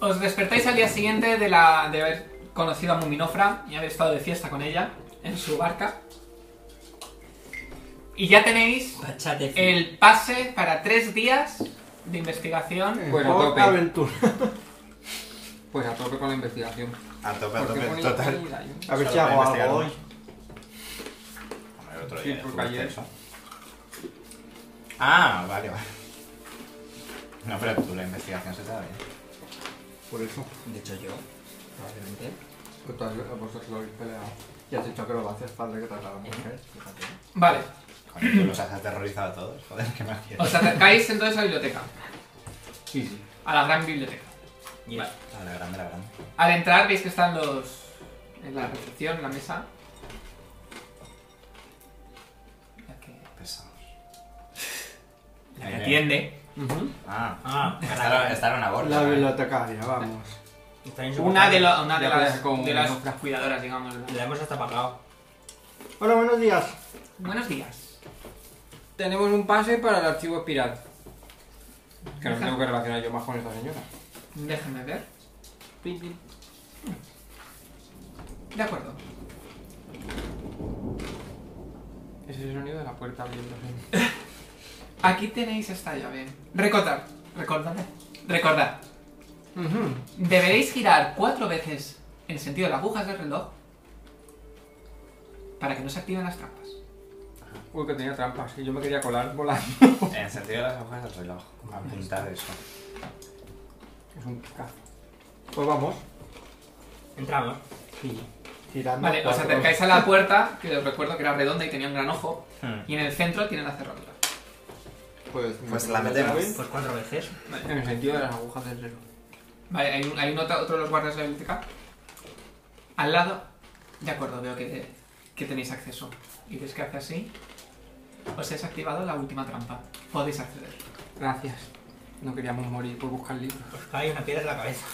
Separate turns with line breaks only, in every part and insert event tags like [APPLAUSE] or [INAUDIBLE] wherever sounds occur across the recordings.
Os despertáis al día siguiente de, la, de haber conocido a Muminofra y haber estado de fiesta con ella en su barca. Y ya tenéis
Pachate.
el pase para tres días de investigación.
Bueno,
Por
tope.
aventura.
Pues a tope con la investigación.
A tope, a
Porque
tope,
pone
total.
aquí la-
A ver si
Solo para
hago
investigar
algo hoy.
más. Hombre, el otro
Sí,
día
porque
fue
ayer-
extenso. Ah, vale, vale. No, pero tú la investigación se te da bien.
Por eso.
De hecho, yo, probablemente.
Pues tú has- vosotros lo habéis peleado. Y has dicho que lo va a hacer padre que tratar a la mujer. Fíjate.
Vale,
Coño, tú los has aterrorizado a todos. Joder, ¿qué más
os
quieres?
acercáis entonces a la biblioteca,
Sí, sí.
a la gran biblioteca. Vale.
A la grande, la grande.
Al entrar veis que están los... en la recepción, en la mesa. La que-
Pesados.
La que atiende.
Ah,
Ah,
estaron, estaron a bordo.
La
¿eh?
bibliotecaria, vamos.
está bien
Una de, lo- una de
Ya
las,
puedes con-
de las cuidadoras, digamos. la-
Le hemos hasta pagado.
Hola, buenos días.
Buenos días.
Tenemos un pase para el archivo espiral. Que no me tengo que relacionar yo más con esta señora.
Déjenme ver.
Pim, pim.
De acuerdo.
Ese es el sonido de la puerta abriéndose.
Aquí tenéis esta llave. Recordad. Recordad. Recordad. Deberéis girar cuatro veces en sentido de las agujas del reloj para que no se activen las trampas.
Uy, que tenía trampas. Y yo me quería colar volando.
En el sentido de las hojas del reloj. Apuntad eso.
Es un cazo.
Pues vamos.
Entramos.
Sí. Tirando.
Vale, os
cuatro.
acercáis a la puerta, que os recuerdo que era redonda y tenía un gran ojo,
Hmm.
y en el centro tiene la cerradura.
Pues,
Pues la metemos.
Pues cuatro veces.
En el sentido de las agujas del reloj.
Vale, hay, un- hay un otro, otro de los guardias de la biblioteca. Al lado, de acuerdo, veo que, que tenéis acceso. Y veis que hace así. Os he desactivado la última trampa. Podéis acceder.
Gracias. No queríamos morir por buscar libros.
Os cae una piedra en la cabeza.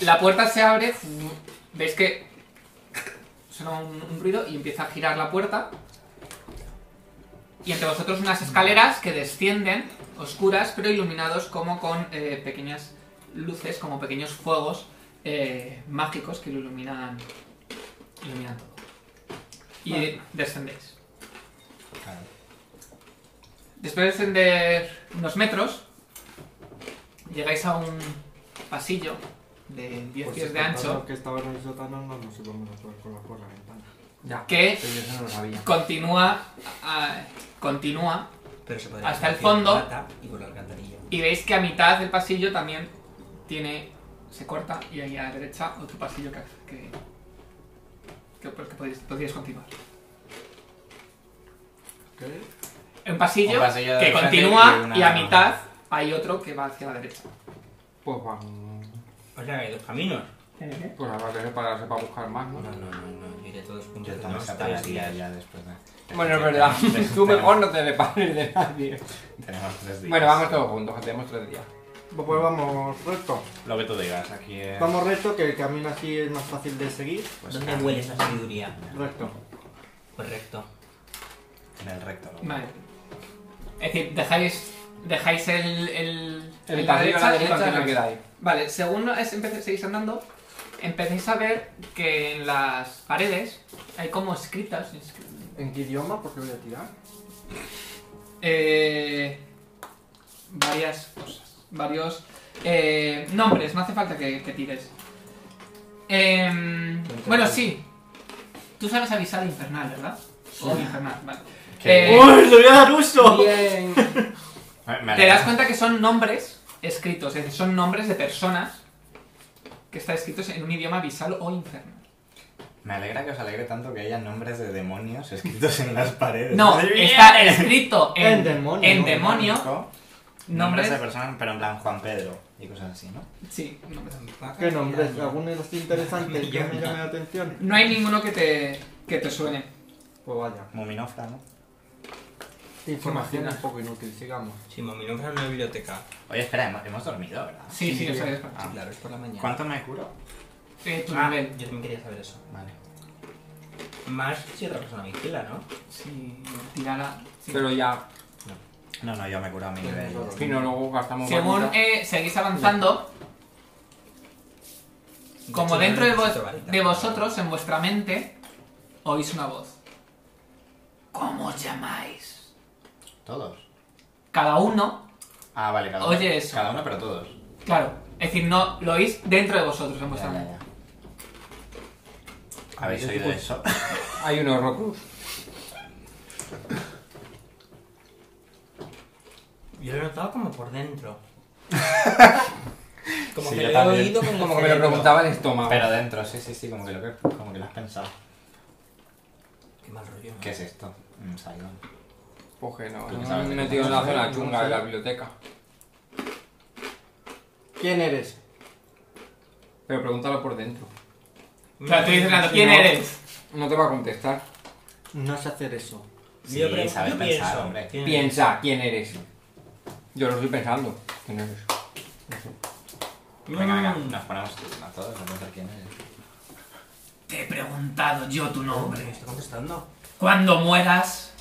La puerta se abre. Veis que suena un, un ruido y empieza a girar la puerta. Y entre vosotros unas escaleras que descienden, oscuras, pero iluminados como con eh, pequeñas luces, como pequeños fuegos eh, mágicos que lo iluminan, iluminan todo. Y descendéis.
Claro.
Después de descender unos metros, llegáis a un pasillo de 10
Pues
pies de
está
ancho.
claro Que estaba en el sótano, no nos íbamos a poder colar por la ventana.
Ya.
que
Pero yo eso no lo sabía.
continúa ah, continúa
Pero se podría
Hasta el
hacer
fondo.
con la lata Y por la alcantarilla.
y veis que a mitad del pasillo también tiene se corta y ahí a la derecha otro pasillo que que, que, por el que podéis, podríais continuar
¿Qué?
un pasillo,
Un pasillo de
que
frente
continúa
y
y,
una-
a mitad hay otro que va hacia la derecha
Pues vamos.
O sea, que hay dos caminos.
Pues habrá que separarse para buscar más,
No,
¿no?
no, no, no. no. Yo iré todos juntos.
Yo
no
también se
Está bien.
apagaría ya después de.
Bueno, es verdad.
Tenemos-
[LAUGHS] Tú mejor no te depares de nadie.
[LAUGHS] Tenemos tres días.
Bueno, vamos todos juntos, que tenemos tres días.
Pues vamos recto.
Lo que tú digas, aquí es.
Vamos recto, que el camino así es más fácil de seguir.
Pues
¿Dónde huele esa sabiduría?
Recto.
Correcto.
En el recto. ¿no?
vale es decir dejáis dejáis el el,
El
el
pasillo a la
y
derecha se
continuáis.
queda ahí.
Vale, según es- empecé- seguís andando, empecéis a ver que en las paredes hay como escritas. inscri-
¿En qué idioma? Porque voy a tirar.
eh, varias cosas, varios eh, nombres, no hace falta que, que tires. Em, bueno, sí, tú sabes avisar infernal, ¿verdad? O infernal, vale.
Qué
Eh,
bien.
¡Uy! ¡Le voy a dar uso!
Bien.
Me- me
Te das
alegro.
cuenta que son nombres escritos, es decir, son nombres de personas que están escritos en un idioma abisal o infernal.
Me alegra que os alegre tanto que haya nombres de demonios [LAUGHS] escritos en las paredes.
No,
¡Madre mía!
está escrito en,
En demonio.
en demonio,
Nombres de
nombres.
personas, pero en plan Juan Pedro y cosas así, ¿no?
Sí, nombres.
¿Qué nombres? ¿Alguno es interesante
[LAUGHS]
que me llame la atención?
No hay ninguno que te, que te suene.
Pues vaya.
Muminofra, ¿no?
Información
imaginas?
un poco inútil, sigamos.
Si mami no una biblioteca.
Oye, espera, hemos, hemos dormido, ¿verdad?
Sí, sí,
Sí,
lo
sí.
sabes.
Ah.
Claro, es por la mañana.
¿Cuánto me curo?
Eh, tu
Ah,
nivel.
yo también quería saber eso.
Vale.
Más si otra persona vigila, ¿no?
Sí, tirala. sí.
Pero ya.
No, no, yo me he curado mi nivel.
Y no, luego gastamos
Según
varita.
eh, seguís avanzando, como
hecho,
dentro de,
yo no
vos-
necesito varita.
de vosotros, en vuestra mente, oís una voz. ¿Cómo os llamáis?
Todos.
Cada uno,
Ah, vale, cada uno.
Oye, eso.
Cada uno, pero todos.
claro, es decir, no lo oís dentro de vosotros, en vuestra
Ya, ya,
mente.
ya. ¿Habéis oído eso?
Hay unos Rocrus.
Yo lo he notado como por [LAUGHS] dentro. como
Sí,
que
yo
lo he
también.
oído como,
Como que me lo preguntaba el estómago.
[LAUGHS] Pero dentro, sí, sí, sí, como que lo, que- como que lo has pensado.
Qué mal rollo. ¿no?
¿Qué es esto? Un Sidon.
Pues
Oje, no.
Creo que
Me
sabes
han
de
metido en la zona chunga de la
Sí.
biblioteca.
¿Quién eres?
Pero pregúntalo por dentro.
Claro, tú dices, Nando,
Si
¿quién
no-
eres?
No te va a contestar.
No sé hacer eso.
Sí,
yo pre-
sabes
yo
pensar,
pienso,
hombre.
¿quién-
Piensa quién eres. Yo lo estoy pensando. ¿Quién eres?
Venga, venga,
Mm.
nos ponemos a todos, vamos a ver quién es.
Te he preguntado yo tu nombre.
¿Me está contestando?
Cuando mueras,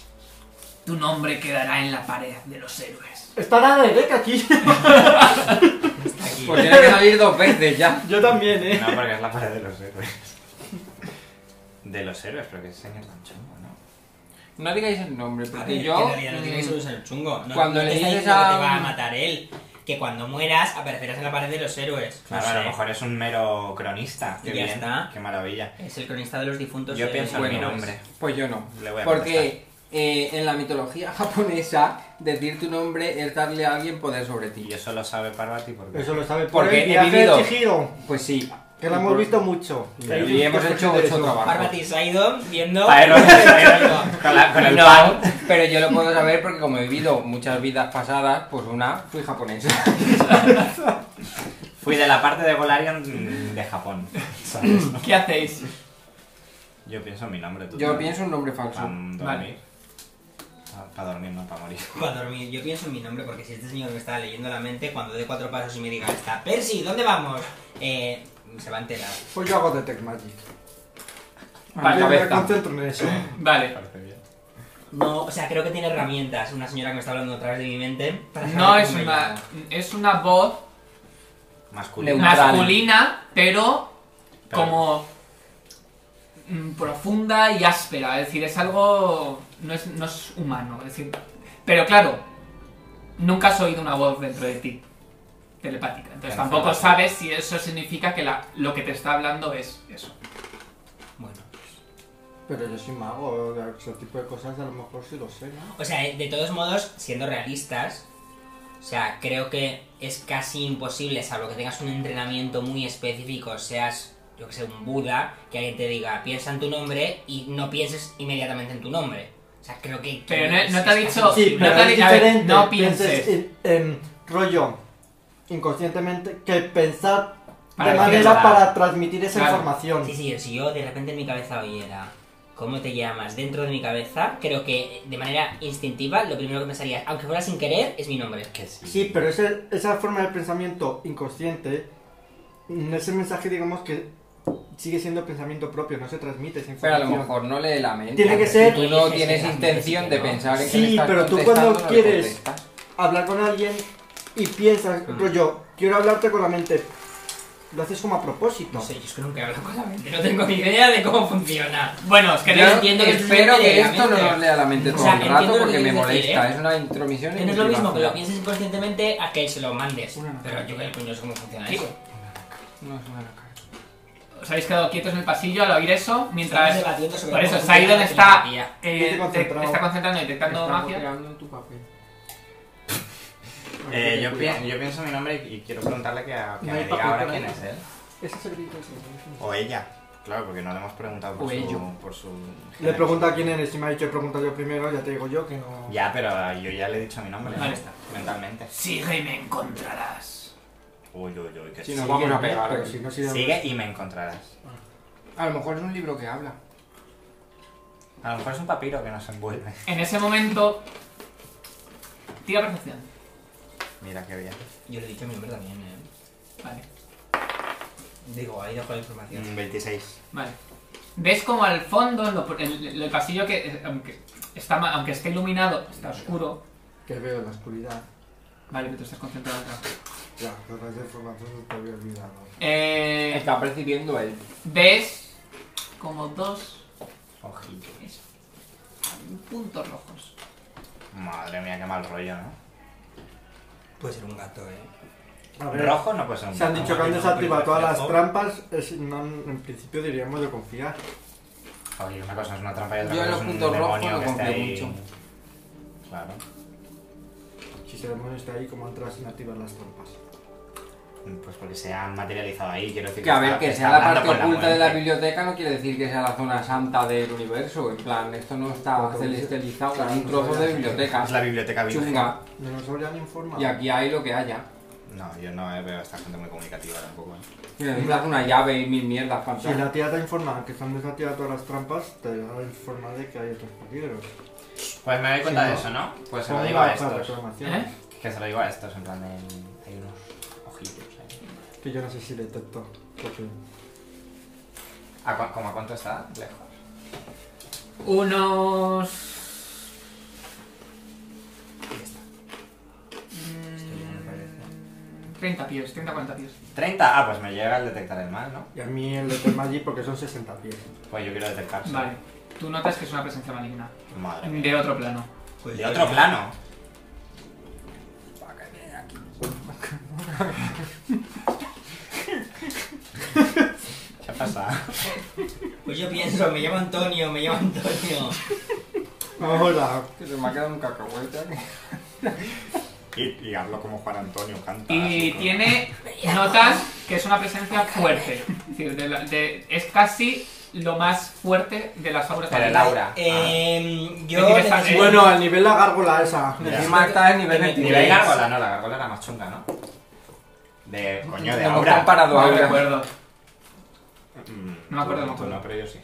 tu nombre quedará en la pared de los héroes.
Está nada de beca aquí. [LAUGHS]
Está aquí.
Pues tiene que salir dos veces ya.
Yo también, eh.
No, porque es la pared de los héroes. [LAUGHS] De los héroes, pero que es señor tan chungo, ¿no?
No digáis el nombre,
A
porque
ver,
yo.
que en realidad no tiene que
mm,
solucionar el chungo. No,
cuando
no
le
te está
dices
diciendo que
a
te va a
un-
matar él. Que cuando mueras aparecerás en la pared de los héroes.
Claro,
No
a lo
sé.
mejor es un mero cronista. Qué
Y ya
bien,
está.
qué maravilla.
Es el cronista de los difuntos.
Yo
eh,
pienso en mi
bueno,
nombre.
Pues yo no.
Le voy a
Porque eh, en la mitología [LAUGHS] japonesa, decir tu nombre es darle a alguien poder sobre ti.
Y eso lo sabe Parvati porque... [LAUGHS]
Eso lo sabe
Porque
el
he
viaje de
vivido.
Chihiro,
Pues sí.
Que lo hemos visto mucho.
Pero y hemos hecho ocho trabajos.
Parvati Saidon viendo. [LAUGHS]
Pa' héroes, pa' héroes, con, la- con el pan.
No, pero yo lo puedo saber porque como he vivido muchas vidas pasadas, pues una fui japonesa. [LAUGHS]
Fui de la parte de Golarion mm, de Japón.
[LAUGHS]
¿sabes?
¿Qué hacéis?
Yo pienso en mi nombre. ¿tú
Yo
también?
pienso un nombre falso.
Para dormir.
Vale.
Para dormir, no para morir. [LAUGHS]
Para dormir, yo pienso en mi nombre porque si este señor me está leyendo la mente, cuando dé cuatro pasos y me diga, está Percy, ¿dónde vamos? Eh, se va a enterar.
Pues yo hago Detect Magic.
Para
Yo
la
me
cabeza.
concentro en eso.
Vale.
Parece bien.
No, o sea, creo que tiene herramientas. Una señora que me está hablando a través de mi mente. para
No
saber
es
cómo me
una,
llamo.
es una voz
Masculino.
Neutral.
masculina, pero
Pero-
como mm, profunda y áspera. Es decir, es algo. No es, no es humano. Es decir, pero claro, nunca has oído una voz dentro de ti telepática. Entonces
Pero
tampoco
sí.
sabes si eso significa que la- lo que te está hablando es eso.
Bueno.
Pero yo soy mago, de ese tipo de cosas a lo mejor sí lo sé, ¿no?
O sea, eh, de todos modos, siendo realistas, o sea, creo que es casi imposible, salvo que tengas un entrenamiento muy específico, seas, yo que sé, un Buda, que alguien te diga, piensa en tu nombre y no pienses inmediatamente en tu nombre. O sea, creo que...
Pero
que
no- no te ha
casi
dicho-
imposible.
Sí, pero es diferente. No pienses.
en, en rollo inconscientemente que pensar
Para
de
decir
manera
nada.
para transmitir esa
Claro.
información.
Sí, sí, si yo de repente en mi cabeza oyera cómo te llamas dentro de mi cabeza, creo que de manera instintiva lo primero que pensaría, aunque fuera sin querer, es mi nombre.
Que sí.
Sí, pero ese- esa forma de pensamiento inconsciente, mm, ese mensaje digamos que sigue siendo pensamiento propio, no se transmite esa
Pero a
información.
lo mejor no lee la mente.
Tiene que
Si
ser-
tú no
Dices
tienes
que la mente
intención
sí que
de
no.
pensar en que
Sí,
le estás
pero tú
contestando,
cuando
no le
quieres-
contestas.
Hablar con alguien y piensas, rollo, quiero hablarte con la mente. Lo haces como a propósito.
No sé, yo es que nunca he hablado con la mente, no tengo ni idea de cómo funciona.
Bueno, os
Yo
queréis.
entiendo que es
espero
una
que
idea,
esto no
mente.
nos lea la mente
O
todo
sea,
el
entiendo
rato
lo que
porque me
quieres decir,
molesta.
¿eh?
Es una intromisión.
Que no es lo mismo que lo
intrusivamente.
pienses inconscientemente a que se lo mandes. Pero yo que coño sé cómo funciona eso.
No es una cara.
Os habéis quedado quietos en el pasillo al oír eso, mientras.
Estamos debatiendo sobre
Por
cómo
eso,
funciona
Sidon
la
está,
telepatía.
eh,
Estoy concentrado.
de- está concentrando y detectando
Está
magia.
golpeando en tu papel.
Eh, yo, pi- yo pienso mi nombre y, y quiero preguntarle que, a- que
No
me
hay
diga
papel
ahora
para
quién
él.
es él.
Ese es el grito ese.
O ella. Claro, porque no le hemos preguntado
O
por,
ello.
su, por su...
Le
género.
pregunta quién eres y me ha dicho, he preguntado yo primero, ya te digo yo que no...
Ya, pero yo ya le he dicho mi nombre.
Vale, está.
Mentalmente.
Sigue y me encontrarás.
Uy, uy, uy, que
Si
sí.
nos vamos a pegar.
Pero si no, si no-
Sigue y me encontrarás.
A lo mejor es un libro que habla.
A lo mejor es un papiro que nos envuelve. [LAUGHS]
En ese momento. Tira percepción.
Mira qué bien.
Yo le he dicho mi nombre también, eh.
Vale,
Digo, ahí dejo la información.
Mm, 26.
vale. Ves como al fondo, en lo- en el, el pasillo que. eh, Aunque, está, ma- aunque esté iluminado, está oscuro.
que veo en la oscuridad.
Vale, pero tú estás concentrado acá.
Ya, pero esa información se te había olvidado.
Eh,
Está percibiendo él.
ves como dos
Ojito.
puntos rojos.
Madre mía, qué mal rollo, ¿no?
Puede ser un gato, eh.
A ver,
Rojo no puede ser un
se han dicho que han
no,
desactivado
pero
todas las
rojo.
trampas, es- no, en principio diríamos de confiar.
Oye, una cosa es una trampa y otra
Yo en
cosa
los
es un
puntos rojos
demonio
no
que esté
confío
ahí.
mucho.
Claro.
Si se demuestra está ahí, ¿cómo entras sin activar las trampas?
Pues porque se han materializado ahí, quiero decir
Que a ver,
está-
que
está
sea la
hablando
parte
con
oculta de la
muerte.
biblioteca no quiere decir que sea la zona santa del universo. En plan, esto no está
Claro,
celestializado,
claro,
es un trozo de biblioteca.
Es la biblioteca virgen.
Chunga.
No nos habrían informado.
Y aquí hay lo que haya.
No, yo no eh, veo a esta gente muy comunicativa tampoco. ¿eh?
Y Necesitas una llave y mil mierdas para
Si
entrar.
la tía te informa que se han desactivado todas las trampas, te va a informar de que hay otros peligros.
Pues me doy cuenta
Sí,
de
¿no?
eso, ¿no? Pues se
¿Cómo
lo digo
va
a
a pasar
estos.
reclamación?
¿Eh?
Que se lo digo a estos, en plan de... Hay unos ojitos ahí.
Que yo no sé si detecto. Porque...
¿A cua- ¿Cómo a cuánto está? Lejos.
Unos.
ya me
Mm,
parece.
30 pies, 30-40 pies.
30. Ah, pues me llega el detectar el mal, ¿no?
Y a mí el de tema allí porque son 60 pies.
Pues yo quiero detectarse.
Vale. Tú notas que es una presencia maligna.
Madre mía.
De otro plano.
Pues
De otro plano.
Va a caer aquí.
[LAUGHS] ¿Qué ha pasado?
Pues yo pienso, me llamo Antonio, me llamo Antonio.
Hola.
Que se me ha quedado un cacahuete aquí.
Y, y hablo como Juan Antonio canta. así
Y
como-
tiene. Notas que es una presencia fuerte. Es decir, de la- de- es casi lo más fuerte de las auras
Pero el
malignas.
aura. ah,
Eh, yo
Tienes esa-
necesito-
Bueno, al nivel la gárgola esa.
[LAUGHS]
Ya.
Encima está en nivel
Ni
23.
la gárgola, no, la gárgola era más chunga, ¿no? De coño, de
Hemos
aura.
comparado
No
ahora.
recuerdo.
Mm,
No me acuerdo,
tú-
no me
tú
acuerdo.
No, pero yo sí.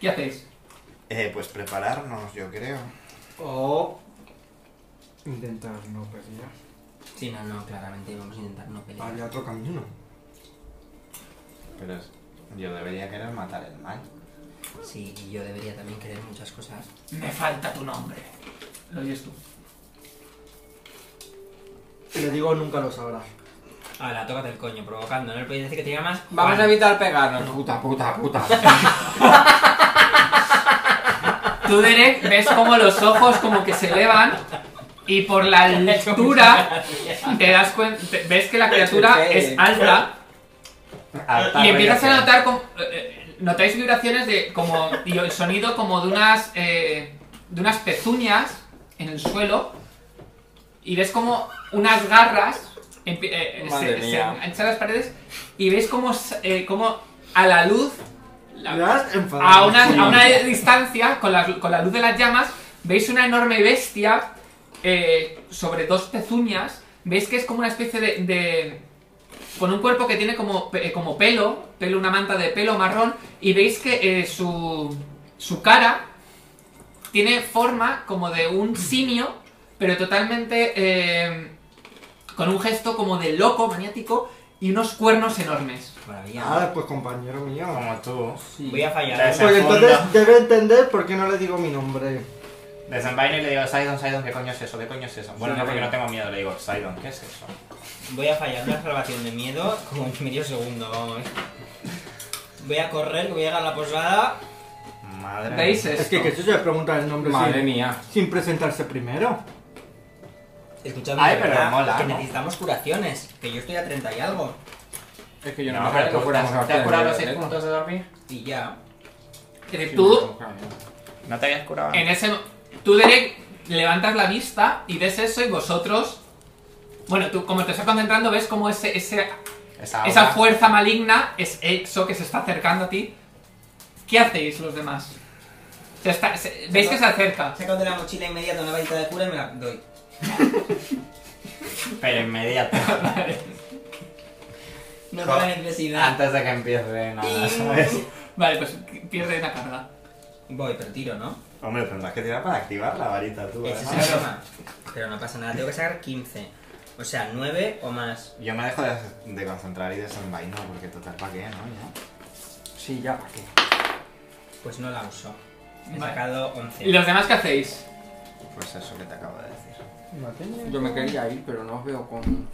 ¿Qué hacéis?
Eh, pues prepararnos, yo creo.
O intentar no pelear.
Sí, no, no, claramente vamos a intentar no pelear.
Había otro camino.
Pero es- yo debería querer matar el mal.
Sí, y yo debería también querer muchas cosas.
Me falta tu nombre. Lo oyes tú.
Y le digo nunca lo sabrás.
Ahora, tócate el coño, provocando. No le podéis decir que te llamas.
Vamos
Juan.
a evitar pegarnos. Puta, puta, puta.
Tú, Derek, ves como los ojos como que se elevan y por la altura te das cuenta, ves que la criatura
Sí.
es alta
[LAUGHS] Alta
y empiezas a
radiación.
notar como, eh, eh, notáis vibraciones de como y el sonido como de unas eh, de unas pezuñas en el suelo y ves como unas garras empie- eh, eh,
Madre
se, se
mía.
enganchan a las paredes y ves como s- eh, como a la luz la-
Le das enfadado.
a una, a una distancia, con la, con la luz de las llamas, veis una enorme bestia eh, sobre dos pezuñas. Veis que es como una especie de. de- con un cuerpo que tiene como, pe- eh, como pelo, pelo, una manta de pelo marrón. Y veis que eh, su, su cara tiene forma como de un simio, pero totalmente. eh, con un gesto como de loco, maniático, y unos cuernos enormes.
Maravilla.
Ah, pues compañero mío.
Como tú.
Voy a
La
fallar.
esa-
Pues
se
entonces
funda.
debe entender por qué no le digo mi nombre.
Desenvaino y le digo, Sidon, Sidon, ¿qué coño es eso? ¿Qué coño es eso? Bueno, no, porque no tengo miedo. Le digo, Sidon, ¿qué es eso?
Voy a fallar una salvación de miedo como en medio segundo, vamos. Voy a correr, que voy a llegar a la posada.
Madre mía.
¿Veis esto?
Es que que eso se pregunta el nombre
Madre
sin,
mía.
sin presentarse primero.
Escuchadme,
Ay,
de
pero
verdad,
mola,
que
¿no?
necesitamos curaciones. Que yo estoy a 30 y algo.
Es que yo no,
No,
me
pero
acuerdo
tú
que fuéramos
estás-
a
¿te has curado
la
Eh,
los seis
biblioteca.
puntos de dormir?
Y ya.
Eh,
Sí,
tú,
no, claro.
No te habías curado.
En ese mo- tú Derek levantas la vista y ves eso y vosotros bueno, tú como te estás concentrando ves como ese, ese-
Esa,
esa
aura.
fuerza maligna es eso que se está acercando a ti. ¿Qué hacéis los demás? Se está- se- veis que se acerca.
Saco de la mochila inmediata una varita de cura y me la doy.
Pero inmediato.
[LAUGHS]
No
Co-
tengo la necesidad.
Antes de que empiece nada, ¿sabes?
Vale, pues pierde la carga.
Ah,
Voy, pero tiro, ¿no?
Hombre, tendrás que tirar para activar la varita tú, ¿eh?
Ese es
además.
el problema. Pero no pasa nada, tengo que sacar 15. O sea, 9 o más.
Yo me dejo de, de concentrar y desenvaino, porque total, ¿para qué, no? Ya.
Sí, ya, ¿para qué?
Pues no la uso. He
Vale.
sacado 11.
¿Y los demás qué hacéis?
Pues eso que te acabo de decir.
Yo me quería ir, pero no os veo con.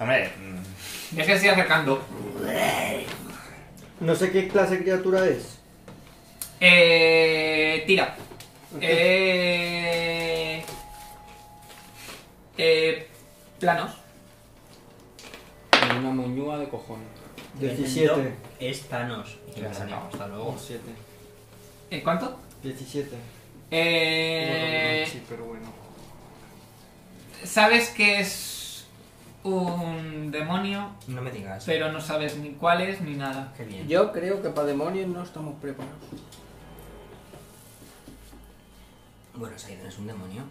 Hombre, mm, [LAUGHS]
Ves que se sigue acercando.
No sé qué clase de criatura es.
Eh, tira. Eh, eh, planos.
con una moñúa de cojones.
17.
Es Thanos. Y
Ya,
nos salimos, hasta luego.
17.
¿Eh, ¿Cuánto?
17.
Eh,
Sí, pero bueno.
sabes que es un demonio,
No me digas.
pero no sabes ni cuál es ni nada.
Qué bien.
Yo creo que para demonios no estamos preparados.
Bueno, Saidon es un demonio.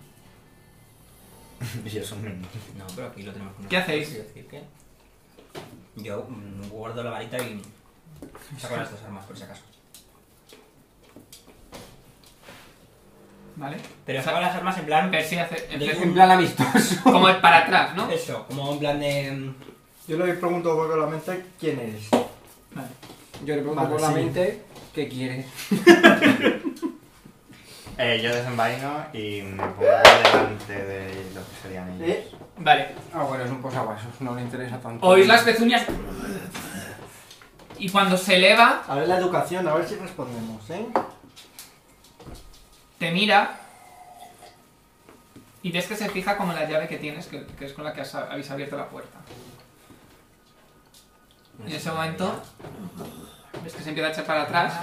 y eso es un
No, pero aquí lo tenemos con
¿Qué
nosotros,
hacéis?
quiero decir que- Yo mm, guardo la varita y saco las dos armas por si acaso.
¿Vale?
Pero saco las armas en plan.
Percy hace.
De-
hace-
En plan amistoso.
como es para atrás, ¿no?
Eso, como en plan de. mm,
Yo le pregunto vuelvo a la mente quién eres.
Vale.
Yo le pregunto
Vale,
por la
sí.
mente qué quiere.
Eh, yo desenvaino y me pongo delante de lo que serían ellos.
¿Eh?
Vale.
Ah, bueno, es un posavasos, no le interesa tanto.
Oís las pezuñas. Y cuando se eleva,
A ver la educación, a ver si respondemos, ¿eh?
te mira. Y ves que se fija como en la llave que tienes, que, que es con la que has- habéis abierto la puerta. Y en ese momento. Ves que se empieza a echar para atrás.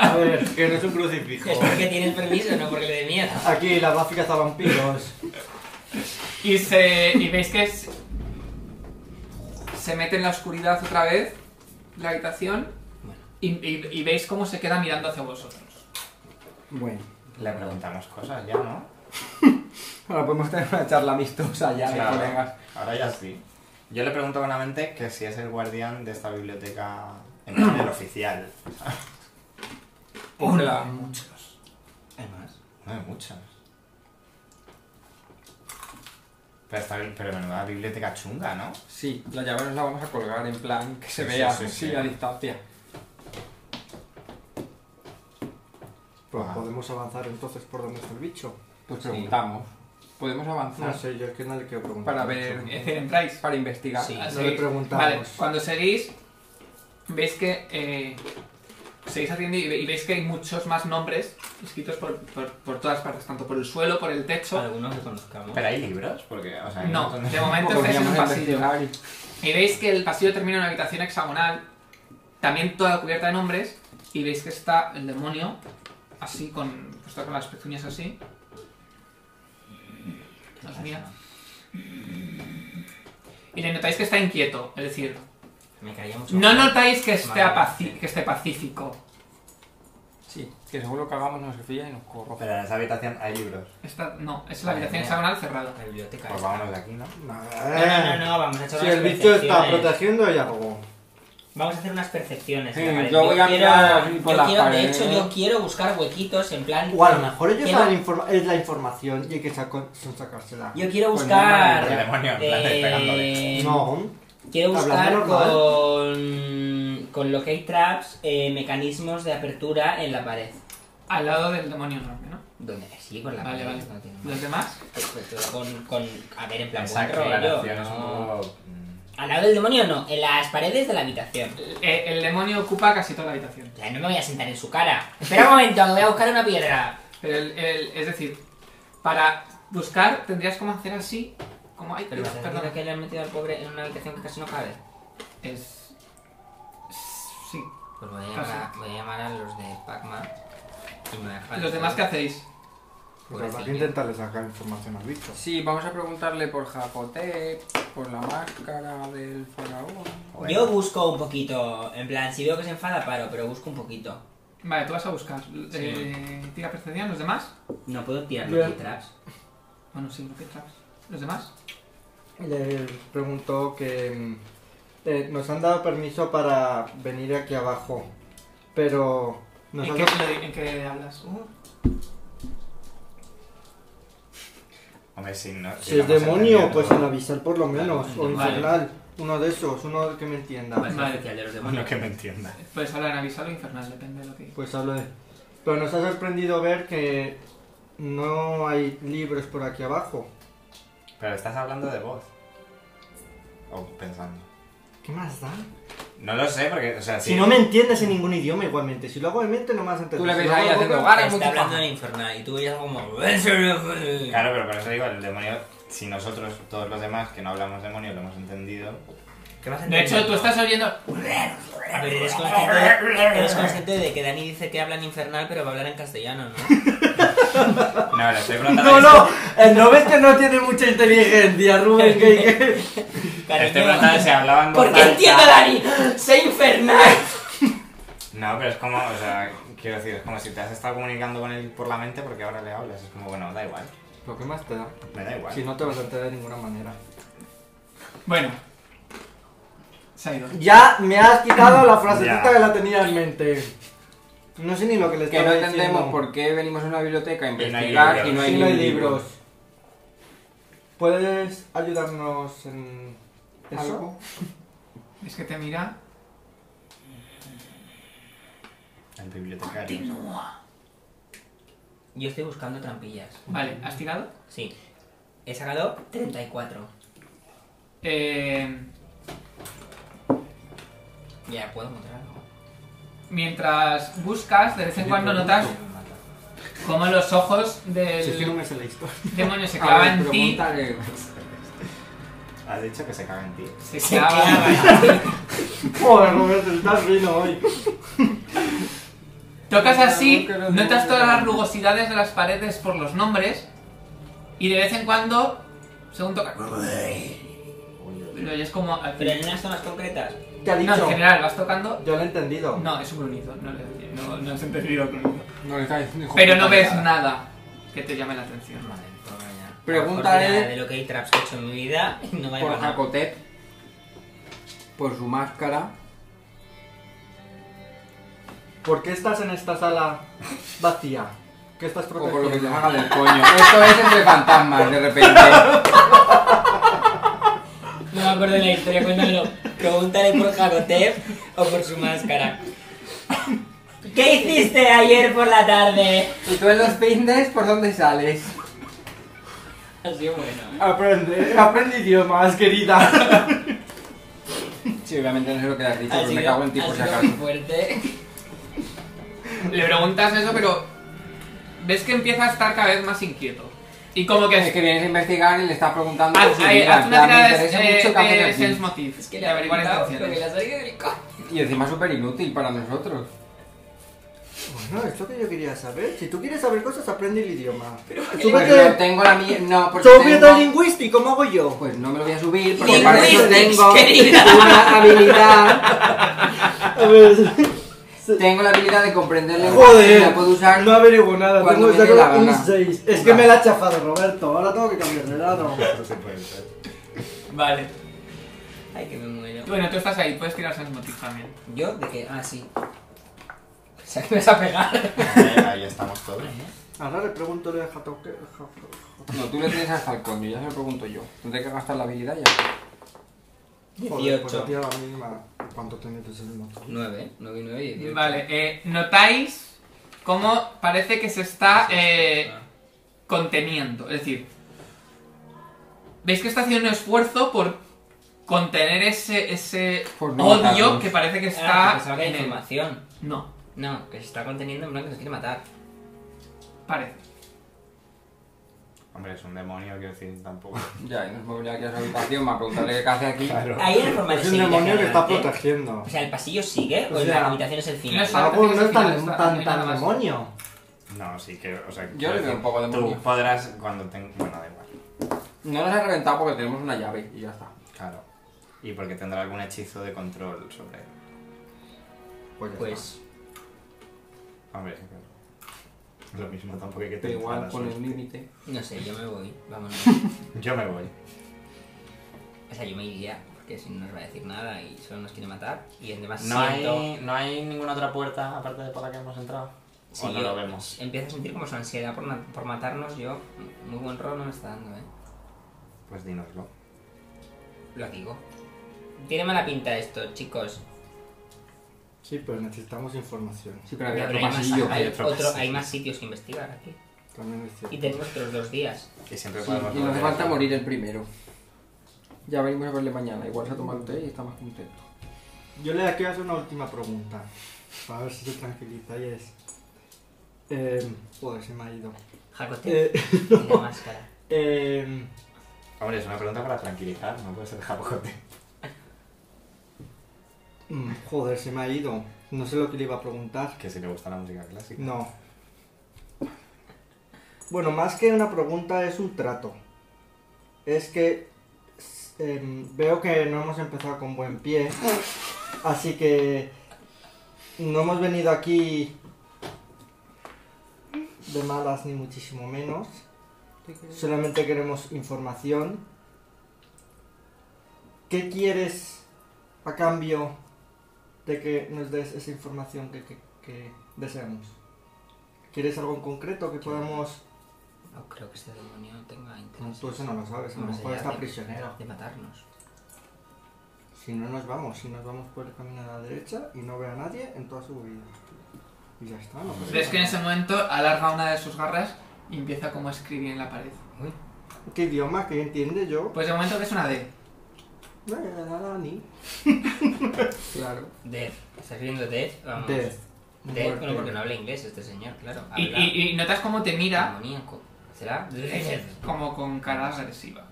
A ver, que no es un crucifijo.
Es porque tienes permiso, no porque le dé miedo.
Aquí las gráficas a vampiros.
Y, se, y veis que es- se mete en la oscuridad otra vez la habitación.
Bueno.
Y, y- y veis cómo se queda mirando hacia vosotros.
Bueno,
Le preguntamos cosas ya, ¿no?
ahora podemos tener una charla amistosa Ah, ya
Claro.
de colegas.
Ahora ya sí. Yo le pregunto vanamente que si es el guardián de esta biblioteca en plan el oficial.
Hola.
Hay más.
No hay muchas. Pero, esta, bi- pero menuda biblioteca chunga, ¿no?
Sí, la llave nos la vamos a colgar en plan que se
Sí,
vea
sí, sí,
sí,
sí.
a distancia.
Pues
Ajá.
[LAUGHS] podemos avanzar entonces por donde está el bicho.
Pues preguntamos. ¿Podemos avanzar
No sé, yo es que no le quiero preguntar.
Ah. para ver,
Es decir, entráis.
para investigar?
Sí.
Al
No
seguir-
le preguntamos.
Vale, cuando seguís, veis que eh, seguís haciendo y, ve- y veis que hay muchos más nombres escritos por, por- por todas partes, tanto por el suelo, por el techo.
Algunos que conozcamos.
Pero hay libros, porque, o sea, hay un
No,
montón de-
de
[LAUGHS]
momento estáis en un
Podríamos
pasillo.
investigar y
Y veis que el pasillo termina en una habitación hexagonal, también toda cubierta de nombres, y veis que está el demonio, así, con, pues, está con las pezuñas así. Os mira. Y le notáis que está inquieto, es decir,
Me caía mucho.
no
mejor.
notáis que esté,
Vale.
apaci- que esté pacífico.
Sí, que según lo que hagamos nos fía y nos corro.
Pero en esa habitación hay libros.
Está- no, es la
Madre
habitación
mía.
hexagonal cerrada.
La biblioteca.
Pues
esta.
vámonos de aquí, ¿no?
No, no, no, no, vamos a echar
eh, Si
unas
el bicho está
percepciones.
protegiendo, hay algo.
Vamos a hacer unas percepciones.
Sí,
la pared.
yo voy a
quiero-
mirar así por
yo
las
quiero- De
paredes.
hecho, yo quiero buscar huequitos en plan.
O a lo mejor ellos
Quiero-
saben informa- es la información y hay que saco- son sacársela.
Yo quiero
Pues
buscar.
no, no, no, demonio, en plan de pegándole.
eh,
No,
Quiero
Hablando
buscar
normal.
con. Con lo que hay traps, eh, mecanismos de apertura en la pared.
Al lado del demonio enorme, ¿no?
¿Dónde? Sí, con la
Vale,
pared.
vale.
no tiene más.
Los demás,
Perfecto, Con, con. A ver, en plan.
Esa
buen rollo,
aclaración es un
¿no?
poco... mm,
Al lado del demonio no, en las paredes de la habitación.
eh, el demonio ocupa casi toda la habitación.
O sea, no me voy a sentar en su cara. Espera un momento, que voy a buscar una piedra.
Pero el, el- es decir, para buscar tendrías como hacer así, como ay,
Pero
Dios,
¿estás
perdón.
diciendo que le han metido al pobre en una habitación que casi no cabe?
Es sí.
Pues voy a llamar, a, voy a, llamar a los de Pac-Man. y me voy a dejar
Los
de-
demás qué hacéis?
pero Pues habrá que intentarle sacar información al bicho.
Sí, vamos a preguntarle por Jacoté, por la máscara del faraón.
joder.
Yo busco un poquito, en plan, si veo que se enfada, paro, pero busco un poquito.
Vale, tú vas a buscar. Eh, tira percepción, los demás.
No puedo tirar
Yo-
los detrás.
Bueno, sí, no que traes. Los demás.
Le preguntó que mm, eh, nos han dado permiso para venir aquí abajo, pero
¿En
nosotros...
qué, en qué hablas? Uh,
Hombre, si no...
Si es
no hemos
demonio,
entendido
pues
todo.
en avisar por lo menos, o
Vale.
infernal, uno de esos, uno que me entienda.
Vale,
Vale.
especial de los
[LAUGHS] Bueno,
demonios.
pues
que me entienda.
puedes hablar en avisado o infernal, depende de lo que
Pues hablo de... Pero nos ha sorprendido ver que no hay libros por aquí abajo.
Pero estás hablando de voz. O pensando.
¿Qué más da?
No lo sé, porque, o sea, sí.
Si no me entiendes en ningún idioma igualmente, si lo hago de mente no me vas a entender.
Tú la
Si
ves
lo
ahí
hago de
haciendo
boca-
Ahora mucho
está hablando
paja.
en infernal y tú ya como...
Claro, pero por eso digo, el demonio, si nosotros, todos los demás que no hablamos demonio, lo hemos entendido.
¿Qué vas a
De hecho,
entender?
tú estás oyendo.
A ver, eres consciente, eres consciente de que Dani dice que habla en infernal, pero va a hablar en castellano, ¿no?
No, le estoy
[LAUGHS]
preguntando.
[LAUGHS] No, no, el 90 no tiene mucha inteligencia, Rubén. que- [LAUGHS] que-
Este
Le estoy
Cariño.
preguntando si hablaban voz
¿Por qué
alta.
entiendo a Dani? ¡Sé infernal!
No, pero es como, o sea, quiero decir, es como si te has estado comunicando con él por la mente porque ahora le hablas. Es como, bueno, da igual,
Pero ¿qué más te da?
me da igual.
Si no te vas a enterar de ninguna manera.
Bueno. Se ha ido.
Ya me has quitado la frasecita
Ya.
que la tenía en mente. No sé ni lo que le
Que no
estaba
entendemos
diciendo.
por qué venimos a una biblioteca a
no hay
investigar
libros.
y no hay,
Si no hay
ningún libro.
libros. ¿Puedes ayudarnos en algo?
Es que te mira.
El bibliotecario.
Yo estoy buscando trampillas.
Vale, ¿has tirado?
Sí. He sacado 34.
Eh,
Ya, puedo encontrarlo.
mientras buscas, de vez en cuando notas cómo los ojos
Si es que no
del
me sé la historia.
demonio se
A ver,
clavan en ti.
pregúntale.
Has dicho que se caga en ti.
Se clavan.
[LAUGHS] Joder, Roberto, estás vino hoy.
Tocas así,
Nunca lo digo,
notas
nunca
todas
lo
las
digo.
rugosidades de las paredes por los nombres y de vez en cuando, según tocas, lo oyes como al
Pero
final.
en unas zonas concretas.
Te ha
No, en
dicho.
general, vas tocando.
Yo lo he entendido.
No, es un grunhido, no, le- no, no has entendido el grunhido.
No le está diciendo, hijo
Pero
de
no
puta,
ves nada que te llame la atención.
Madre, por mañana.
Pregúntale-
Por nada de lo que hay traps que he hecho en mi vida. y No va a
Por
nada.
Jacotet. Por su máscara.
¿Por qué estás en esta sala vacía? ¿Qué estás
O por lo que te
protegiendo?
haga del coño. Esto es entre fantasmas, de [LAUGHS] repente.
No me acuerdo de la historia, cuéntamelo. Pregúntale por Jacotep o por su máscara. ¿Qué hiciste ayer por la tarde?
Y tú en los fitness, ¿por dónde sales?
Ha sido bueno. ¿eh?
Aprende, aprende idiomas, querida.
Sí, obviamente no sé lo que le has dicho,
Ha
pero me
sido-
cago en ti
ha
por si
sido [LAUGHS]
acaso.
fuerte.
Le preguntas eso, pero ves que empieza a estar cada vez más inquieto. Y como que...
Es que vienes a investigar y le estás preguntando
Haz,
por su
ahí,
vida.
haz
En
una
plan,
tirada
me
eh,
interesa
de,
mucho qué
de-
haces
de
aquí.
Sense Motive.
Es que le
de
ha
averiguar
preguntado lo que
intenciones.
le ha salido del coche.
Y encima súper inútil para nosotros.
bueno, es lo que yo quería saber. Si tú quieres saber cosas, aprende el idioma.
Pero no
Súbete,
tengo la mía. No, porque
súbete al
tengo...
lingüístico, ¿cómo hago yo?
Pues no me lo voy a subir porque para eso
Linguistics,
tengo
querida.
una habilidad.
A ver. [LAUGHS]
Tengo la habilidad de comprender lenguaje y
Joder,
la puedo usar.
no averiguo nada,
cuando
tengo
me dé la
saco un
gana.
6. Es que me la ha chafado Roberto, ahora tengo que cambiar de lado.
Esto se puede usar.
Vale.
Ay, que me muero.
Bueno, tú estás ahí, puedes tirar Sense Motive también.
¿Yo? ¿De qué? Ah, sí. [LAUGHS] Pensaba que me vas a pegar.
Ahí- Ahí estamos todos.
Ahora le pregunto a Jato que. Jato-
No, tú le tienes hasta el coño, ya se lo pregunto yo. Tendré que gastar la habilidad ya.
Joder, pues
18.
la tía la mínima. ¿Cuánto tenía que ser el motor?
9, 9 y 9 y 18.
Vale, eh, notáis cómo parece que se está eh, conteniendo. Es decir, veis que está haciendo un esfuerzo por contener ese, ese
Por no
odio
matarnos.
que parece que
Ah,
está
pensaba que
en
era
él.
información.
No,
No, que se está conteniendo en plan que nos quiere matar.
parece.
Hombre, es un demonio, quiero decir, tampoco.
Ya, y nos movería aquí a su habitación, me preguntaré qué hace aquí.
Claro.
Ahí la información
Es un
sigue
demonio
hacia
que está
adelante.
protegiendo.
O sea, ¿el pasillo sigue o,
O
en
sea,
la habitación es el
no
final?
es-
Algo no es
Al
tan,
final
tan,
está- no
tan
hay nada más.
demonio.
No, sí que, o sea,
Yo
quiero
le veo un
decir,
poco de demonio.
Tú podrás cuando tengas. Bueno, da igual.
No nos ha reventado porque tenemos una llave y ya está.
Claro. Y porque tendrá algún hechizo de control sobre él.
ya está.
Pues
Hombre, claro. lo mismo tampoco hay que
Pero
tener
igual
mala
con el
suerte.
límite.
no sé, yo me voy.
[LAUGHS]
Vámonos.
Yo me voy.
o sea, yo me iría porque si no nos va a decir nada y solo nos quiere matar. Y además
No
siento.
hay, no hay ninguna otra puerta aparte de por la que hemos entrado.
Sí,
o no
yo
lo vemos.
Empiezo a sentir como su ansiedad por, na- por matarnos. Yo, muy buen rol no me está dando, ¿eh?
Pues dínoslo.
Lo digo. Tiene mala pinta esto, chicos.
Sí, pero necesitamos información.
Sí,
Pero
pero había otro
hay, más,
pasillo.
hay
otro
otro-
pasillo.
hay más sitios que investigar aquí.
También es
Y
cierto.
tenemos otros dos días.
Y siempre
Sí,
podemos
y nos
volver.
falta morir el primero. Ya venimos a verle mañana. Igual se ha tomado el té y está más contento.
Yo le quiero hacer una última pregunta. Para ver si se tranquiliza y es. Eh, joder, se me ha ido.
Jacote
Eh, [LAUGHS]
y la máscara.
eh,
Hombre, es una pregunta para tranquilizar, no puede ser japote.
mm, joder, se me ha ido. No sé lo que le iba a preguntar.
[LAUGHS] Que si le gusta la música clásica.
No. Bueno, más que una pregunta es un trato. Es que s- em, veo que no hemos empezado con buen pie. Así que no hemos venido aquí de malas ni muchísimo menos. Solamente queremos información. ¿Qué quieres a cambio de que nos des esa información que, que- que deseamos? ¿Quieres algo en concreto que podamos...?
No creo que este demonio tenga
No,
interés.
tú eso no lo sabes, a lo
Más
mejor
allá
está
de-
prisionero.
De matarnos.
Si no nos vamos, si nos vamos por el camino de la derecha y no ve a nadie en toda su vida. Y ya está, no pasa
Ves que en ese
nada.
momento alarga una de sus garras y empieza como a escribir en la pared.
¿Qué idioma? ¿Qué entiende yo?
Pues de momento ves una D.
No, no, no, no, ni.
Claro.
Death. ¿Estás viendo Death? Vamos.
Death.
Death, bueno, porque
Muerte.
no habla inglés este señor, claro. Habla
Y, y- y notas cómo te mira
demoníaco.
[LAUGHS]
¿Será?
como con cara agresiva.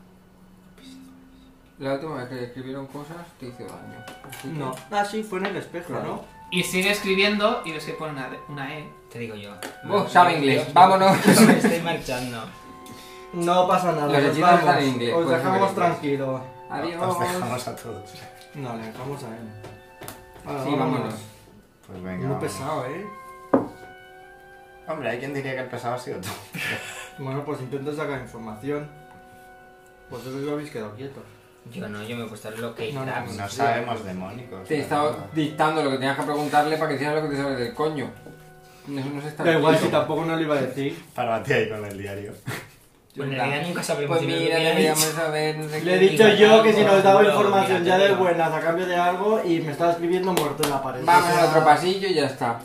La última vez que le escribieron cosas te hizo daño. Así que-
No. Ah, sí, fue en el espejo,
Claro.
¿no?
Y sigue escribiendo y ves que pone una, D- una E.
Te
[LAUGHS]
digo yo.
Oh,
[LAUGHS]
sabe inglés. Vámonos.
Me estoy marchando.
No pasa nada,
Los
nos
hechizos
vamos.
están en inglés, pues,
Os
puedes
dejamos
saber inglés.
tranquilo.
Os
Adiós.
dejamos a todos.
No, le dejamos a él. Ahora,
Sí, vámonos.
Pues venga.
Muy
vamos.
pesado, ¿eh?
Hombre, hay quien diría que el pesado ha sido tú.
Bueno, pues intento sacar información. Vosotros lo habéis quedado quietos.
Yo no, yo me he puesto lo que
No, no,
Crabs.
No sabemos demónicos.
Te he estado dictando lo que tenías que preguntarle para que hicieras lo que te sabes del coño. No, no se está
Da igual si tampoco no lo iba a decir.
Para ti ahí con el diario.
Bueno, en realidad nunca sabremos
Pues
si nos
mira,
hubieran
deberíamos
dicho.
saber, no sé
Le he
qué.
dicho yo que si nos daba
Bueno,
información
mira,
ya de
tío.
buenas a cambio de algo y me estaba escribiendo muerto en la pared.
Vamos
O sea,
al otro pasillo y ya está.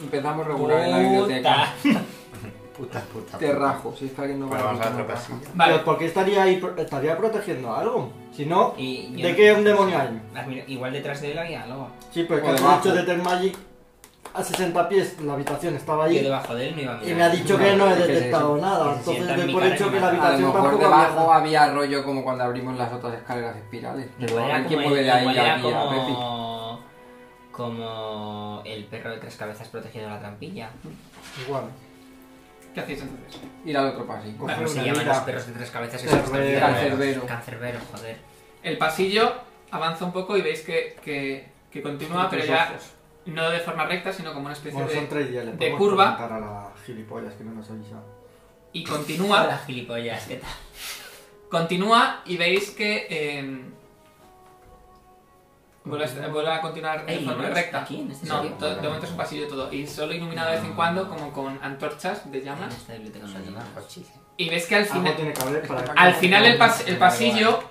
Empezamos a regular en la biblioteca.
Puta.
Puta, puta.
Te
puta.
rajo, si es que alguien no
Pues
va
vamos
a
a otro pasillo.
Vale,
Pero ¿por qué estaría ahí? pro- Estaría protegiendo algo. Si no,
Y yo
¿de
no-
qué un demonio hay?
Ah, mira, Igual detrás de él había algo.
Sí, pero
O
que ha
debajo.
hecho de Death Magic a 60 pies la habitación estaba
Yo
ahí
debajo de él no iba a mirar.
y me ha dicho que
No,
no he
¿qué es
detectado
eso?
nada.
Que se sienta
Entonces
en
doy
mi
por
cara y
hecho
me
que la
mata.
A lo
habitación
mejor
tampoco
debajo
había-
había rollo como cuando abrimos las otras escaleras espirales.
Igual era
¿Quién
como
mueve
el-
de ahí
igual
a
era
aquí a Pepi?
como... como el perro de tres cabezas protegiendo la trampilla.
Pues Igual.
¿qué hacéis entonces?
Ir al otro pasillo.
Coger
¿Cómo se
una
llaman
vida.
los perros de tres cabezas? que
Cerbero.
son estos
Cancerbero.
Cancerbero, joder.
El pasillo avanza un poco y veis que, que- que continúa, pero ya no de forma recta, sino como una especie
Bueno, son
de...
tres días. Le
de
podemos
curva.
preguntar a la gilipollas que no nos avisa.
Y
Hola,
continúa,
gilipollas, ¿qué tal?
continúa y veis que... em, vuelve, a, vuelve a continuar de
Ey, ¿no
forma
es
recta.
aquí, en este
no,
sitio? Ah.
to- de momento es un pasillo todo. Y solo iluminado de vez en cuando, como con antorchas de
En
llamas.
esta biblioteca
Pues
no hay nada.
Y ves que
Ah,
al
Algo
final...
tiene que haber para
Al final el, pas- el pasillo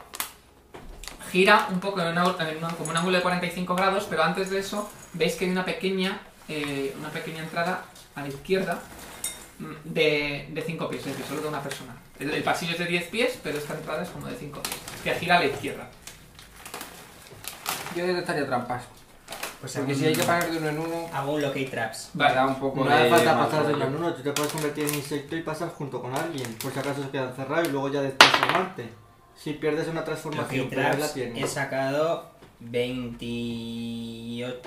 gira un poco en, una- en una- como un ángulo de 45 grados, pero antes de eso veis que hay una pequeña, eh, una pequeña entrada a la izquierda mm, de, de 5 pies, es decir, solo de una persona. El, el pasillo es de 10 pies, pero esta entrada es como de 5 pies, que gira a la izquierda.
Yo detectaría trampas.
Pues
Porque si hay que pagar de uno en uno,
Hago un locate traps.
me da
Vale,
un poco
No
de...
hace falta
mal
pasar de
rollo.
uno, tú te puedes convertir en insecto y pasar junto con alguien, por si acaso se queda encerrado y luego ya transformarte. Si pierdes una
Locate
transformación, pero ahí la
traps
tienes.
he sacado 28...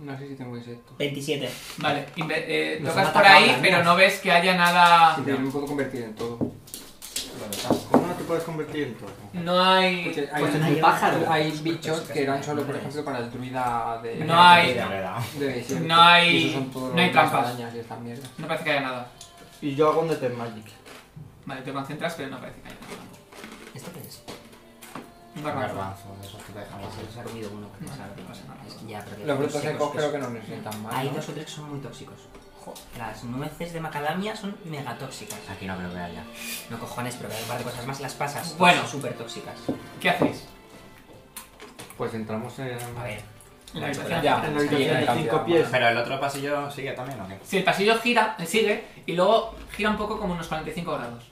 No sé si tengo insecto.
27.
vale. y ve- eh,
Nos
tocas
han
por
atacado
ahí,
las
pero
mías.
no ves que haya
Ah,
nada...
Sí, pero yo me puedo convertir en todo.
¿Cómo no te puedes convertir en todo?
No hay...
Porque
Pues
hay,
hay un pájaro.
hay bichos que eran solo, por ejemplo, para el druida de...
No hay-
Ya le he dado.
de desierto.
No hay-
Y esos son todos
no hay
las
trampas.
arañas y estas mierdas.
No parece que haya nada.
Y yo hago un Detect Magic.
Vale, te concentras, pero no parece que haya nada.
¿Esto qué es?
Un
Un
garbanzo.
garbanzo, de esos que te dejamos
Se los ha comido uno.
No,
sabe
no pasa nada.
Es que ya, pero
Los frutos
secos,
secos
Pues que
creo
es-
que no me sientan mal.
Hay
¿no?
dos o tres que son muy tóxicos. Las nueces de macadamia son mega tóxicas.
Aquí no creo que haya.
No cojones, pero hay un par de cosas más. Las pasas
Bueno.
son súper tóxicas.
¿Qué hacéis?
Pues entramos en,
A ver.
En la habitación.
Ya,
en la
sí,
habitación de
cambia.
cinco pies.
Pero el otro pasillo sigue también, ¿o qué?
Si el pasillo gira, eh, sigue, y luego gira un poco como unos 45 grados.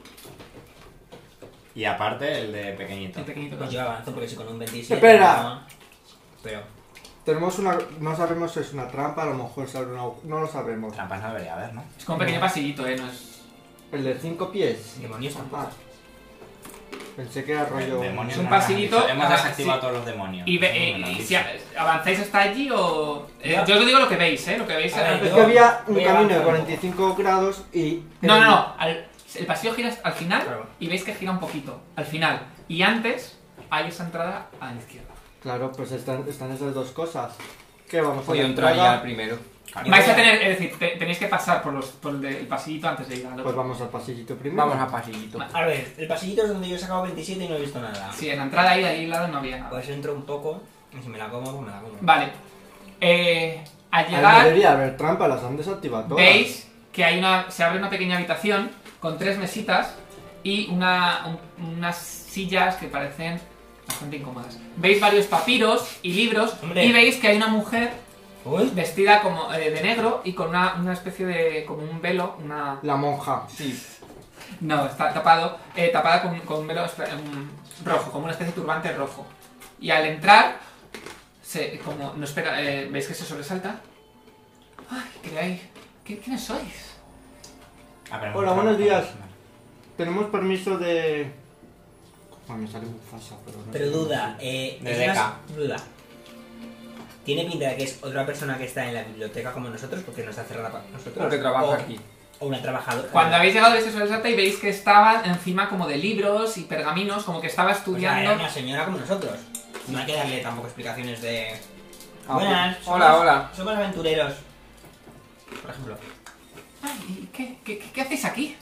Y aparte el de pequeñito.
El pequeñito.
Pues yo avanzo porque soy con un 27.
Espera.
no- Pero.
Tenemos una. No sabemos si es una trampa, a lo mejor se abre una. No lo sabemos.
Trampas no debería haber, ¿no?
Es como un pequeño pasillito, eh, no es...
El de cinco pies.
Demonios
Ah.
tampoco.
Pensé que era rollo.
Demonios
Es un
no me han
pasillito,
dicho. Hemos
ajá,
desactivado
sí.
todos los demonios.
Y, ve- eh,
No me lo han
y
dicho.
si a- avanzáis hasta allí o... eh, yo os digo lo que veis, eh, lo que veis...
A ver,
Es
eh,
que había un
Voy a
camino de
avanzar un
45 grados y.
No, no, no, al- el pasillo gira al final
Claro.
y veis que gira un poquito, al final. Y antes hay esa entrada a la izquierda.
Claro, pues están, están esas dos cosas. ¿Qué vamos a
Voy a
la
entrar
entrada?
ya al primero.
Claro.
Vais a tener, es decir, te- tenéis que pasar por, los, por el, de- el pasillito antes de ir al otro.
Pues vamos al pasillito primero.
Vamos a pasillito.
A ver, el pasillito es donde yo he sacado 27 y no he visto nada.
Sí, en la entrada ahí, de ahí al lado no había nada.
Pues entro un poco y si me la como, pues me la como.
Vale. Eh, al
Ahí no
llegar...
debería haber trampa, las han desactivado todas.
Veis que hay una, se abre una pequeña habitación con tres mesitas y una, un- unas sillas que parecen bastante incómodas. Veis varios papiros y libros
Hombre.
y veis que hay una mujer
Uy,
vestida como eh, de negro y con una, una especie de como un velo, una
La monja.
Sí.
no está tapado, eh, tapada con, con un velo espe- un rojo, como una especie de turbante rojo. Y al entrar se como no espera, eh, veis que se sobresalta. Ay, creáis, ¿qué- ¿quiénes sois?
Ah, pero
Hola,
no-
buenos días. Tenemos permiso de. Bueno, me sale Mufasa, pero no
pero
sé.
duda, eh.
De
es una
Deca.
Duda. Tiene pinta de que es otra persona que está en la biblioteca como nosotros porque no está cerrada para nosotros.
Porque trabaja
o,
aquí.
O una trabajadora.
Cuando habéis llegado veis eso del Sata y veis que estaba encima como de libros y pergaminos, como que estaba
O sea, era
estudiando.
una señora como nosotros. No hay que darle tampoco explicaciones de.
Ah,
Buenas.
pues- hola,
somos-
hola.
Somos aventureros. Por ejemplo.
Ah, Ay, ¿y qué, qué, qué- qué hacéis aquí?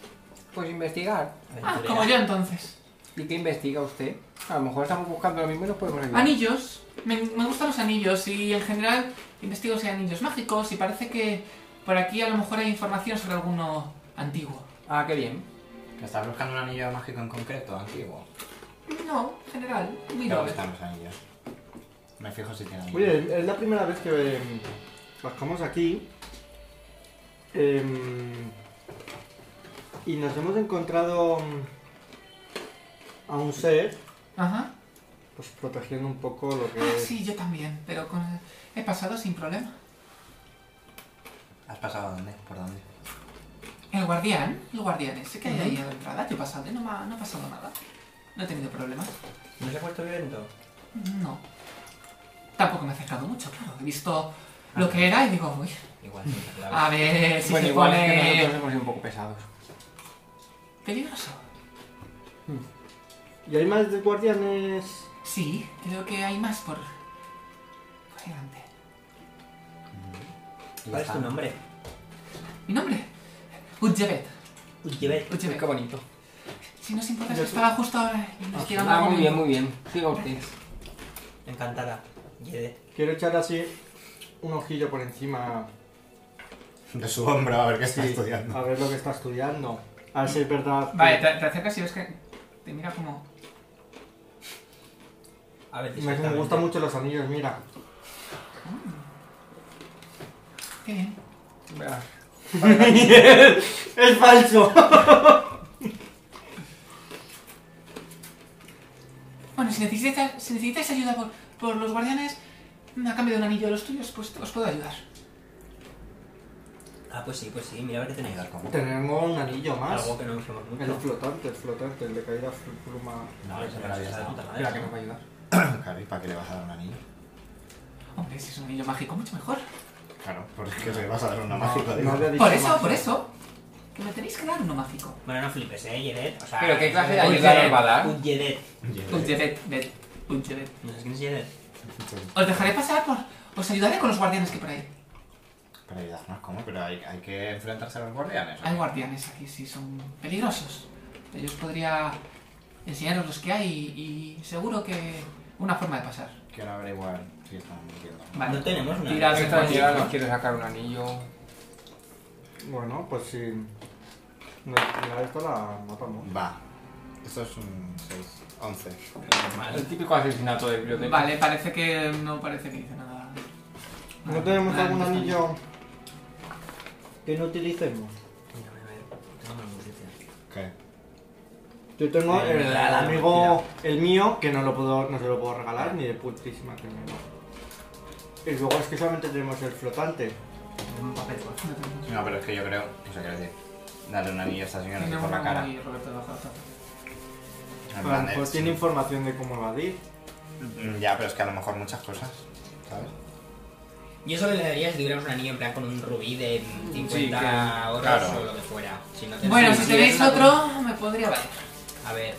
Pues investigar.
Ah,
aventurera.
como yo entonces.
¿Y qué investiga usted? A lo mejor estamos buscando lo mismo y nos podemos ayudar.
Anillos. Me, me gustan los anillos y en general investigo si hay anillos mágicos y parece que por aquí a lo mejor hay información sobre alguno antiguo.
Ah, qué bien.
¿Estás buscando un anillo mágico en concreto, antiguo?
No, en general. Muy
Creo que
noble.
están los anillos. Me fijo si tienen anillos.
Oye, es la primera vez que eh, bajamos aquí. em, y nos hemos encontrado mm, a un ser,
Ajá.
pues protegiendo un poco lo que
Ah,
es.
sí, yo también, pero con- he pasado sin problema.
¿Has pasado dónde? ¿Por dónde?
El guardián, el guardián ese que hay ahí a la entrada, yo he pasado, y no, me ha- no ha pasado nada. No he tenido problemas.
¿No se ha puesto violento?
No. Tampoco me he acercado mucho, claro. He visto
Ah,
lo que era y digo, uy,
Igual, sí, claro.
a ver si
bueno,
se
igual
pone
es que nosotros hemos sido un poco pesados.
peligroso.
Y hay más de guardianes.
Sí, creo que hay más por... por ahí delante.
este
¿Cuál es tu nombre?
Mi nombre, Udjebet.
Ujivet.
Udjebet.
Qué bonito.
Si no os importa, es que estaba justo ahora investigando
Ah,
algo
muy
en-
bien, muy bien. Siga usted.
Encantada. Yedet.
Quiero echar así un ojillo por encima.
De su hombro, a ver qué está
sí,
estudiando.
A ver lo que está estudiando. A ver si es verdad. que-
Vale, te, te acercas y ves que te mira como...
A ver,
me, me gustan mucho los anillos, mira.
Qué bien.
Vea.
[LAUGHS] ¡Es falso!
Bueno, si necesitáis, si necesitáis ayuda por, por los guardianes, a cambio de un anillo de los tuyos, pues os puedo ayudar.
Ah, pues sí, pues sí, mira a ver qué tenéis.
¿Cómo?
Tenemos un anillo más.
Algo que no usemos mucho.
El flotante, el flotante, el de caída fl- pluma.
No, eso me lo habías dado.
Espera, que nos va a ayudar.
Claro, ¿y para qué le vas a dar un anillo?
Hombre, si es un anillo mágico, mucho mejor.
Claro, porque le vas a dar una mágica.
No
digo.
había dicho
Por eso,
más.
por eso. Que me tenéis que dar uno mágico.
Bueno, no flipes, eh, Yedet. O sea,
Pero qué clase
Uy,
de ayuda
Yedet.
nos va a dar.
Un Yedet.
Un Jedet, Jedet, un Jedet.
¿No sabes quién es Yedet?
Os dejaré pasar por. Os ayudaré con los guardianes que por ahí.
Para ayudarnos, ¿cómo? Pero hay, hay que enfrentarse a los guardianes. ¿o
Hay
qué?
guardianes aquí, sí, son peligrosos. Yo os podría enseñaros los que hay y, y seguro que una forma de pasar.
Quiero averiguar si están mintiendo.
Vale.
No tenemos una.
Tira de
Esta señora nos
constitución.
quiere sacar un anillo.
Bueno, pues si. No, ya esta la matamos.
Va. Esto es un 6, 11.
El típico asesinato de biblioteca.
Vale, parece que no parece que dice nada.
¿No tenemos
nada,
algún
no Ah, está bien.
anillo que no utilicemos?
Mírame, a ver, tengo una noticia.
¿Qué?
Yo tengo
Eh,
el, el
la- la
amigo, el mío, que no, lo puedo, no se lo puedo regalar, ni de putísima que me lo... Y luego es que solamente tenemos el flotante.
Un papel, por favor.
No, pero es que yo creo, o sea, quiero decir, darle un anillo a esta señora
Tenemos
por la
uno
cara.
ahí, Roberto, bajo la taza.
En
A lo
plan de-
mejor pues, tiene información de cómo evadir.
Mm, Ya, pero es que a lo mejor muchas cosas, ¿sabes?
Yo solo le daría si tuviéramos un anillo en plan con un rubí de 50
Sí, que-
horas
claro.
o lo que fuera. Si no
Bueno, si
sí, sí, es
tenéis
la-
otro, me podría valer.
A ver,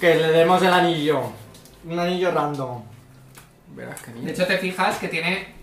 Que le demos el anillo. Un anillo random.
Verás que
De
mierda.
hecho, te fijas que tiene.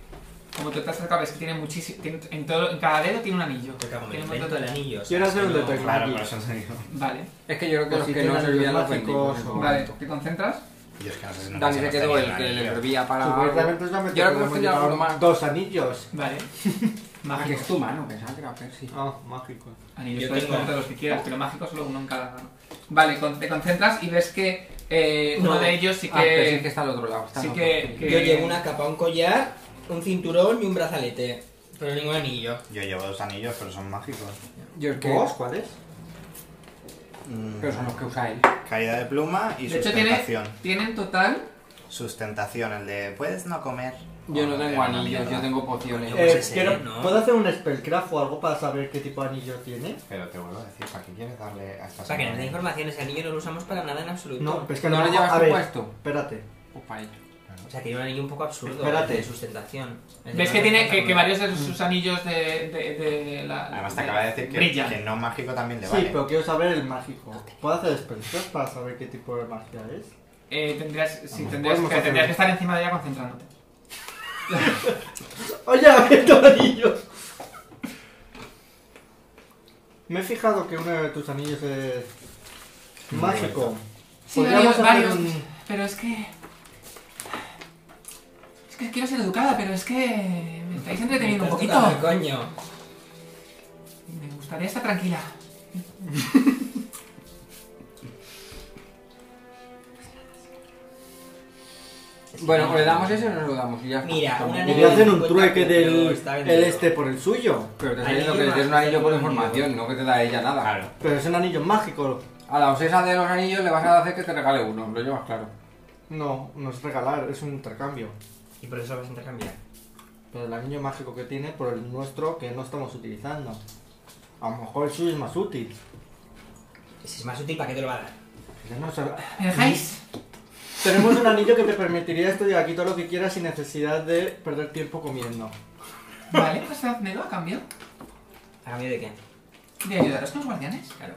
Como tú te has acercado, ves que tiene muchísimo. en, todo, en cada dedo tiene un anillo.
porque como me
Tiene un
invento
montón
el
de anillos.
anillo. o sea,
Quiero hacer
es que
un
no-
detective.
Claro, por eso te digo.
Vale,
Es que yo creo que
O
los
si
que no
tienen
servían los
anillos
vendimos.
mágicos o-
vale. ¿Te concentras?
Yo es que no sé si no
Dani
sé
se
si
quedó
hemos
el que
tenido
le
anillo.
servía para.
Ah, Supuestamente solamente
Yo ahora
podemos
hemos tenido
llevar
algo más.
dos anillos.
Vale.
Ah, que es
Mágicos.
tu mano, pensaba que era Percy.
Ah, mágico.
Anillos
Yo
puedes
tengo-
ponerte los que quieras, pero mágicos solo uno en cada mano. Vale, con- te concentras y ves que eh, uno
No.
de ellos sí
Ah, pero sí que
que.
está al otro lado. Está
sí
al otro
que-
lado.
que-
Yo llevo una capa, un collar, un cinturón y un brazalete. Pero ningún anillo.
Yo llevo dos anillos, pero son mágicos.
Yo el que.
¿Vos? ¿Cuál es?
Eh,
Pero son los que usa él.
Caída de pluma y
De hecho, tiene,
sustentación.
tiene en total.
Sustentación, el de puedes no comer.
Yo no
Bueno,
tengo
era una
anillos, yo
mierda.
tengo pociones.
Pues
Eh,
ese,
quiero-
¿no?
¿Puedo hacer un spellcraft o algo para saber qué tipo de anillo tiene?
Pero te vuelvo a decir, ¿para qué quieres darle a esta
Para que nos dé
señora?
información, ese anillo no lo usamos para nada en absoluto.
No, pero es que
¿No
a
lo
mejor-
llevas
a
tú
ver,
puesto?
Espérate.
Pues para ello.
O sea, tiene un anillo un poco absurdo.
Espérate.
De sustentación. Es
Ves
decir,
que
no
tiene
nos
que, que
falta
varios de sus anillos de, de, de la.
Además te acaba de decir que,
Brillan.
que no mágico también le
Sí,
vale.
pero quiero saber el mágico. ¿Puedo hacer spellcraft para saber qué tipo de magia es?
Eh, tendrías, sí,
Vamos,
tendrías,
podemos
que,
hacer
tendrías
eso.
que estar encima de ella concentrándote.
Oye, [LAUGHS] abierto el anillo. Me he fijado que uno de tus anillos es mágico.
Sí,
Podríamos
varios, varios.
hacer un-
Pero es que. Es que quiero ser educada, pero es que. Me estáis entreteniendo un
Estás
poquito.
tocando el coño.
Me gustaría estar tranquila.
Bueno, o le damos ese o no lo damos y ya está.
Mira,
Tampoco-
un anillo-
Podría hacer un
50
trueque del
euros, está vendido.
el este por el suyo.
Pero te está
Anillo
diciendo que le des un
mágico,
anillo por
anillo.
información, no que te da ella nada.
Claro.
Pero es un anillo mágico.
A la obsesa de los anillos le vas a hacer que te regale uno, lo llevas claro.
No, no es regalar, es un intercambio.
Y por eso lo vas a intercambiar.
Pero el anillo mágico que tiene por el nuestro que no estamos utilizando. A lo mejor el suyo es más útil.
Si es más útil, ¿para qué te lo va a dar?
Ya no sab-
¿Me dejáis?
Tenemos un anillo que te permitiría estudiar aquí todo lo que quieras sin necesidad de perder tiempo comiendo.
Vale, pues hazmelo a cambio
¿A cambio de qué?
de ayudaros con los guardianes.
Claro.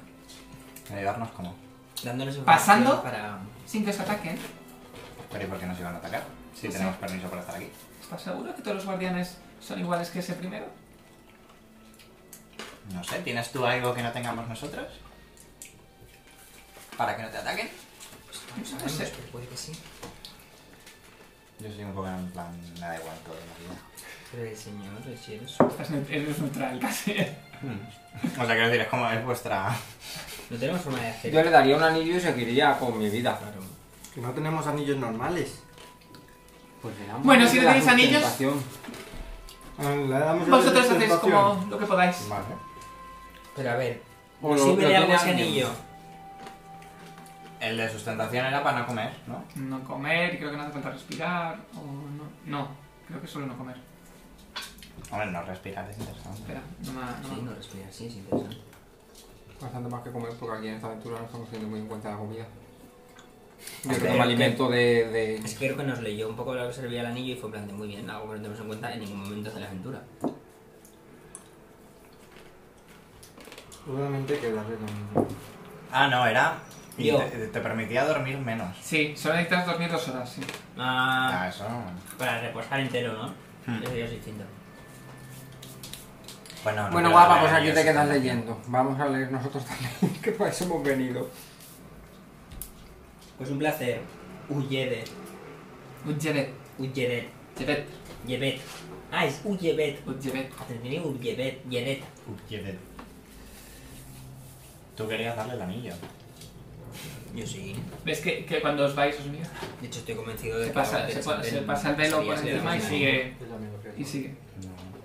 Ayudarnos como.
Dándonos información
Pasando.
para...
Sin que os ataquen.
Pero ¿y por qué nos iban a atacar? Si tenemos permiso para estar aquí.
¿Estás seguro que todos los guardianes son iguales que ese primero?
No sé, ¿tienes tú algo que no tengamos nosotros? ¿Para que no te ataquen?
No lo sé.
Pero puede que sí.
Yo soy un poco en plan, me da igual todo en la vida. [LAUGHS]
Pero el señor, si eres...
Estás neut- eres neutral [LAUGHS] casi.
O sea, quiero decir, es como es vuestra.
No tenemos forma de hacer.
Yo le daría un anillo y seguiría con mi vida.
Claro.
Que no tenemos anillos normales.
Pues le damos
Bueno,
un
si
de
no
la
tenéis anillos-
sustentación. Ah,
Vosotros hacéis como lo que podáis.
Vale.
Pero a ver,
O lo-
si
lo
me le hago
tiene
ese
alguien.
anillo.
El de sustentación era para no comer, ¿no?
No comer, y creo que no hace falta respirar. O no. No, creo que solo no comer.
Hombre, no respirar es interesante.
Espera, no me. ha- no me-
Sí, no respira, sí, es interesante.
Bastante más que comer porque aquí en esta aventura no estamos teniendo muy en cuenta la comida. Yo
Es
creo que
que-
me alimento de... de-
Es que creo que nos leyó un poco lo que servía el anillo y fue en plan de muy bien, algo que no tenemos en cuenta en ningún momento de la aventura.
Seguramente que darle lo mismo.
Ah, no, era. y
Yo.
Te, te permitía dormir menos.
Sí, solo necesitas dormir dos horas, sí.
Ah,
Ah,
eso.
para reposar entero, ¿no?
Hmm.
Eso ya es distinto.
Bueno, no
Bueno,
quiero
guapa,
darle
pues aquí
anillos
te quedas
sustentación.
leyendo. Vamos a leer nosotros [LAUGHS] también, que para eso hemos venido.
Pues un placer. Uyede.
Un llevet,
Uyede.
llevet,
Yevet. Ah, es Uyebet.
un llevet.
Atención, Uyebet. Yedet.
Uy, qué de- Tú querías darle el anillo.
Yo sí.
¿Ves que, que cuando os vais os unís?
De hecho, estoy convencido de
Se
que.
pasa,
de
se,
hecho,
pa-
de-
se pasa el velo por
sabías de
encima
la
y
misma.
sigue.
Es la misma que
Y sigue.
No.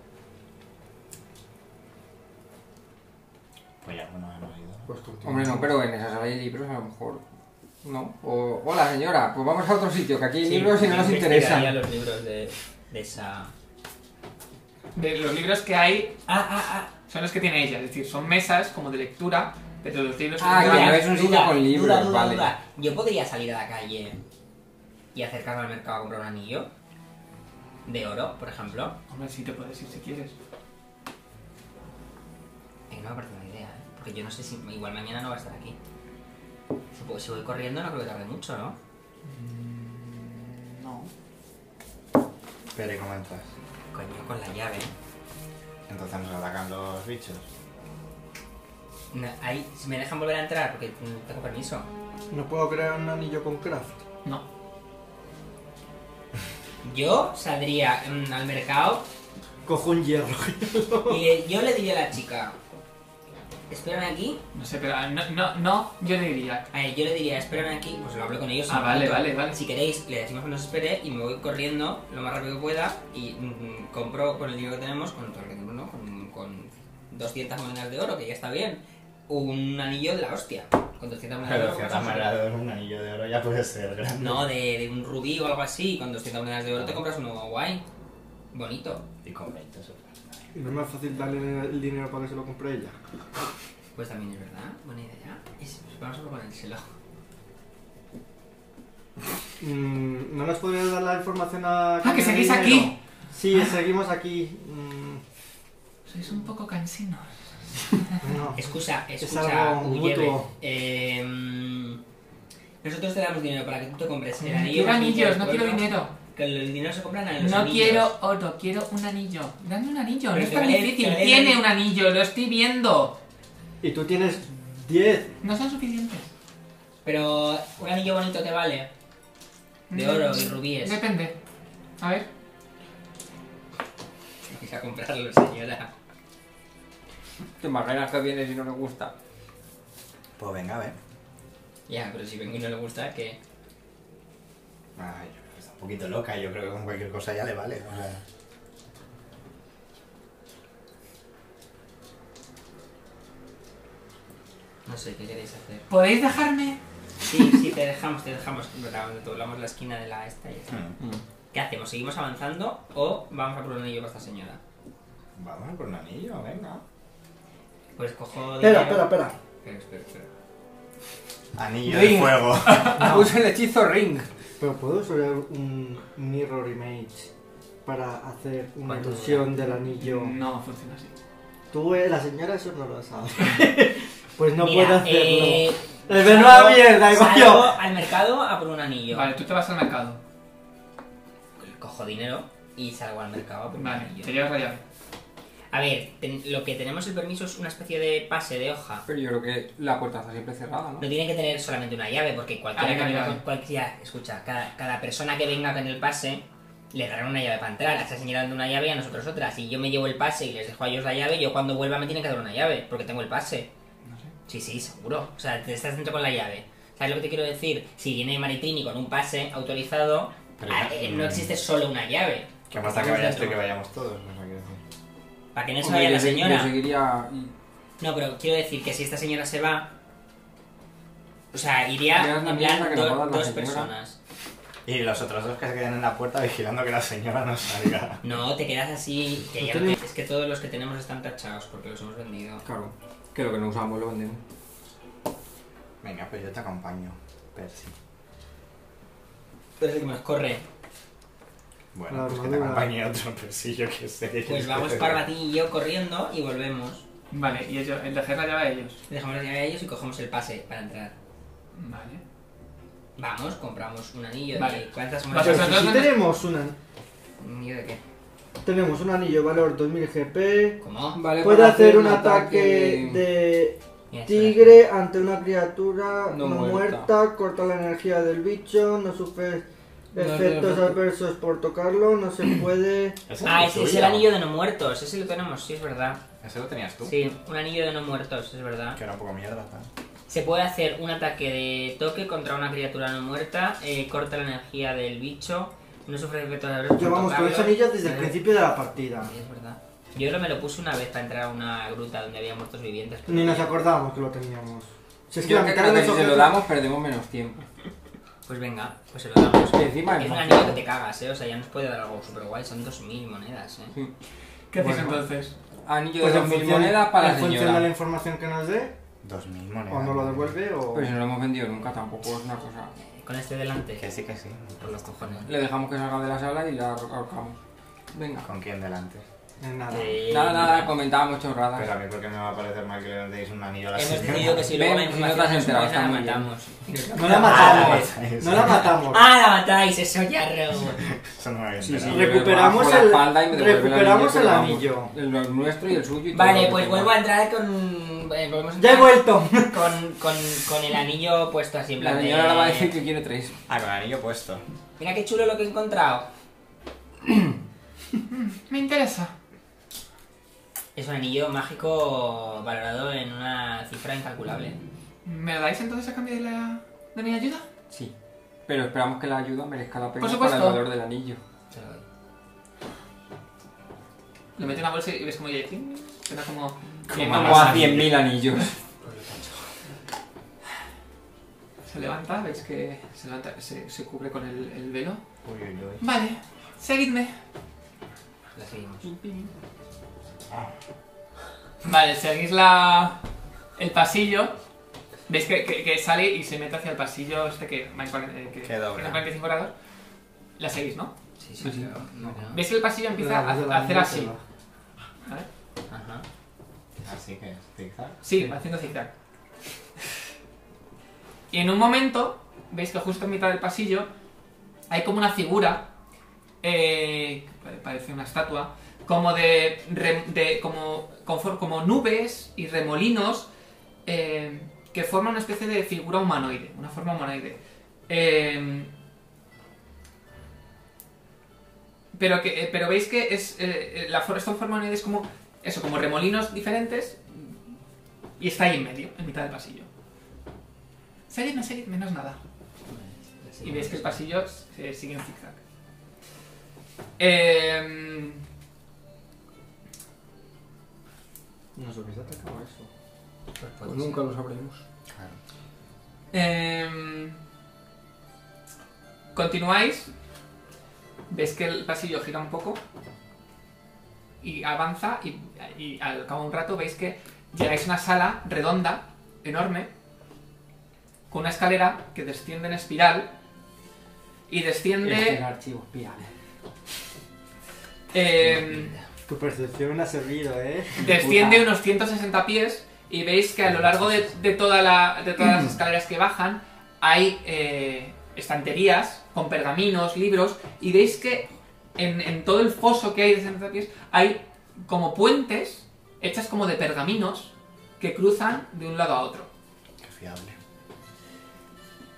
Pues ya, bueno, hemos ido.
Pues continúa.
Hombre, no, pero en esa sala hay libros a lo mejor. No. O, hola señora, pues vamos a otro sitio, que aquí hay
Sí,
libros y no nos
investigaría
interesan.
los libros de, de esa.
De los libros que hay
Ah, ah, ah.
son los que tiene ella, es decir, son mesas como de lectura, pero los libros
Ah,
que
ya,
llevan-
es un sitio con libros,
duda, duda,
vale.
duda. Yo podría salir a la calle y acercarme al mercado a comprar un anillo de oro, por ejemplo.
Hombre, sí te puedes ir si quieres.
Es que no me parece una idea, ¿eh? Porque yo no sé si. Igual mañana no va a estar aquí. Supongo que si voy corriendo no creo que tarde mucho, ¿no?
Mm, No.
Pero ¿y cómo entras?
Coño, con la llave.
Entonces nos atacan los bichos.
No, ahí, si me dejan volver a entrar porque mm, tengo permiso.
No puedo crear un anillo con craft.
No.
Yo saldría mm, al mercado
Cojo un hierro. [LAUGHS]
y le- yo le diría a la chica: Espérame aquí.
No sé, pero ah, no, no, no, yo le diría.
A ver, yo le diría: Espérame aquí. Pues lo hablo con ellos.
Ah,
un
vale,
momento.
vale, vale.
Si queréis, le decimos que nos espere y me voy corriendo lo más rápido que pueda y mm, compro con el dinero que tenemos, con todo el que tenemos, ¿no? Con, con 200 monedas de oro, que ya está bien. Un anillo de la hostia. Con 200 monedas de oro.
Pero de cierta
compras un-
manera de un anillo de oro ya puede ser grande.
No, de, de un rubí o algo así. Con 200 monedas de oro te compras uno guay. Bonito.
Y con 20 eso.
Y no es más fácil darle el dinero para que se lo compre ella.
Pues también es verdad. Buena idea. Es- vamos a proponérselo.
Mm, ¿No nos podrías dar la información a...
Ah, que seguís
dinero?
aquí. Ah.
Sí, seguimos aquí. Mm,
Sois un poco cansinos. [LAUGHS]
no.
Escucha, escucha,
algo
Uyebe.
mutuo.
Eh, mm, nosotros te damos dinero para que tú te compres el
No
anillo.
quiero
que
anillos,
tú
no quiero
compras.
dinero.
Que el dinero se compra en Ah, los
No
anillos.
quiero oro, quiero un anillo. Dame un anillo, no
Pero
es
te
tan
vale- te
difícil.
vale el
Tiene
anillo.
un anillo, lo estoy viendo.
Y tú tienes 10.
No son suficientes.
Pero un anillo bonito te vale. De
Mm,
oro y rubíes. [LAUGHS]
Depende. A ver.
Vais a comprarlo, señora.
Te imaginas que viene si no le gusta.
Pues venga, a ver.
Ya, pero si vengo y no le gusta, que.
Ay, yo creo que está un poquito loca, yo creo que con cualquier cosa ya le vale. O sea,
No sé, ¿qué queréis hacer?
¿Podéis dejarme?
Sí, sí, te dejamos, te dejamos. Doblamos- Doblamos la esquina de la esta y ya está.
Hmm.
Mm.
¿Qué hacemos? ¿Seguimos avanzando o vamos a por un anillo para esta señora?
vamos a por un anillo, venga.
Pues cojo.
Espera, espera,
dinero-
espera.
Espera, espera, espera.
Anillo
Ring.
de fuego.
Usa Ah, el hechizo Ring.
Pero puedo usar un mirror image para hacer una
¿Cuánto
ilusión del anillo.
No funciona así.
Tú, eh, la señora, eso no lo sabe. pues no
Mira,
puede hacerlo.
eh,
Es verdad,
salgo-
mierda, igual
salgo
yo.
al mercado a por un anillo.
Vale, tú te vas al mercado.
Cojo dinero y salgo al mercado a por un
Vale,
anillo.
te llevas la llave.
A ver, ten- lo que tenemos el permiso es una especie de pase de hoja.
Pero yo creo que la puerta está siempre cerrada, ¿no?
No tiene que tener solamente una llave, porque cualquiera,
Ah,
que
venga,
venga
llave.
con- cualquiera- escucha, cada, cada persona que venga con el pase le darán una llave para entrar. A esa señora dando una llave y a nosotros otra. Si yo me llevo el pase y les dejo a ellos la llave, yo cuando vuelva me tienen que dar una llave, porque tengo el pase.
No sé.
Sí, sí, seguro. O sea, te estás dentro con la llave. ¿Sabes lo que te quiero decir? Si viene Maritrini con un pase autorizado,
Pero
ah,
ya-
eh, no existe solo una llave.
Que más da que
Estamos
vayas tú
dentro.
y que vayamos todos, o sea, quiero decir.
Para que no se
Hombre,
vaya
yo
la
se- yo
señora.
seguiría... mm,
No, pero quiero decir que si esta señora se va. O sea, iría
Ya es la
en plan
mierda que
do-
nos va a dar la
dos
señora.
personas.
Y los otros dos que se queden en la puerta vigilando que la señora no salga.
No, te quedas así. Que
No
ya
tenemos-
no te- es que todos los que tenemos están tachados porque los hemos vendido.
Claro, que lo que no usamos lo vendemos.
Venga, pues yo te acompaño, Percy.
Pero es el que más corre.
Bueno,
La
pues que te
armadura.
acompañe otro Percy, yo que sé. ¿qué quieres
Pues
que
vamos
te diga?
Parvati y yo corriendo y volvemos.
Vale, y ellos, el dejar la llave a ellos.
Le Dejamos la llave a ellos y cogemos el pase para entrar.
Vale.
Vamos, compramos un anillo.
Vale.
¿Y cuántas
Vas a
Pero
monedas?
usar-
si sí tenemos, una,
¿Un anillo de qué?
tenemos un anillo valor 2000 GP.
¿Cómo?
Vale,
Puede
para
hacer un ataque de
Mira, espera.
tigre ante una criatura no,
No
muerta. corta la energía del bicho, no sufre
No, no,
efectos
no.
adversos por tocarlo, no se puede...
Ese
Ah,
es
ese es el
tuyo.
anillo de no muertos. Ese lo tenemos, sí, es verdad.
Ese lo tenías tú.
Sí, un anillo de no muertos, es verdad.
Que era un poco mierda, tal.
Se puede hacer un ataque de toque contra una criatura no muerta, eh, corta la energía del bicho, no sufre efectos de por
Llevamos con
tocarlo.
esa anilla desde el
Eh,
principio de la partida.
sí, es verdad. Yo lo me lo puse una vez para entrar a una gruta donde había muertos vivientes. pero
Ni nos
ya-
acordábamos que lo teníamos. Si es que
Yo
la
creo
mitad de
que si se
nosotros-
lo damos perdemos menos tiempo.
Pues venga, pues se lo damos.
Y encima es
Es un
fácil.
anillo que te cagas, eh. O sea, ya nos puede dar algo super guay. Son 2.000 monedas, eh.
¿Qué hacéis
Bueno.
entonces?
Anillo
Pues
de
en
2000
función,
monedas para
en
la
función
señora.
de la información que nos dé,
2000 monedas.
o no lo devuelve o...
Pero si no lo hemos vendido nunca, tampoco es una cosa.
Con este delante.
Que sí, que sí.
Por los cojones.
Le dejamos que salga de la sala y la ahorcamos. Venga.
¿Con quién delante?
en nada.
Eh,
Nada, nada, comentábamos chorradas.
Pero a mí, ¿por qué me va a parecer mal que le deis un anillo a la
Hemos
señora?
decidido que si luego la
Ven, si no te
información
has
nos cuesta,
enterado, está
la
muy bien.
matamos.
No la
Ah,
matamos,
esa, esa.
no la matamos.
¡Ah, la matáis! Eso ya reo.
[LAUGHS] Eso no me había
Sí, sí,
enterado.
yo
Recuperamos
me bajo la
el-
espalda y me devuelve
recuperamos el
pero vamos, El nuestro y el suyo y todo lo
Vale,
que
pues
tenga.
vuelvo a entrar con. eh, volvemos a
Ya he
entrar
vuelto.
Con, con, con el anillo puesto así en plan
La
de-
señora ahora va a decir que quiere tres.
Ah, con el anillo puesto.
Mira qué chulo lo que he encontrado.
Me interesa.
Es un anillo mágico valorado en una cifra incalculable.
¿Me lo dais entonces a cambio de, la... de mi ayuda?
Sí. Pero esperamos que la ayuda merezca la pena
Por
para
supuesto.
el valor del anillo.
Te lo doy.
Lo meto en la bolsa y ves como ya... ting, Suena como...
Como
Como
más
a
anillo.
100.000 anillos.
Se levanta, veis que se levanta, se, se cubre con el, el velo.
Uy, uy, uy.
Vale, seguidme.
La seguimos.
Ah. Vale, seguís la... el pasillo. Veis que, que- que sale y se mete hacia el pasillo este que... eh, que,
Que dobla.
que son 45 grados. La seguís, ¿no?
Sí, sí, sí. No, Ah. no.
Veis que el pasillo empieza a, a hacer así. ¿vale?
Ajá.
Así que, zigzag.
Sí, haciendo zigzag. Y en un momento, veis que justo en mitad del pasillo hay como una figura, eh, que parece una estatua, como de, re- de- como, confor- como nubes y remolinos eh, que forman una especie de figura humanoide, una forma humanoide. Eh, pero que eh, pero veis que es eh, eh, la for- esta forma humanoide es como eso, como remolinos diferentes y está ahí en medio, en mitad del pasillo. Seguidme, seguidme, no es nada.
La
Y
seguimos.
veis que el pasillo se sigue en zigzag. Eh,
Nos hubiese atacado eso.
Pues puede
Pues
ser.
nunca lo sabremos.
Claro.
eh, continuáis. Veis que el pasillo gira un poco. Y avanza. Y, y al cabo de un rato veis que llegáis a una sala redonda, enorme. Con una escalera que desciende en espiral. Y desciende.
Este es el archivo espía.
eh,
Tu percepción ha servido, ¿eh?
desciende
Puta.
unos 160 pies y veis que a lo largo de, de toda la- de todas las escaleras que bajan hay eh, estanterías con pergaminos, libros y veis que en, en todo el foso que hay de 160 pies hay como puentes hechas como de pergaminos que cruzan de un lado a otro.
Qué fiable.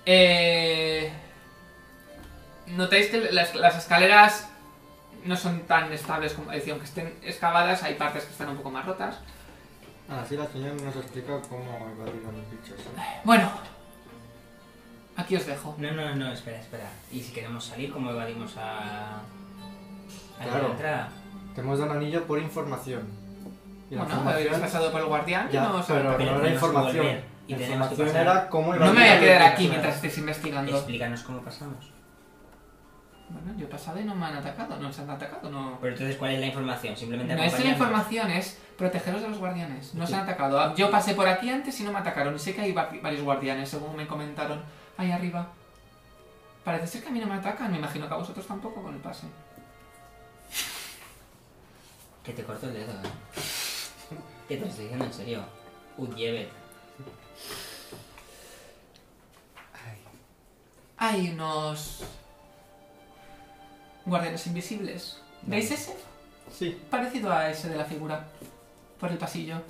Eh, notáis que las, las escaleras no son tan estables como es decir, aunque estén excavadas hay partes que están un poco más rotas.
Así Ah, la señora nos explica cómo evadir a los bichos. ¿eh?
Bueno, aquí os dejo.
No, no, no, espera, espera. ¿Y si queremos salir, cómo evadimos a. a
Claro.
la entrada?
Te hemos dado un anillo por información. Y la
Bueno, habéis
información...
pasado por el guardián.
Ya,
no, os-
pero
pero
no
tenemos
era
que
información.
volver y
La
tenemos que
información
pasar.
era cómo
no me voy a
evadir
quedar
los
aquí
bichos.
mientras estéis investigando.
Explícanos cómo pasamos.
Bueno, yo he pasado y no me han atacado, no se han atacado, no.
Pero entonces, ¿cuál es la información? Simplemente
No, esta es la
acompañarnos.
información es protegeros de los guardianes. No se han atacado. Yo pasé por aquí antes y no me atacaron. Y sé que hay va- varios guardianes, según me comentaron. Ahí arriba. Parece ser que a mí no me atacan. Me imagino que a vosotros tampoco con el pase.
Que te corto el dedo, eh. Que te lo estoy diciendo en serio. Ud lleve.
Hay unos guardianes invisibles. ¿Veis ese?
Sí.
Parecido a ese de la figura. Por el pasillo.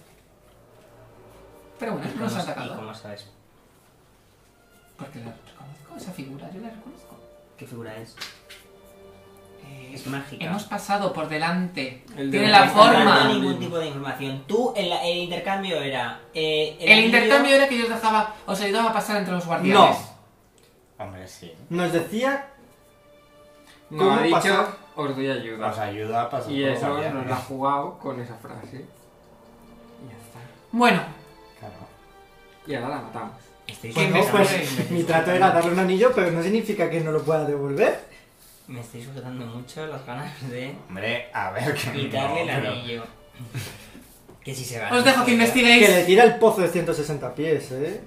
Pero bueno, no nos ha atacado.
¿Cómo sabes?
Porque la reconozco, esa figura, yo la reconozco.
¿Qué figura es?
eh,
Es mágica.
hemos pasado por delante.
El
Tiene
de-
la
el de-
forma.
Pues No ningún tipo de información. Tú, el, el intercambio era. eh,
El,
anillo-
intercambio era que yo os dejaba, os ayudaba a pasar entre los guardianes.
No.
Hombre, sí.
Nos decía.
No
¿Cómo
ha dicho,
pasar?
os doy
Os
ayuda.
ayuda a pasar
Y
por los
eso nos
guardianes.
la ha jugado con esa frase. Y ya está.
Bueno,
Claro.
Y ahora la matamos.
Estoy
Pues
Bueno,
no,
sujetando-
pues mi trato era darle un anillo, pero no significa que no lo pueda devolver.
Me estoy sujetando mucho las ganas
[LAUGHS]
de
Hombre, a ver que
quitarle el
no, pero-
anillo. Que si se va.
os dejo que
Que le
investiguéis.
tira el pozo de 160 pies, ¿eh?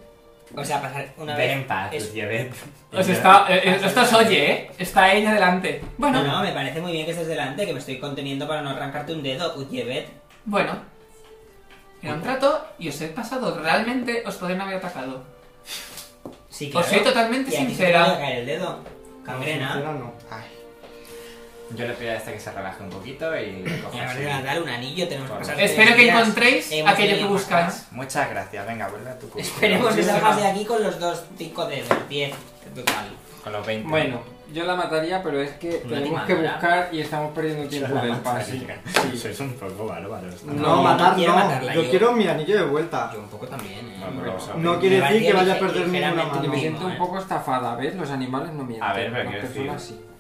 O sea, pasar una
Ven
vez.
en paz,
es-
Lucía, ven.
Os está, eh, eh, esto os oye, ¿eh? Está ella delante. Bueno,
No, no, me parece muy bien que estés delante, que me estoy conteniendo para no arrancarte un dedo, Uyevet.
bueno. Era un trato y os he pasado. Realmente os podrían haber atacado.
Sí,
Os soy totalmente
Y a ti se te
sincera.
puede caer el dedo. Cangrena.
Sincera, no.
Ay. Yo le pido a este que se relaje un poquito y le
Y
cojo
ahora
así.
le van a dar un anillo, tenemos que
Por-
pasar.
Espero
tres
que
días.
encontréis
Hemos
aquello
tenido
que buscáis.
más.
Muchas gracias, venga, vuelve a tu cubículo.
Esperemos que
Sí,
salgas
sí.
de aquí con los dos cinco dedos, 10 en total.
Con los 20.
Bueno, yo la mataría, pero es que
Una
tenemos que
timadora.
buscar y estamos perdiendo
Yo
tiempo
[LAUGHS] la
del pase.
mataría. Sois un poco bárbaros.
No,
No,
matar
quiero
no.
matarla,
yo,
yo-
quiero mi anillo de vuelta.
Yo un poco también, eh.
Bueno, pero, o sea,
No quiere
Me
decir
parecía
que vaya a
lige-
perder ninguna
ligeramente
Y
mano.
me
No,
siento un
eh.
poco estafada, ¿ves? Los animales no mienten.
A ver, pero
las
quiero
personas
decir-
sí.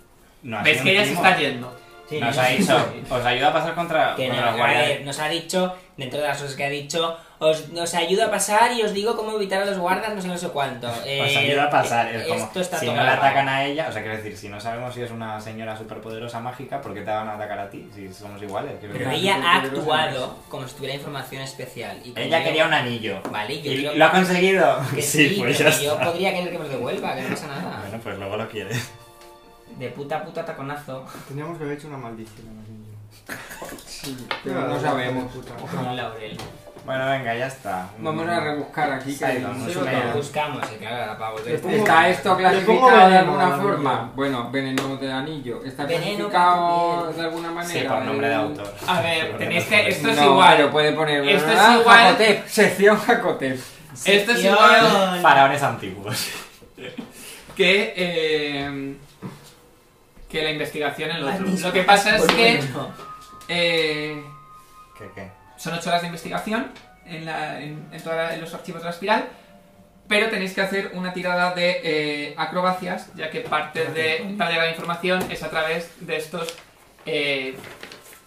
No ha
Veis
sido
que
un
ella se
timo.
está yendo.
Sí,
Nos
no,
ha
sí,
dicho,
sí.
os ayuda a pasar contra,
Que
contra
no,
los
a ver,
guardias.
nos ha dicho, dentro de las cosas que ha dicho, os, os ayuda a pasar y os digo cómo evitar a los guardas, no sé no sé cuánto. Eh,
Os ayuda a pasar. Es
eh,
como,
esto está
si no
todo
la
grabado.
atacan a ella, o sea, quiero decir, si no sabemos si es una señora superpoderosa mágica, ¿por qué te van a atacar a ti? Si somos iguales. quiero
Pero
decir.
ella ha
Pero
actuado como si tuviera información especial. Y como
Ella
yo-
quería un anillo.
Vale, yo
¿Y
creo
lo ha conseguido? [LAUGHS] pues
que sí, pero que yo podría querer que me lo devuelva, que no pasa nada.
Bueno, pues luego lo quiere.
De puta a puta taconazo.
Teníamos que haber hecho una maldición al anillo.
Sí, pero no sabemos.
Como un laurel.
Bueno, venga, ya está.
Vamos a rebuscar aquí.
Sí,
que-
vamos.
Eso
Mira.
lo buscamos, y claro, ahora para volver.
Este-
¿Está esto
Le pongo
clasificado de
veneno al
alguna
anillo.
forma? Bueno, veneno del anillo. ¿Está
Veneno para
clasificado
tu piel.
de alguna manera?
Sí, por nombre de
El-
autor.
A ver, tenéis que. Esto es
No, pero
igual.
puede poner.
Esto es
ah,
igual.
Jacotep, sección Jacotep.
Esto es
Sección.
igual
Faraones antiguos. [LAUGHS]
que. eh, que la investigación en lo otro. Lo que pasa es que. eh,
¿Qué, qué?
son 8 horas de investigación en, la- en- en toda la- en los archivos de la espiral, pero tenéis que hacer una tirada de eh, acrobacias, ya que parte de, parte de la información es a través de estos, eh,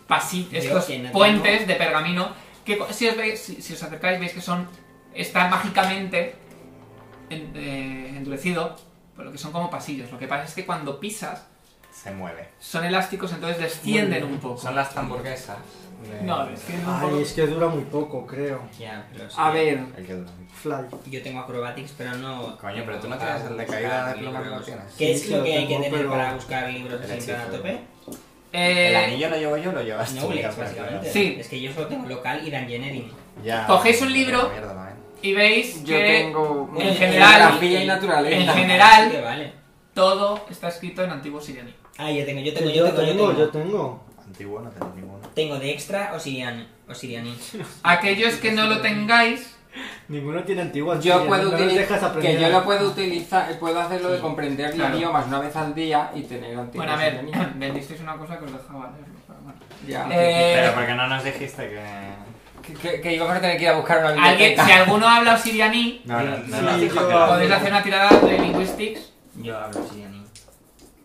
pasi-
Yo
estos
que no
puentes de pergamino, que co- si os, veis- si- si os acercáis veis que son está mágicamente en- eh, endurecido, por lo que son como pasillos. Lo que pasa es que cuando pisas
Se mueve.
son elásticos, entonces descienden un poco.
Son las hamburguesas. de-
No, descienden un poco.
Ay, es que dura muy poco, creo.
Ya, pero sí.
A ver,
El que dura.
Fly.
Yo tengo acrobatics, pero no.
Coño, pero tú no
para
tienes el de
buscar
caída de pluma que no
libros.
tienes.
¿Qué
Sí,
es
sí,
lo
lo
que hay que
tengo,
tener
pero-
para buscar libros
El
sin estar a
hechizo.
tope?
Eh,
El anillo lo llevo yo, lo llevas tú.
Knowledge,
ya, pero-
básicamente.
Sí.
Es que yo solo tengo local y Dungeoneering.
Ya.
Cogéis un libro.
La mierda eh. también.
y veis
yo
que
tengo.
Eh,
en general-
Geografía y
en
naturaleza.
general-
Sí que vale.
todo está escrito en antiguo siriano.
Ah, yo tengo, yo tengo,
Sí,
yo
Yo
tengo, yo
tengo, yo
tengo.
tengo.
Antiguo no tengo ninguno.
Tengo de extra Osirian, Osiriani.
Aquellos que no lo tengáis,
Ninguno tiene antiguas.
Yo
tías,
puedo
no les dejas
utilizar,
aprender.
que yo lo puedo utilizar, puedo hacerlo de
Sí,
comprender
claro.
idiomas una vez al día y tener antiguos
bueno, a ver, [LAUGHS]
idiomas.
vendisteis una cosa que os dejaba leerlo, pero bueno.
Ya.
Eh,
Pero porque no nos dijiste que.
que, que- que íbamos a tener que ir a buscar una
Alguien,
biblioteca.
si alguno habla osirianí,
No, no, no
Sí,
nos dijo
yo-
que era-
podéis hacer una tirada de linguistics.
Yo hablo Osiriani.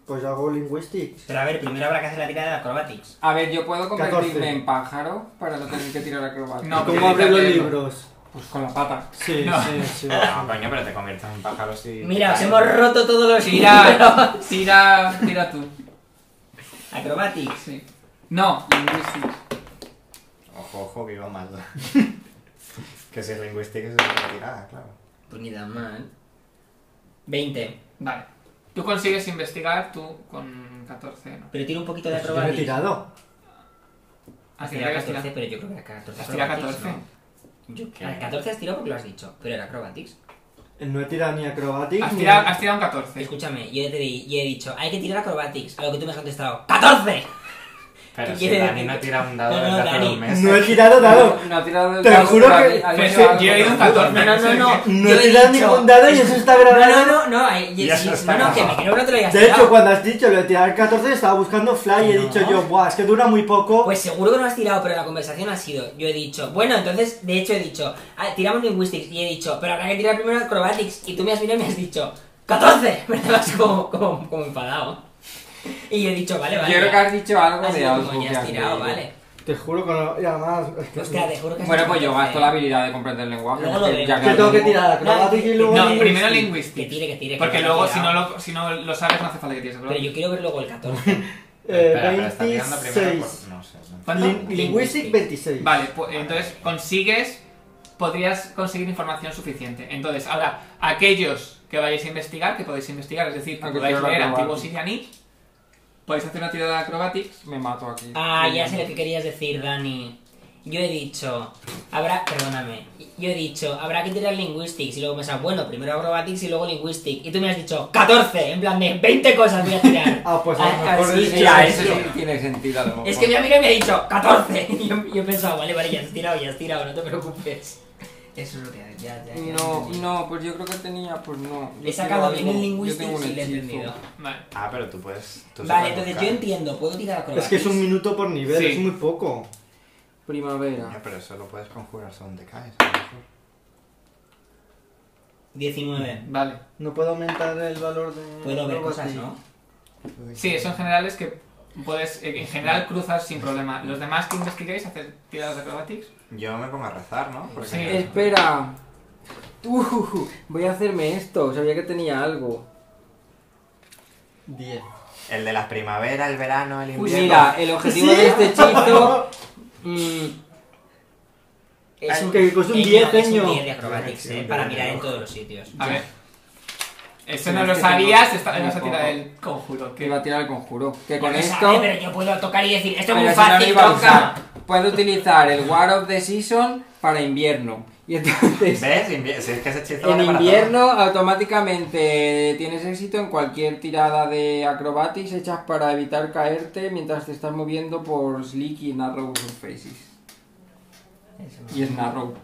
Pues yo hago linguistics.
Pero a ver, primero habrá que hacer la tirada de acrobatics.
A ver, yo puedo convertirme
14.
en pájaro para no tener que tirar acrobacia.
No,
¿Cómo
porque
abro los
también-
libros?
Pues con la pata.
Sí,
No.
sí, sí.
No, coño, pero te conviertes en pájaro si.
Mira, os
se
hemos roto todos los libros.
Tira, tira, tira tú.
Acrobatics.
Sí. No, linguistics.
Ojo, ojo, que iba [LAUGHS] mal. que si es lingüística es una tirada, claro.
Pues ni tan mal. 20.
Vale. Tú consigues investigar, tú con 14, ¿no?
Pero tiro un poquito de
Pues yo lo he
acrobatics.
tirado.
Ah, que
Era
ya que has
14,
tirado.
pero yo creo que era 14.
Has tirado
acrobatics,
14.
¿no? Yo-
¿Qué?
Ah, 14 has tirado porque lo has dicho, pero era acrobatics.
No he tirado ni acrobatics.
Has
ni-
tirado, has tirado un 14.
Escúchame, yo ya te di, y he dicho, hay que tirar acrobatics, a lo que tú me has contestado, ¡14!
Pero si
quiere
Dani
decir?
no tira un dado
No, no,
desde hace
Dani.
dos meses.
No eh, he tirado dado.
No, ha tirado del
Te
dado,
juro
pero
que-
Pues
ha- ha
Pero es
hecho
que yo he
algo.
ido un 14.
No, no, no.
No
yo he
te dan
dicho-
ningún dado y eso está grabado.
No, no, no, no. ay,
Y eso
sí,
está
no, no, que me
grabado.
creo que no te lo hayas
De hecho,
tirado.
cuando has dicho lo de tirar el 14, estaba buscando fly y he
No.
dicho yo, Buah, es que dura muy poco.
Pues seguro que no has tirado, pero la conversación ha sido. Yo he dicho, bueno, entonces, de hecho, he dicho, ah, tiramos linguistics. Y he dicho, pero habrá que tirar primero acrobatics. Y tú me has mirado y me has dicho, ¡14! [LAUGHS] Me estabas como, como, como enfadado. Y yo he dicho, vale, vale.
Yo creo que has dicho algo
Has
de
dicho,
algo
coño,
que
has
has
tirado,
leído.
vale.
Te juro que no. Y además. es que-
Hostia, te juro que has
Bueno,
dicho
pues yo
14.
gasto la habilidad de comprender el lenguaje.
Luego lo
porque
veo.
ya
Que tengo que
tengo-
tirar acrobática y luego.
No,
Sí,
primero
sí.
linguistics.
Que tire, que tire, que
Porque
tire,
luego
que
si
tira.
no, lo, si no lo sabes no hace falta que tires.
Pero
¿verdad?
yo quiero ver luego el 14.
eh,
Espera, pero está tirando primero
26.
por... No sé. no.
¿Cuánto?
Lin- Linguistic 26.
Vale, pues entonces consigues, podrías conseguir información suficiente. Entonces, ahora, aquellos que vayáis a investigar, que podéis investigar, es decir, que
Aunque
podáis
quiero
leer
acrobatics.
antiguos iraníes, podéis hacer una tirada de acrobatics.
Me mato aquí.
Ah, ya sé lo que querías decir, Dani. Yo he dicho, habrá, perdóname, yo he dicho, habrá que tirar linguistics y luego me has bueno, primero acrobatics y luego linguistics. Y tú me has dicho, 14, en plan de 20 cosas voy a tirar. [LAUGHS]
Ah, pues a lo
Ah, sí,
mejor he dicho
ya,
Ya,
es
eso sí
que-
tiene sentido a lo mejor.
Es que mi amiga me ha dicho, 14. [LAUGHS] Y yo, yo he pensado, vale, vale, ya has tirado, ya has tirado, no te preocupes. Eso es lo que ha ya, ya, ya.
No, no, pues yo creo que tenía, pues no.
Le he
Yo
sacado
tengo
bien el
algo- yo tengo
linguistics
un
y le he
hechizo.
entendido.
Vale.
Ah, pero tú puedes... Tú
Vale,
sabes
entonces yo
buscar.
entiendo, puedo tirar acrobatics.
Es que es un minuto por nivel,
Sí.
es muy poco.
Ya,
Primavera.
pero eso lo puedes conjurar según te caes.
19.
Vale.
No puedo aumentar el valor de.
Puedo ver cosas,
acrobatics.
¿no?
Sí, eso en general es que puedes, eh, en general cruzas sin problema. Los demás que investiguéis, hacer tiradas de acrobatics.
Yo me pongo a rezar, ¿no? Porque
Sí.
Espera. Uh, voy a hacerme esto. Sabía que tenía algo.
10.
El de la primavera, el verano, el
Uy,
invierno...
Mira,
[LAUGHS]
el
Pues
objetivo
Sí.
de este hechizo. mm,
Es
Ay, que costó un
eh,
10,
es un
ño.
10 de acrobatics, eh, para mirar en todos los sitios.
A ver. Eso
Sí,
no
es
lo
que tengo-
sabías, está en
tengo
esa tira
poco.
del conjuro.
que
Que
iba a tirar el conjuro. Que
Yo Pues
con
no
esto.
sabe, pero yo puedo tocar y decir, esto es
pero
muy
si no lo
fácil,
iba a
toca.
usar. Puedo utilizar el War of the Season para invierno. Y entonces.
¿Ves? Invi- Si es que ese hechizo
En
vale para
invierno automáticamente tienes éxito en cualquier tirada de acrobatics hechas para evitar caerte mientras te estás moviendo por Slicky y Narrow Surfaces. Y es Narrow.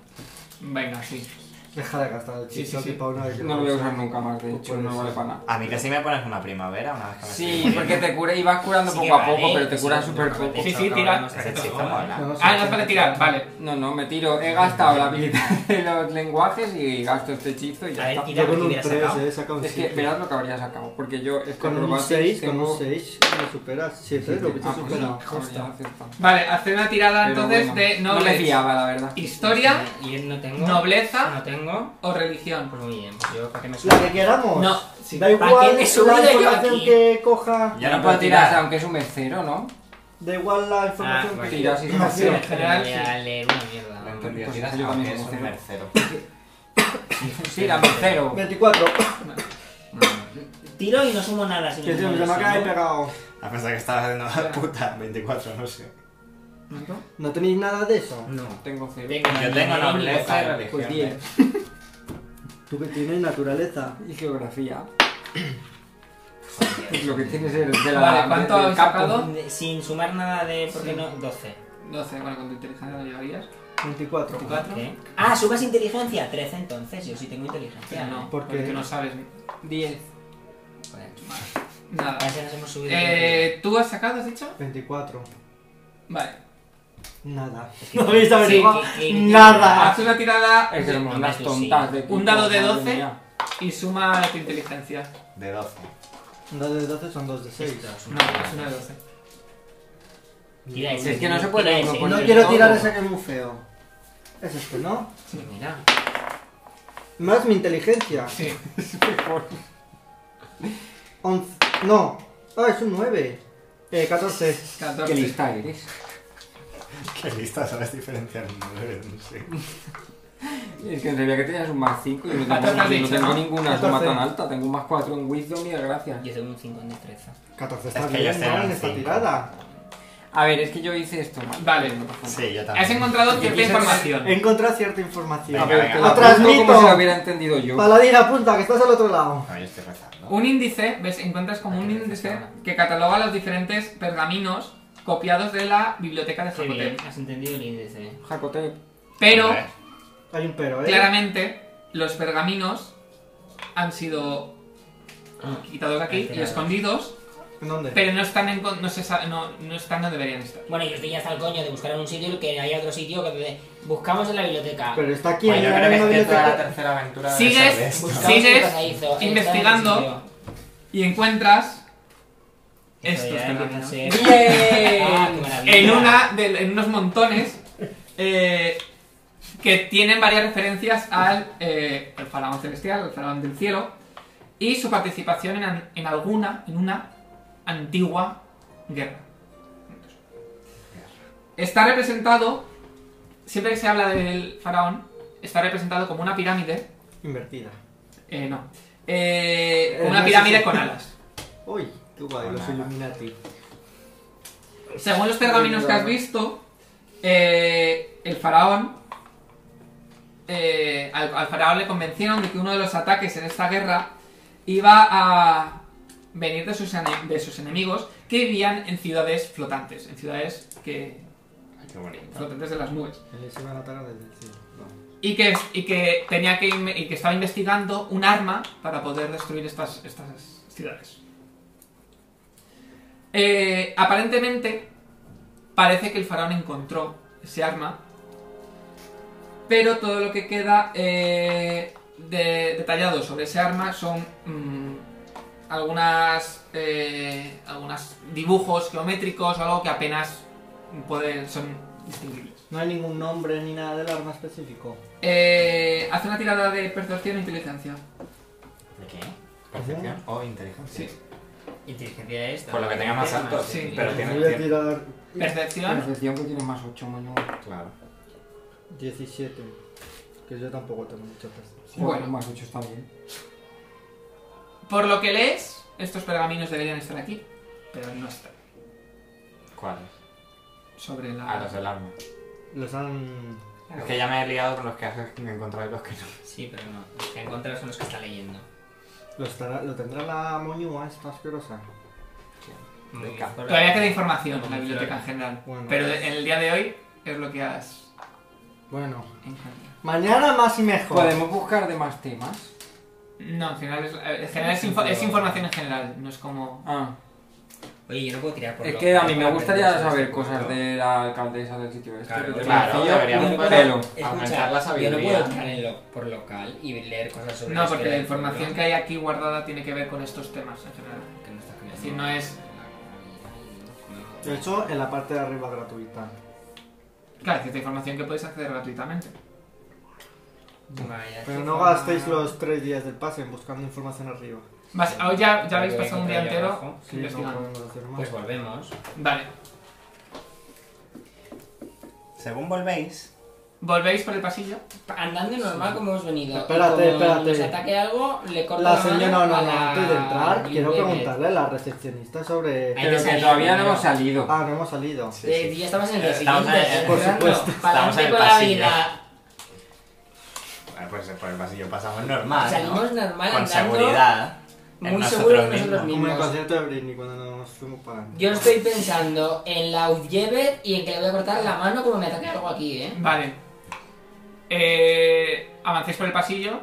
Venga, sí.
[LAUGHS] Deja de gastar el
Sí,
chiste
sí, sí.
que para una vez que
No lo voy a usar nunca más, de hecho,
Pues
no
sí.
vale para nada.
todo. A mí que sí me pones una primavera una vez que me estoy
Sí,
muriendo.
porque te cura y vas curando
Sí que
poco a
vale,
poco, pero te
sí,
curas
sí,
súper
sí,
poco.
Sí, sí,
Toca,
tira.
vamos a
Ese
hacer
hechizo
todo,
mola.
No, no sé.
Ah, no es para tirar, vale.
No, no, me tiro. He gastado la habilidad de los lenguajes y gasto este hechizo y
A
ya
ver,
está.
tira.
Yo con
que
un
hubiera
3,
sacado.
eh, he sacado un
Es que
siete.
verás lo que habría sacado, porque yo este
Con un
acrobatics
6, con
tengo-
un 6 lo superas. 7 lo
Ah,
hubieses
pues no,
superado.
joder, ya acepto.
Vale, hacer una tirada
Pero
entonces
bueno,
de este,
No me
nobleza,
fiaba, la verdad.
historia
Y él no tengo.
Nobleza.
No tengo.
o religión.
Pues muy bien, pues yo, ¿para qué me
La
subo?
que queramos.
No, sí.
Da
¿Para
igual
qué me subo
la
yo
información
aquí?
que coja.
Ya no
puedo
puedo
tirar,
tirar.
aunque es un mescero, ¿no?
Da igual la
Ah,
información
bueno.
que
Tira así
Ah,
como
sí.
sea.
En general,
Voy
sí.
a leer una mierda.
No he
¿no?
entendido,
Pues
tiras
yo
aunque
también
es
soy
un mercero.
Tira, mescero.
[LAUGHS]
24.
Tiro y no sumo nada. si no
Que se
sumo
me llama
eso,
que he
¿no?
pegado.
A pesar que estabas haciendo puta 24, no sé.
¿No tenéis nada de eso?
No.
Tengo cero.
Tengo ni
Yo
dinero
tengo
ni
nobleza y
vocal.
religión.
Pues
¿eh?
10.
Tú que tienes naturaleza.
Y geografía. Pues lo que tienes es de la.
Vale, ¿cuánto
del
habéis
campo.
sacado?
Sin sumar nada de. ¿Por qué no? 12.
12, bueno, con tu inteligencia lo llevarías.
24.
24.
¿Qué? Ah, ¿subas inteligencia? 13 entonces, yo sí tengo inteligencia.
Pero no,
¿Por qué?
porque no sabes
10.
Joder,
nada.
a veces nos hemos subido.
Eh, ¿Tú has sacado, has dicho?
24.
Vale.
Nada. [LAUGHS] No habéis averiguado
Sí, que- que-
nada.
Haz una tirada
Es que somos
Hombre,
unas
tú
tontas
sí.
de.
Un dado de
madre
12.
mía.
y suma tu inteligencia.
De 12.
2 de 12 son 2 de 6.
No, es una de 12.
Tira ese,
Es que no se
tira
puede
ese.
uno
No
poner
quiero
todo.
tirar ese que es muy feo. Es este, ¿no?
Sí, mira.
Más mi inteligencia. [LAUGHS]
Sí.
Once- No. Ah, es un 9. Eh, 14.
Qué
14.
lista eres.
Qué lista, sabes diferenciar un número, no sé.
Es que sabía que tenías un más 5 y no
Ah, te
tengo,
has
no
dicho,
tengo
¿no?
ninguna suma
14.
tan alta. Tengo un más 4 en Wisdom y gracias.
Yo tengo un 5 en destreza.
14 está
Es que yo
bien,
estoy
¿no?
en
En
un
esta
cinco.
tirada.
A ver, es que yo hice esto mal.
Vale.
No pasa nada.
Sí, yo también.
Has encontrado
Yo
cierta
quise-
información.
He encontrado cierta información.
A ver,
Te
Venga,
la
lo
venga.
apunto
Ah, transmito.
como si lo hubiera entendido yo.
Paladín, apunta, que estás al otro lado.
No, yo estoy rezando.
Ah,
Un índice, ves, encuentras como un índice que cataloga los diferentes pergaminos copiados de la biblioteca de
Qué bien,
Jacotep.
has entendido el índice.
Jacotep.
Pero,
Hombre,
Hay un pero, ¿eh?
claramente, los pergaminos han sido quitados de aquí y
alterados.
escondidos,
¿En dónde?
pero no están en, con- no, se sa- no, no están, no deberían estar.
Bueno, yo estoy ya hasta el coño de buscar en un sitio y que haya otro sitio que te- buscamos en la biblioteca.
Pero está aquí
Pues
en
yo
la
creo que es
misma
que toda la
biblioteca.
tercera aventura debe
Sigues-
ser de esto.
busca-
Buscamos
Sigues
qué cosa hizo, eh, está en ese
investigando.
sitio.
Y encuentras
Esto
estos
ya empieza a
pergaminos.
ser- [LAUGHS] Ah, qué
¡Bien!
maravilla.
En, una de- en unos montones eh, que tienen varias referencias al eh, el faraón celestial, el faraón del cielo, y su participación en, an- en alguna, en una antigua guerra. Está representado, siempre que se habla del faraón, está representado como una pirámide,
Invertida.
eh, no, eh, como una
no sé
pirámide
si-
con alas.
Uy, tú guay, los
Hola.
Illuminati.
Según los pergaminos que has visto, eh, el faraón. eh, al, al faraón le convencieron de que uno de los ataques en esta guerra iba a venir de sus, ene- de sus enemigos que vivían en ciudades flotantes, en ciudades que
Ay, qué bonito.
flotantes de las nubes.
Él se va a notar desde el cielo.
Y que, y que tenía que inve- y que estaba investigando un arma para poder destruir estas, estas ciudades. Eh, aparentemente, parece que el faraón encontró ese arma. Pero todo lo que queda eh, de- detallado sobre ese arma son mm, algunas eh, algunos dibujos geométricos o algo que apenas pueden, son distinguibles.
No hay ningún nombre ni nada del arma específico.
Eh, hace una tirada de percepción e inteligencia.
¿De qué? ¿Percepción o inteligencia?
Sí.
Inteligencia de esto.
Por lo que tenga más alto,
Sí.
pero tiene...
Voy a
tiene-
tirar
Percepción.
Percepción que tiene más 8, moño.
Claro.
17. Que yo tampoco tengo mucha percepción.
Bueno.
Bueno, más 8 está bien.
Por lo que lees, estos pergaminos deberían estar aquí, pero no están.
¿Cuál?
Sobre la.
A los del arma.
Los han.
Es que ya me he liado con los que has encontrado y los que no.
Sí, pero no. Los que encuentras son los que está leyendo.
Lo, estará- lo tendrá la moñua esta asquerosa.
Venga.
Todavía queda información en la biblioteca en general.
Bueno.
Pero en el día de hoy es lo que has
Bueno,
encontrado.
mañana más y mejor.
Podemos buscar de más temas.
No, en general es, en general es, info- es información en general, no es como.
Ah,
Oye, yo no puedo tirar por
es
lo-
que a mí me
por
gustaría
aprender
saber
este
cosas
punto.
de la alcaldesa del sitio este.
Claro,
que
claro,
tiene
deberíamos
un
poder-
pelo.
Aumentar la
Escucha, yo no
sabiduría.
puedo entrar en lo, por local y leer cosas sobre este
No,
historia
porque la
del
información
pueblo.
que hay aquí guardada tiene que ver con estos temas en general.
Que no estás con
Es decir, no es-
De hecho, en la parte de arriba gratuita.
Claro, es cierta información que podéis acceder gratuitamente.
Vaya,
Pero
qué
no
forma-
gastéis los tres días del pase en buscando información arriba.
Vas, ahora oh, ya, ya habéis
Voy a
pasado un día
encontrar ahí
entero
abajo.
Sí, no
investigando.
podemos hacer más.
Pues volvemos.
Vale.
Según volvéis,
Volvéis por el pasillo.
Andando normal como hemos venido.
Espérate,
Como
espérate.
Nos ataque algo, le corto la,
la señora, no,
mano
no,
a
no,
la
antes de entrar, quiero
Lilibet.
preguntarle a la recepcionista sobre.
Ahí
Pero
te
que
sale
todavía no
primero.
hemos salido.
Ah, no hemos salido.
Sí,
Eh,
sí.
Ya estamos en el
Estamos
siguiente.
en-
¿eh?
por
Fernando,
supuesto.
Pa'lante
Estamos en el
con la
pasillo.
vida.
bueno, pues por el pasillo pasamos normal.
Salimos
¿no?
normal
Con
andando.
seguridad. en
Muy
nosotros
seguros de nosotros
mismos.
Como en el
mismos.
concierto de Britney cuando nos fuimos para.
Yo estoy pensando en la Udjevet y en que le voy a cortar la mano como me ataque algo aquí, ¿eh?
Vale. Eh, avancéis por el pasillo.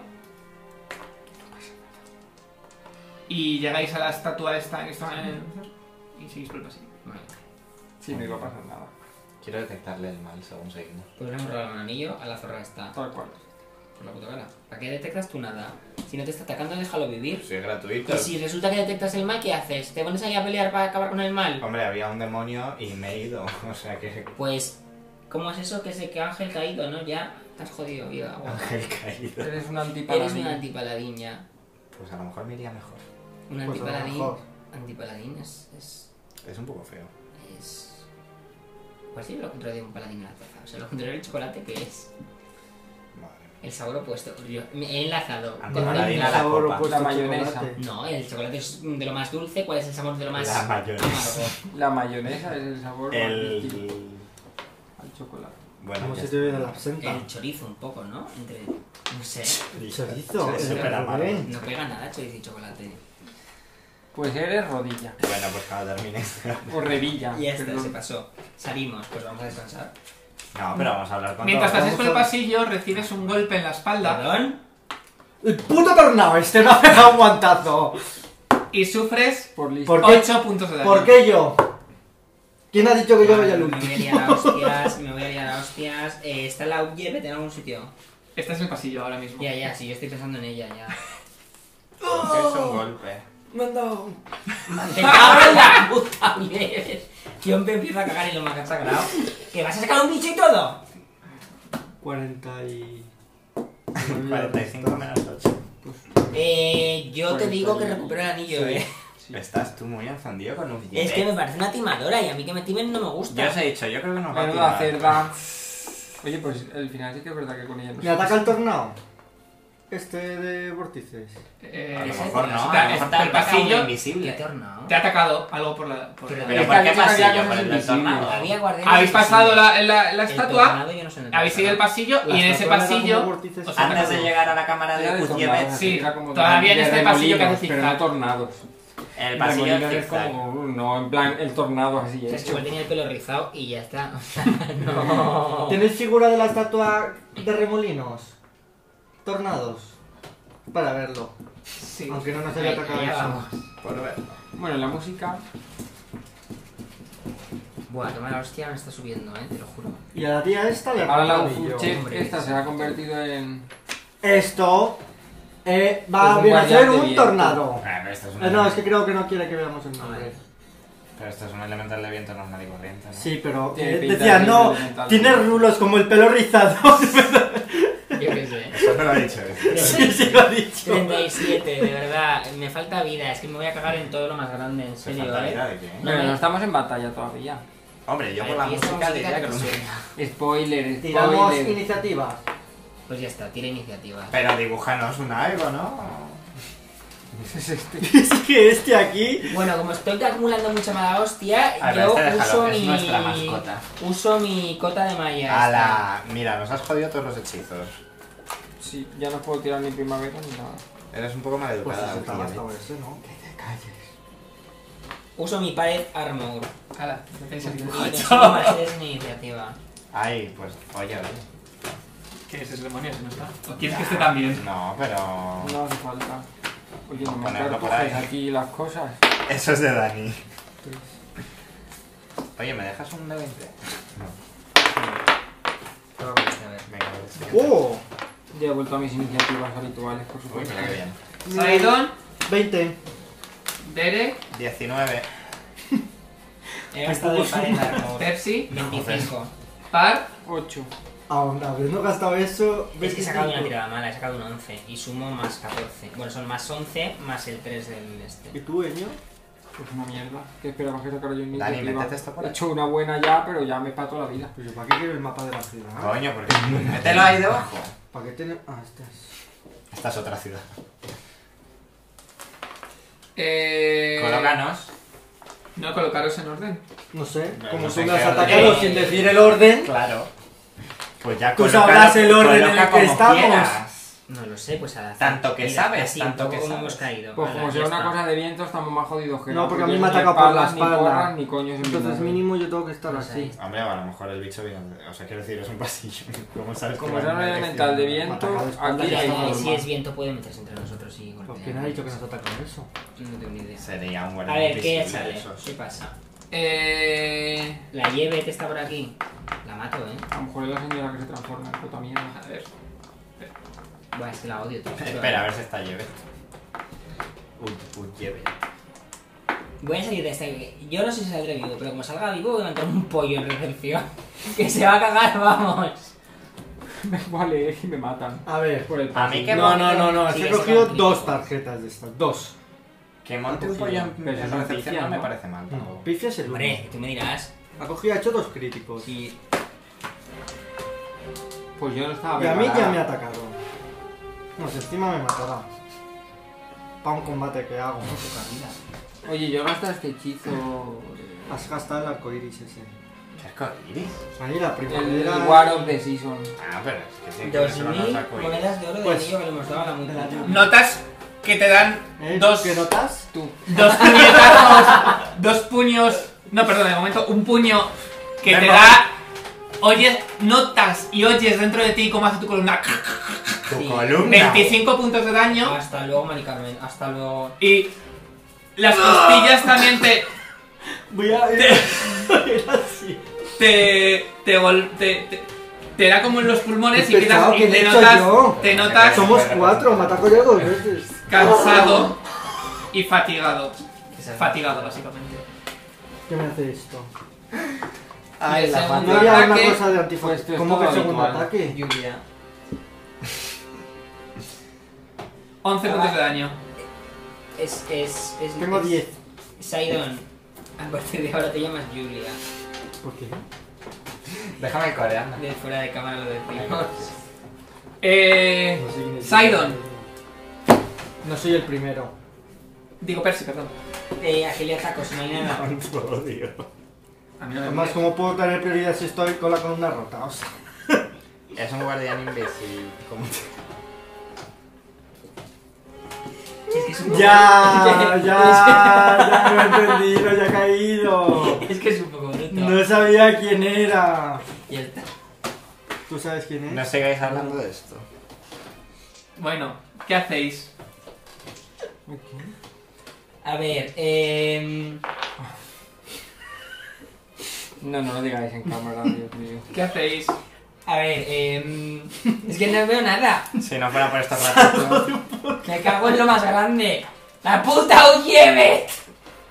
Y llegáis a la estatua esta que está en Y seguís por el pasillo.
Sí, no iba a pasar nada.
Quiero detectarle el mal según seguimos.
Pues le hemos regalado un anillo a la zorra esta.
Tal cual.
Por la puta cara. ¿Para qué detectas tú nada? Si no te está atacando, déjalo vivir.
Si es gratuito.
Y si resulta que detectas el mal, ¿qué haces? ¿Te pones ahí a pelear para acabar con el
Ah.
mal?
Hombre, había un demonio y me he ido. [LAUGHS] O sea que.
Pues, ¿cómo es eso que es que ángel caído, no? Ya te has jodido, vida.
Ah.
guapa.
Ángel caído.
Eres un
Eres una
antipaladín.
antipaladiña.
Pues a lo mejor me iría mejor.
Un
Pues a lo
antipaladín.
mejor.
Antipaladín es. es.
Es un poco feo.
es. Pues sí, lo contrario de un paladín a la taza. O sea, lo contrario del chocolate que es
Madre mía.
el sabor opuesto. Yo me he enlazado.
Antipaladín
conceptos.
a la
Sabor
copa.
opuesto
La
a
mayonesa.
chocolate.
No, el chocolate es de lo más dulce. ¿Cuál es el sabor de lo más
La mayonesa. [LAUGHS]
amargo?
La mayonesa es el sabor más distinto
El.
al chocolate.
Bueno,
Como
ya
si
está. Ah,
te hubiera la absenta.
El chorizo un poco, ¿no? Entre... No sé,
El chorizo.
Es
el
súper amargo.
rubén.
no pega nada chorizo y chocolate.
Pues eres rodilla.
Bueno, pues cuando termines.
O revilla.
Y este ya está,
perdón.
se pasó. Salimos, pues vamos a descansar.
[LAUGHS] No, pero vamos a hablar con
Mientras
todos.
pasáis por el pasillo, recibes un golpe en la espalda
¿Perdón?
El puto tornado este no [LAUGHS] ha pegado un guantazo.
y sufres
Por listo.
¿Por qué?
8 puntos de daño.
¿Por qué yo? ¿Quién ha dicho que yo vaya
Ah,
al
Me voy a
último?
liar [LAUGHS] a hostias, me voy a liar a hostias. Eh, está la UYE, vete en algún sitio.
Estás en el pasillo ahora mismo.
Ya, ya, sí, yo estoy pensando en ella, ya.
Es un golpe.
¡Te cago en la puta, Miguel! Yo me empiezo a cagar en lo más consagrado. ¿Que vas a sacar un bicho y todo?
40 y...
45 menos 8.
Eh, yo te
Cuarenta
digo que
y-
recupero el anillo,
Sí.
eh.
Estás tú muy encendido con un
Es que me parece una timadora y a mí que me timen no me
Ya
gusta.
os he dicho, Eh, yo creo que nos va a
Menuda
tirar.
cerda. [LAUGHS] Oye, pues el final sí que es verdad que con ella no
¿Me ataca el tornado? Este de vórtices.
Eh,
A lo
Esa
mejor
es-
no,
está-
a lo mejor
está
te
el
pasa un
pasillo.
¿Qué
invisible.
te hornado?
Te ha atacado algo por la. por-
Pero-
Pero
Esta
¿por qué
vieja que
pasillo?
saca
¿Por el del
cosas
tornado?
Había guardianes
Habéis pasado la, la- la
invisibles. El
estatua,
tornado yo no sé dónde
habéis
está.
ido el pasillo y
La
en ese
estatua era
pasillo.
como vórtices.
os han
Antes de
atacado.
llegar a la cámara
Era
de
de
Gutiérrez,
tornados,
sí.
era como
Todavía en
de
este pasillo que
remolinos,
hace
Pero
zigzag.
no tornados.
el pasillo
Remolinos
de
es como, uh, no, en plan, el tornado así ¿eh?
O sea,
hecho.
es que igual tenía el pelo rizado y ya está. [LAUGHS] O sea, no.
¿Tenéis figura de la estatua de remolinos? Tornados. Para verlo.
Sí.
Aunque no nos haya
Eh,
Ahí,
atacado
allá
eso.
vamos.
Por ver.
Bueno, la música.
Buah, qué mala hostia me está subiendo, eh, te lo juro.
Y a la tía esta le
Eh, Ahora la
arranca
Ufu
el anillo.
Chef
hombre,
esta se ha convertido en.
Esto eh, va
Es
a
un
venir a ser
variante
un
viento.
tornado.
Ah, Pero esto es un
Eh, no, es que
elemental-
creo que no quiere que veamos el nombre.
pero esto es un elemental de viento normal y corriente. ¿no?
Sí, pero
Tiene
eh,
pinta
decía,
de
no,
elemental.
tiene rulos como el pelo rizado. [LAUGHS]
Yo qué sé.
Eso no lo he dicho. ¿eh?
sí, sí, lo ha dicho.
37, de verdad, me falta vida, es que me voy a cagar en todo lo más grande, en
Qué
serio,
fatalidad
eh.
de quién.
No,
Pero
no.
no estamos en batalla todavía.
Hombre, yo
A
por
ver,
la
y esta
música
música
diría que
que
lo
suena.
Spoiler,
Tiramos
spoiler.
iniciativa. [LAUGHS]
Pues ya está, tira iniciativa.
Pero dibújanos un algo, ¿no?
[LAUGHS] Es este.
es que este aquí.
Bueno, como estoy acumulando mucha mala hostia,
A ver,
yo
este déjalo,
uso
es
mi.
nuestra mascota.
Uso mi cota de malla. esta.
Ala, mira, nos has jodido todos los hechizos.
Sí, ya no puedo tirar ni primavera ni nada.
Eres un poco
Pues
maleducada.
ese estaba
educada.
hasta ese, ¿no?
Uso mi pared armor.
Ala, no tenéis
Y
actitud.
consigo más tres en iniciativa.
Ay, pues, oye, oye.
¿Qué es ese demonio? ¿Se no está? ¿O quieres que esté también?
No, pero.
No hace falta. Oye, no me
Ponerlo por
coges
ahí.
aquí las cosas.
Eso es de Dani. Oye, ¿me dejas un D20? No,
Todo lo que está, a ver.
venga, a ver si-
¡Oh!
Ya he vuelto a mis iniciativas habituales, por
Uy,
supuesto.
mira que bien.
Saidon,
20.
Derek,
19.
He gastado el pared
[LAUGHS]
armor.
Pepsi,
25.
Par,
8.
Aún Ah, habiendo gastado eso.
Es que he
25.
sacado una tirada mala, he sacado un 11 y sumo más 14. Bueno, son más 11 más el 3 del
¿Y
este.
tú, Eño?
Pues una mierda. ¿Qué esperabas que sacara yo en
Dani,
iniciativa?
métete esto por
He
ahí.
hecho una buena ya, pero ya me pato la vida.
Pues yo, ¿para qué quiero el mapa de la ciudad?
Coño, porque. Mételo ahí debajo.
¿Para qué tiene.? Ah, este es.
Esta es otra ciudad.
eh...
Colócanos.
No, colocaros en orden.
No sé.
No,
Como
no
tú
sé
me has
qué Eh. orden.
atacado sin decir el orden.
Claro. Pues ya
Tú
colócalo-
sabrás el orden en el
coloca
que
como
estamos.
quieras.
No lo sé, pues a la
Tanto que sabes,
así,
tanto
un poco
que
como
sabes.
hemos caído.
Pues
Ala, ya
como sea una
está.
cosa de viento, estamos más jodidos que
No,
nada,
porque a mí
yo
me
ni
ataca por la
palas,
espalda.
Ni porras, ni coños en mi
Entonces,
madre.
mínimo yo tengo que estar
Pues
así.
ahí.
Hombre, a lo mejor el bicho viene. O sea, quiero decir, es un pasillo. [LAUGHS] ¿Cómo sabes
Como
que va
sea
en
un
una
elemental de
dirección?
viento,
Atacados por
aquí
Y
la
hay
espalda.
ahí,
algo
si
más.
es viento puede meterse entre nosotros y golpear.
Pues ¿Quién ha dicho que nos ataca con eso?
No tengo ni idea.
Sería un buen
A ver, ¿qué
invisible
sale?
de esos.
¿Qué pasa?
Eh...
La lleve que está por aquí. La mato, eh.
A lo mejor es la señora que se transforma en puta mierda. [LAUGHS]
A ver.
Buah, es que la odio. tío.
Espera, a ver si está lleve. Uy, uy, lleve.
Voy a salir de este. Yo no sé si saldré vivo, pero como salga vivo voy a meter un pollo en recepción. [LAUGHS] Que se va a cagar, vamos.
Me vale y me matan.
A ver.
Por el
A mí
pasillo.
Qué
No, no,
bonito.
no, no.
Sí,
he
que se
cogido
va un
dos
crítico.
tarjetas de estas. Dos.
Que monte un
Pero
pollo
es
en, en
una
recepción
pifia,
no me
¿no?
parece mal. tampoco.
Pifia es el uno.
Hombre, tú me dirás.
Ha cogido, ha hecho dos críticos. Y
Si
Pues yo no estaba
a mí ya
preparada.
me ha atacado. No, si encima me matará. Para un combate que hago.
poca vida.
Oye, yo gasto este hechizo. eh,
Has gastado el arcoiris ese.
¿Qué arcoíris?
Ahí la primavera.
El War of the Season.
Ah, pero es que tiene que ver con los
2000
arcoíris.
monedas de oro de
Pues,
anillo que le hemos dado a la mujer.
Notas que te dan
¿Eh?
dos,
¿Qué notas?
Tú.
dos puñetazos, dos puños. No, perdón, de momento, un puño que te
Venga.
da. Oyes, notas y oyes dentro de ti cómo hace tu columna.
Tu
Sí.
columna.
25 puntos de daño
Hasta luego, Mari Carmen. Hasta luego.
y las costillas también te,
Voy [LAUGHS] a ir, voy a ir así.
te, te, vol- te, te- te da como en los pulmones y,
He
empiezas-
pensado
y
que
te
lo he hecho
notas,
yo.
te notas
Somos cuatro, mataco ya dos veces.
cansado y fatigado.
Que se-
Fatigado, básicamente.
¿Qué me hace esto?
Ah,
Ay, la
No
Un
había una
ataque,
cosa de
pues, esto
antifaz.
es
¿Cómo que
todo
segundo
habitual.
ataque?
Lluvia.
11 puntos de daño.
Es, es, es.
Tengo
es-
10.
Sidon, a partir de ahora te llamas Julia.
¿Por qué?
Déjame el coreano.
De fuera de cámara lo decimos.
Eh,
No soy el-
Sidon.
No soy el primero.
digo Percy, perdón.
Eh, agilidad tacos, no hay nada.
odio.
A mí no me
Además, ¿cómo puedo tener prioridad si estoy con la columna rota? O sea,
Es un guardián imbécil. ¿Cómo te-
Es que es un poco,
[LAUGHS] ya, ya, ya lo he entendido, ya he caído.
es que es un poco bruto.
No sabía quién era.
Ya está.
¿Tú sabes quién es?
No sigáis hablando de esto.
Bueno, ¿qué hacéis?
A ver, eh.
No, no lo digáis en cámara, [LAUGHS] Dios mío.
¿Qué hacéis?
A ver, eh. [LAUGHS] Es que no veo nada.
Si no fuera por estos ratitos.
Me cago en lo más grande. ¡La puta Uyemet!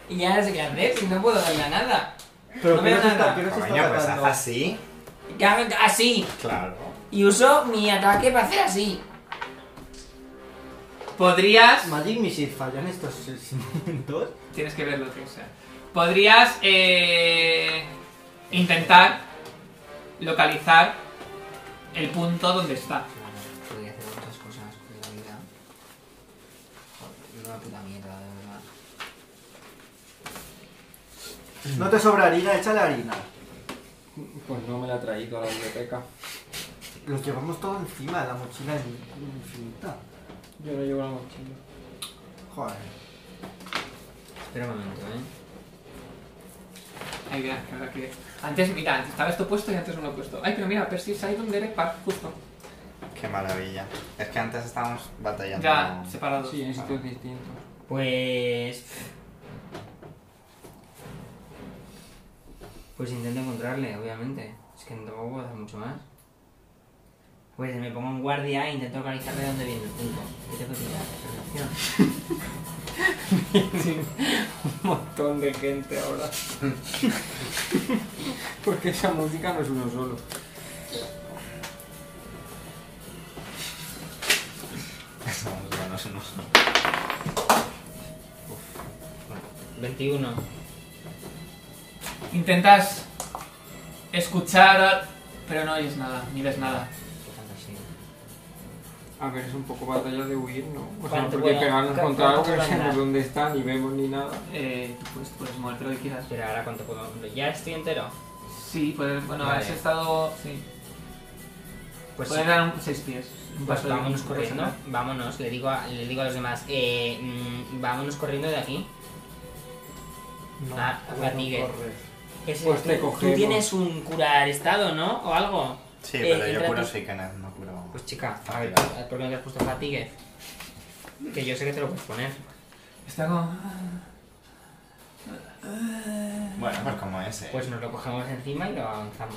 Y ya no sé qué hacer, si no puedo darle a nada.
Pero
No
¿qué
veo
nos está,
nada.
qué nos está
Coño, pues haz
atacando?
así.
Ya, Así.
Claro.
Y uso mi ataque para hacer así.
Podrías.
Magic Missile falla en estos seis [LAUGHS] momentos.
Tienes que ver lo que sea. Podrías eh, intentar localizar el punto donde está.
Podría hacer muchas cosas con la vida. Joder, una puta mierda, de verdad.
No te sobra harina, échale harina.
Pues no me la ha traído a la biblioteca.
Los llevamos todo encima, la mochila in- infinita.
Yo no llevo la mochila.
Joder.
Espera un momento, ¿eh?
Ay, mira, que ahora que- Antes, mira, antes estaba esto puesto y antes no lo he puesto. Ay, pero mira, Percy Sidon Derek Park, justo.
Qué maravilla. Es que antes estábamos batallando.
Ya, separados.
Sí, en sitios distintos. [LAUGHS]
Pues... Pues intento encontrarle, obviamente. Es que tampoco puedo hacer mucho más. Pues me pongo en guardia e intento localizarle de dónde viene el punto. ¿Qué te puedo tirar? Percepción.
Un montón de gente ahora. Porque esa música no es uno solo.
Somos buenos unos.
21.
Intentas escuchar, pero no oyes nada, ni ves nada.
Qué fantasía.
A ver, es un poco batalla de huir, ¿no? O sea,
¿Cuánto
porque
puedo-
pegarnos
cuánto
contra algo que
puedo
no sabemos
andar?
dónde está, ni vemos ni nada.
Eh, tú puedes, puedes moverte lo que quieras.
Espera, ahora cuánto puedo... ¿Ya estoy entero?
Sí, puedes, bueno,
Vale.
has estado... Sí.
Pues
puedes
sí.
dar un 6 pies. Un
Pues
paso de-
vámonos
un-
corriendo, vámonos, le digo a, le digo a los demás, eh, mm, vámonos corriendo de aquí.
No,
Ah,
puedo
fatigue.
correr.
Ese-
Pues te
tú, tú
cogemos.
tienes un curar estado, ¿no? ¿O algo?
Sí,
Eh,
pero yo
entra
curo
tú-
sí que no, no curo.
Pues chica,
Ah,
a ver,
vale.
¿por qué no te has puesto fatigue? Que yo sé que te lo puedes poner.
Está como... ah,
Bueno, pues como ese.
Pues nos lo cogemos encima y lo avanzamos.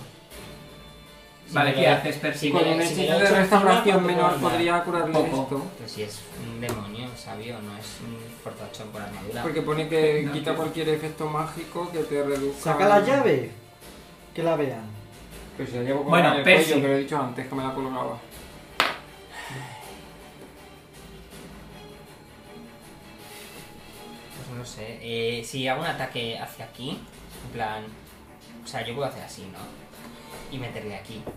Si
vale,
me
¿qué
lo-
haces, Percy?
Sí,
Con
me-
un
si me lo
hechizo de
echo encima,
restauración
¿cuánto
menor
puedo andar?
podría curarle
Poco.
esto.
Pues si es un demonio, sabio, no es un fortachón con armadura.
Porque pone que quita cualquier efecto mágico que te reduzca.
Saca la llave. Que la vean.
Pues la llevo con
Bueno,
el
Percy.
cuello, que lo he dicho antes, que me la colgaba.
Pues no sé, eh, si hago un ataque hacia aquí, en plan... O sea, yo puedo hacer así, ¿no? Y meterle aquí.
Eh,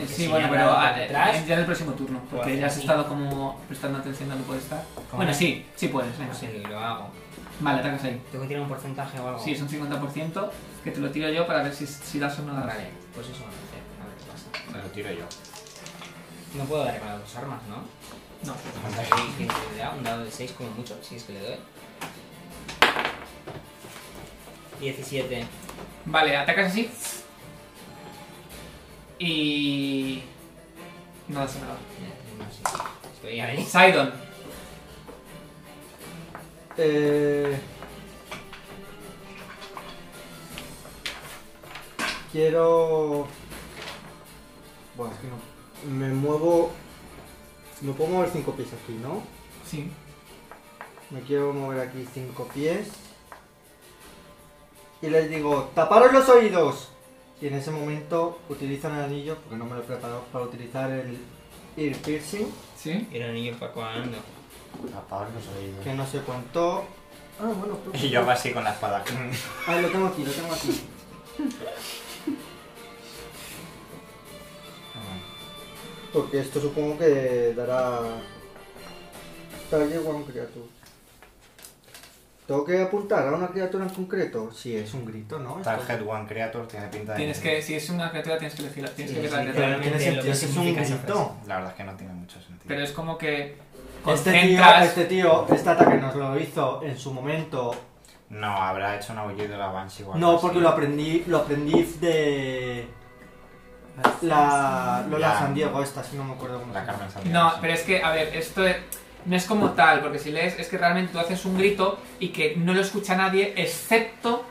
Porque
Sí,
si
bueno,
ya
pero
hablaba
ah,
por
eh,
detrás, pues
eh, ya en el próximo turno, porque
hacer
ya has
así.
estando como prestando atención donde puede estar.
¿Cómo?
Bueno, sí, sí puedes, venga,
Pues
sí.
sí, lo hago.
Vale, atacas ahí.
¿Tengo que tirar un porcentaje o algo?
Sí, es un 50%, que te lo tiro yo para ver si, si das o no das.
Vale, pues eso voy a hacer, a ver qué pasa.
Lo tiro yo.
No puedo dar con las dos armas, ¿no?
No.
Sí, que le da Un dado de 6 como mucho, si es que le doy. 17.
Vale, atacas así. Y. No, eso no.
No sé. Estoy ahí.
Sidon.
Eh, quiero. Bueno, es que no. Me muevo. Me puedo mover 5 pies aquí, ¿no?
Sí.
Me quiero mover aquí 5 pies. Y les digo, taparos los oídos. Y en ese momento utilizan el anillo, porque no me lo he preparado para utilizar el ear piercing,
Sí.
Era un niño para cuando.
Tapaos los oídos.
que no sé cuánto. Ah, bueno, tú-
[LAUGHS] Y yo hago así con la espada. [LAUGHS]
Ah, lo tengo aquí, lo tengo aquí.
Mm.
Porque esto supongo que dará. Target one creature. ¿Tengo que apuntar a una criatura en concreto? Sí, es un grito, ¿no? Esto-
Target One Creator tiene pinta de.
Tienes que, si es una criatura, tienes que elegirla. Tienes que
Sí,
ver la
sí,
letra.
claramente
Tiene
lo que
sentido, es un
significa esa
grito.
La verdad es que no tiene mucho sentido.
Pero es como que.
Este tío,
Concentras.
este tío, este ataque nos lo hizo en su momento.
No, habrá hecho un aullido de la Banshee o algo
No, porque
así.
lo aprendí, lo aprendí de la Lola
Ya.
San Diego esta, si no me acuerdo cómo se
La
llama.
Carmen Sandiego.
No,
sí.
pero es que, a ver, esto es- no es como tal, porque si lees, es que realmente tú haces un grito y que no lo escucha nadie excepto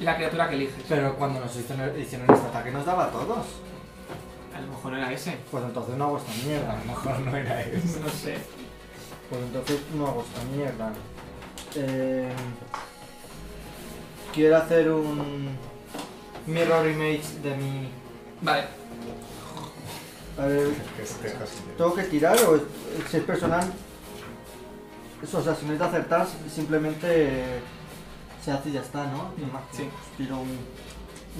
la criatura que eliges.
Pero cuando nos hicieron, hicieron este ataque nos daba a todos.
A lo mejor no era ese.
Pues entonces no hago esta
A
mierda.
lo [LAUGHS] mejor no era eso.
No sé.
Pues entonces no hago esta mierda. Eh, quiero hacer un mirror image de mi...
Vale,
A ver,
este
¿tengo que tirar o es- si es personal? Eso, o sea, si no es de acertar, simplemente se hace y ya está, ¿no?
Mm,
Más que
sí.
Tiro un,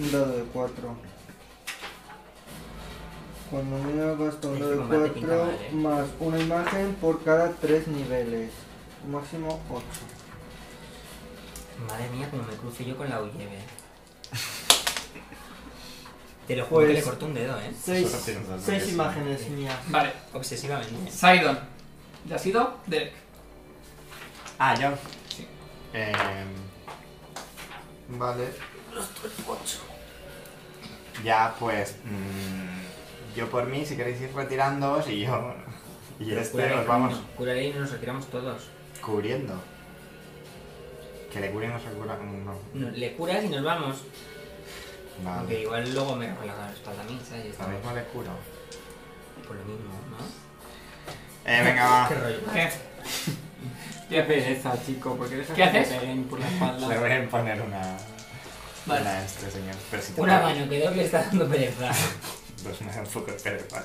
un dado de 4. Cuando me gasto un
Este
dado de
combate pinta
4
mal, ¿eh?
más una imagen por cada 3 niveles. Máximo 8.
Madre mía, como me cruce yo con la Uyeve. Te lo juro
Pues-
que le cortó un dedo, ¿eh?
Solo tienes dos
6
veces.
imágenes mías.
vale.
Obsesivamente.
Sidon. ¿Ya ha sido? Derek.
Ah, yo.
Sí.
Eh, vale. Ya, pues. mm, yo por mí, si queréis ir retirándoos y yo. Y este,
Curaré,
nos vamos
no, curaré y nos retiramos todos.
cubriendo. Que le curen o se cura como no.
No, le curas y nos vamos. Aunque
Vale.
igual luego me relajan la espalda a mí, ¿sabes? Y
Lo
estamos
mismo le curo.
por lo mismo, ¿no?
Eh, venga, va.
¿Qué rollo?
¿Qué?
Qué pereza, chico, porque dejas
¿Qué
que te
haces?
peguen por la espalda.
Le voy a poner una.
Vale.
Una a este señor. Pero si te
Una
pueden-
mano que dos le está dando pereza.
Pues me da un poco de pereza.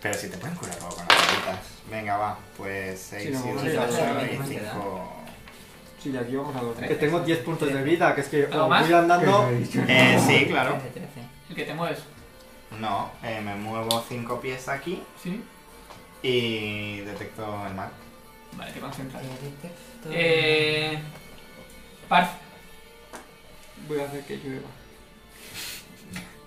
Pero si te pueden curar luego con las bolitas. Venga, va. Pues 6,
Sí, no,
7,
sí,
8,
sí,
9 y
sí,
5.
Sí, de aquí vamos a los
Que
tres.
tengo 10 puntos de vida, que es que
¿Algo
o
más?
voy andando.
Eh,
[LAUGHS]
sí, claro.
13, 13.
El que te mueves.
No, eh, me muevo 5 pies aquí
Sí.
y detecto el mal.
Vale, te concentras.
Detecto-
Eh. Parf.
Voy a hacer que llueva.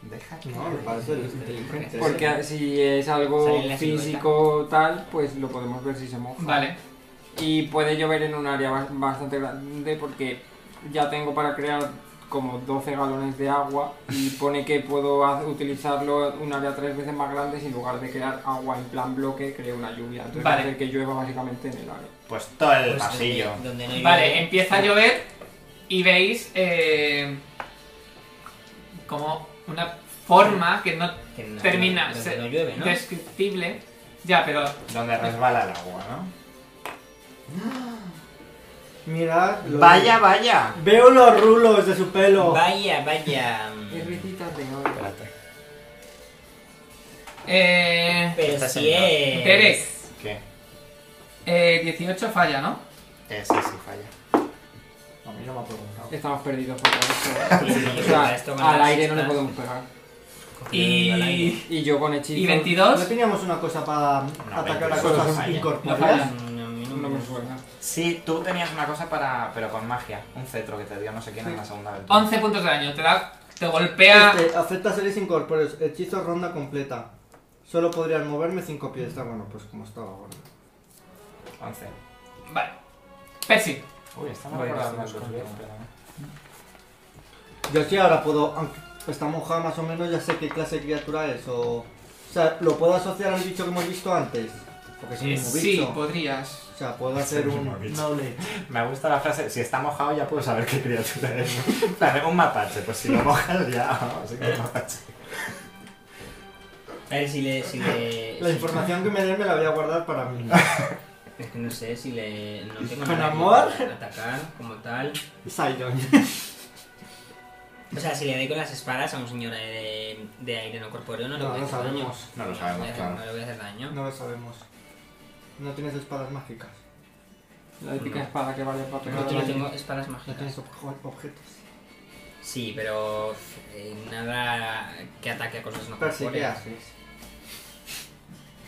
Deja que.
No, me parece inteligente.
Porque a- si es algo
Sale la
físico tal, pues lo podemos ver si se moja.
Vale.
Y puede llover en un área ba- bastante grande porque ya tengo para crear como 12 galones de agua y pone que puedo ha- utilizarlo un área tres veces más grande si en lugar de crear agua en plan bloque creo una lluvia. Entonces
Vale.
va a hacer que llueva básicamente en el área.
Pues todo el
Pues
pasillo.
eh,
donde- donde no hay
Vale,
nadie.
empieza a llover y veis. Eh, como una forma que no
Que no-
termina
donde
se-
no llueve, ¿no?
descriptible. Ya, pero
Donde resbala el agua, ¿no?
Mirad. lo-
Vaya, vaya.
Veo los rulos de su pelo.
Vaya, vaya. mm,
de oro.
Espérate.
Eh,
Pero
Esta
si
señora.
es.
Derek,
¿Qué?
eh, 18 falla, ¿no?
Eh, sí, sí, falla.
A mí no me ha preguntado.
Estamos perdidos otra
[LAUGHS]
vez.
Sí, sí,
O
para
sea,
esto con
al
las
aire no le
chispas.
podemos pegar.
Y,
Al aire.
Y yo con hechizos...
y
No
22
teníamos una cosa para atacar a
22
cosas
falla.
No
incorpóreas.
falla.
No, no, no,
No
no.
me suena.
Sí, tú tenías una cosa para. Pero con magia. Un cetro que te dio no sé quién en la segunda aventura.
11 puntos de daño. Te da, te golpea.
Este, afecta a seres incorpóreos. Hechizo ronda completa. Solo podrían moverme 5 pies. Está bueno, pues como estaba ahora.
11.
Vale. Percy.
Uy, está
Voy
mal
a
por
hacer
la
los cuentos.
Yo sí ahora puedo, aunque está mojada más o menos, ya sé qué clase de criatura es. O, o sea, lo puedo asociar al bicho que hemos visto antes. Porque es el
Eh,
mismo
sí,
bicho.
podrías.
o sea, puedo
Es el
hacer un
mismo bicho.
knowledge.
Me gusta la frase, si está mojado ya puedo saber qué criatura es. En plan, un mapache, pues si lo mojas ya, vamos, sí que es mapache.
A ver si le. Si le
[LAUGHS] La
si-
información que me den me la voy a guardar para
[LAUGHS]
mí.
Es que no sé si le. No tengo
Con
nada que
amor.
Atacar como tal.
Sidon.
O sea, si le doy con las espadas a un señor de, de aire no corpóreo, no, le
No
voy a
lo
hacer daño.
sabemos.
No lo
No le
sabemos,
voy a hacer- no
claro.
le voy a hacer daño.
No lo sabemos. No tienes espadas mágicas.
La épica espada que vale para
Pero
pegar.
yo no
a
tengo
alguien.
espadas
No
mágicas.
tienes obje- objetos.
Sí, pero eh, nada que ataque a cosas no
Percy, ¿qué
corpóreas.
haces?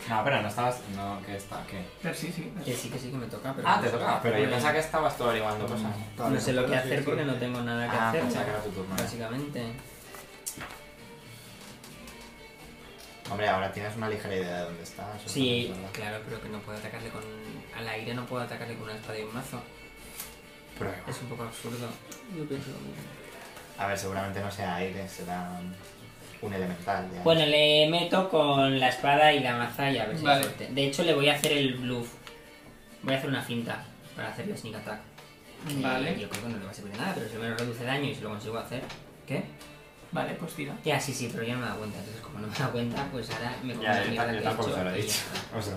No, pero no estabas. No, que está, ¿qué?
Percy, sí. Percy.
Que sí, que sí que me toca, pero...
Ah,
no
te
sé.
toca. Pero yo
Bueno,
pensaba que estabas tú averiguando cosas.
Mm,
No sé lo que
Todavía no
hacer
puedo
porque no
decir.
tengo nada que
Ah,
hacer.
pensaba que era tu turno.
Básicamente.
Hombre, ahora tienes una ligera idea de dónde está. eso
Sí,
es verdad.
claro, pero que no puedo atacarle con... Al aire no puedo atacarle con una espada de un mazo.
Prueba.
Es un poco absurdo.
Yo pienso lo mismo.
A ver, seguramente no sea aire, será un elemental. ya.
Bueno, le meto con la espada y la maza y a ver si hay
Vale.
suerte. De hecho, le voy a hacer el bluff. Voy a hacer una finta para hacerle sneak attack. Y
Vale.
Yo creo que no le va a servir de nada, pero si me reduce daño y si lo consigo hacer... ¿Qué?
Vale, pues tira.
Ya, sí, sí, pero ya no me da cuenta. Entonces, como no me da cuenta, pues ahora me
Ya, yo,
la
ta-
mierda
yo
que he
tampoco
hecho
se lo he
y ya
dicho.
está.
O sea,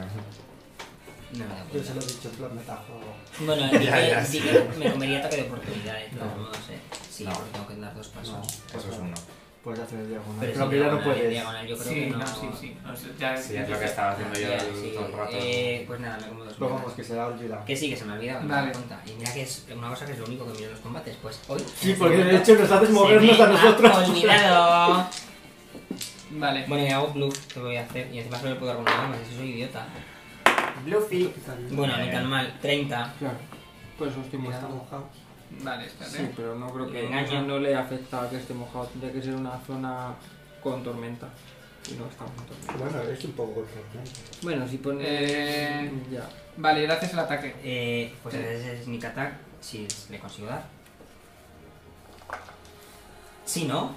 No me da
Yo se
cuenta.
lo he dicho en plan metajuego.
Bueno, di
[LAUGHS] Ya,
que-
ya,
di
sí.
que me comería ataque de oportunidades, no,
No.
no sé. Sí,
No.
porque tengo que dar dos
No,
pasos.
eso es uno.
Pues Puedes hacer el diagonal.
Pero
Pero,
sí,
que ya no
diagonal,
puedes.
diagonal, yo creo
sí,
que no.
no, sí, sí. No, eso ya,
Sí,
ya
es lo
te-
que estaba haciendo yo
Ya,
el-
sí,
todo el rato.
eh, pues nada, me como dos
Pero vamos,
mierdas.
que se le ha olvidado.
Que sí, que se me ha olvidado, no me
Vale.
da cuenta. Y mira que es una cosa que es lo único que miro en los combates, pues hoy...
Sí, porque de hecho nos haces movernos
se
a
me ha
nosotros.
olvidado!
Vale.
Bueno, y hago bluff, que voy a hacer, y encima solo le puedo dar un arma, si soy idiota.
Bluffy.
Bueno, ni
Bien.
tan mal, 30.
Claro. Pues eso estoy
Está
mirando.
mojado.
Vale, espérate.
Sí, pero no creo que
Engaño.
eso no le afecta que esté mojado. Tendría que ser una zona con tormenta. Y no estamos en tormenta.
Bueno, es un poco sorprendente.
Bueno, si pone.
Eh,
Ya.
Vale, gracias el ataque.
Eh, pues ese es sneak attack, si le consigo dar. Sí, ¿no?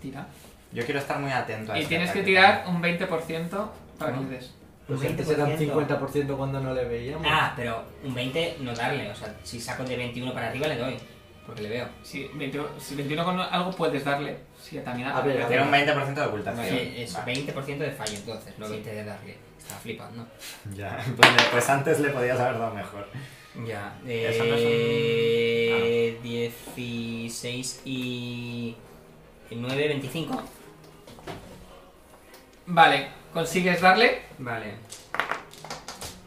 Tira.
Yo quiero estar muy atento a
Y
este
tienes que
ataque.
tirar un 20% para que le des.
Pues antes era un 50% cuando no le veíamos.
Ah, pero un 20 no darle, o sea, si saco de 21 para arriba le doy, porque le veo.
Si 21, si 21 con algo puedes darle. Si también
A ver, a ver.
Tiene un 20% de ocultación.
Sí, es
Vale.
20% de fallo entonces, no 20 de darle. Estaba flipando.
Ya, [LAUGHS] pues, le- pues antes le podías haber dado mejor.
Ya,
Eso no es un-
eh, 16 y 9, 25.
Vale, consigues darle.
Vale.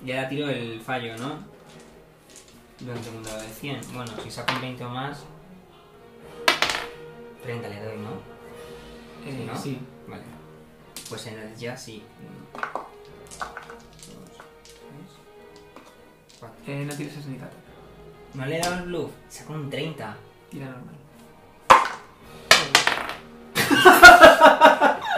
Ya ahora tiro el fallo, ¿no? Durante un dado de 100. Bueno, si saco un 20 o más. 30 le doy, ¿no?
Eh,
¿no?
Sí.
Vale. Pues entonces ya sí. 1, 2, 3, 4.
Eh, no tienes sanidad.
No le he dado el bluff. Saco un 30.
Tira normal.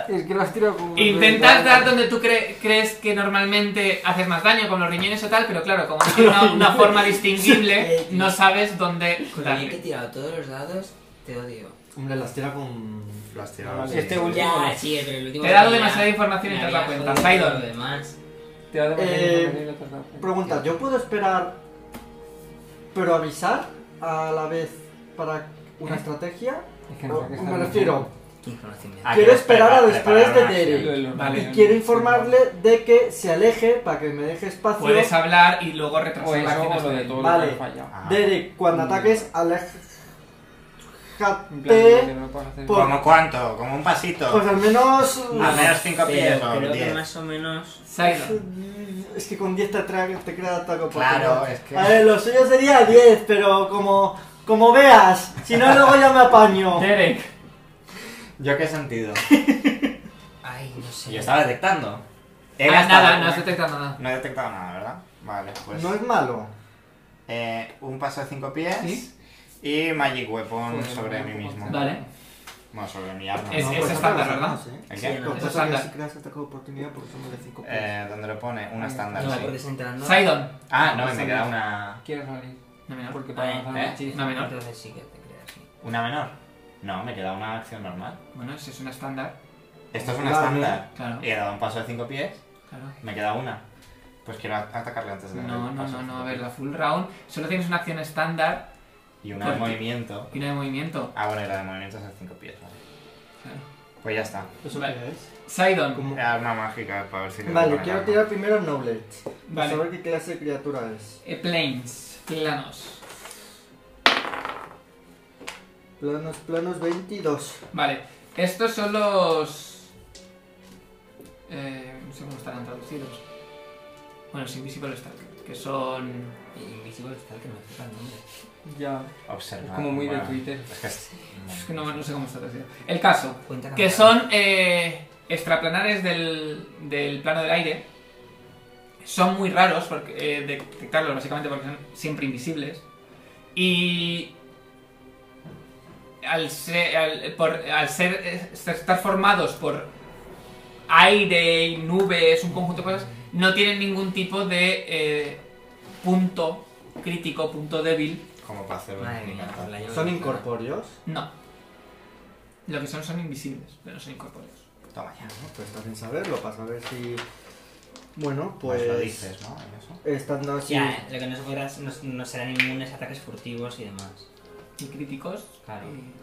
Es que lo has tirado como.
Intentas dar donde tú cre- crees que normalmente haces más daño, con los riñones o tal, pero claro, como no tiene una, una forma distinguible, no sabes dónde
Con lo bien que he
darle.
tirado todos los dados, te odio.
Hombre, las tira con.
Las tirabas.
Vale. Este último.
Ya, sí, pero el último.
Te he dado
me
demasiada
había-
información y
me
te has dado
había
cuenta.
jodido
Sidon.
lo demás.
Te va a demasiado
Eh,
tiempo que le tardas.
Pregunta, ¿yo puedo esperar. pero avisar a la vez para
¿Eh?
una estrategia?
Es que no sé
O-
qué está
me refiero.
¿Quién conoce mi-
Ah,
Quiero esperar a
preparar-
después de
preparar una
Derek.
acción.
Vale,
Y quiero informarle de que se aleje para que me deje espacio.
Puedes hablar y luego
O
retrasar la
eso
acción
o
hasta
Pues lo de
ahí.
todo
Vale.
lo que falla.
Ah.
Derek, cuando
Mm.
ataques,
En plan, que
aléjate.
no lo puedes hacer.
por-
¿Como cuánto? ¿Como un pasito?
Pues al menos.
A menos 5 pies
Pero
o
creo que
10.
más o menos.
Sidon.
Es que con 10 te, tra- te crea ataque oportunidad.
Claro, es que-
A ver, lo suyo sería 10, pero como, como veas, si no luego ya me
[LAUGHS]
apaño.
Derek.
¿Yo qué sentido?
[LAUGHS]
Ay, no sé.
Yo estaba detectando. Él
Ah,
estaba-
nada, no has detectado nada.
No he detectado nada, ¿verdad? Vale, pues.
No es malo.
eh, un paso de 5 pies
Sí.
y Magic Weapon sobre mí mismo.
Vale.
Bueno, sobre mi arma.
Es-
¿no?
es
Pues-
estándar, ¿verdad?
¿El
Sí,
qué?
no.
Lo que
Es
pasa es que
estándar.
si creas ataque de oportunidad porque somos de 5 puntos.
Eh, ¿Dónde lo pone? Una estándar,
No,
sí.
porque es entrando.
Sidon.
Ah, no, me queda una...
Quiero salir.
Nominal.
Porque
Eh,
para lanzar
eh,
un hechizo.
No, menor.
Entonces sí que te creas. sí.
¿Una menor? No, me queda una acción normal.
Bueno, si es una estándar.
Esto es una
Claro.
estándar.
Claro,
He dado un paso de 5 pies,
claro.
Eh, me queda una. Pues quiero at- atacarle antes de
No,
el
no,
paso
no,
de
no.
cinco
A ver,
pies.
la full round. Solo tienes una acción estándar
Y una de
Corte.
movimiento.
y una de movimiento.
Ah, bueno, y la de movimiento es de 5 pies, vale.
Claro.
Pues ya está.
¿Eso
vale.
qué es?
Sidon.
Como-
Arma mágica para ver si... le
Vale,
pone
quiero
arma.
tirar primero Knowledge. Para
Vale.
saber qué clase de criatura es.
Eh, planes. Planos.
Planos, planos 22.
Vale. Estos son los. Eh, no sé cómo estarán traducidos. Bueno, es Invisible Stalker. Que son.
Invisible está el que no me sepa el nombre.
Ya.
Observar.
Es como muy de
bueno,
Twitter.
Es que es...
Es que no, no sé cómo está traducido. El caso.
Cuenta
Que
cambiada.
son eh, extraplanares del, del plano del aire. Son muy raros porque eh, detectarlos, básicamente porque son siempre invisibles. Y al ser, al, por- al ser- eh, estar formados por aire y nubes, un conjunto de cosas, no tienen ningún tipo de eh, punto crítico, punto débil.
Como para hacer un
Madre mía,
encanto.
la llave
¿Son
de-
incorpóreos?
No. Lo que son son invisibles, pero no son incorpóreos.
Toma ya.
No, Pues está bien saberlo, para saber si... Bueno,
Pues...
pues...
lo dices, ¿no? En eso.
Estando así...
Ya, eh, lo que no se podrá, no, no serán inmunes a ataques furtivos y demás.
Y críticos.
Claro.
y-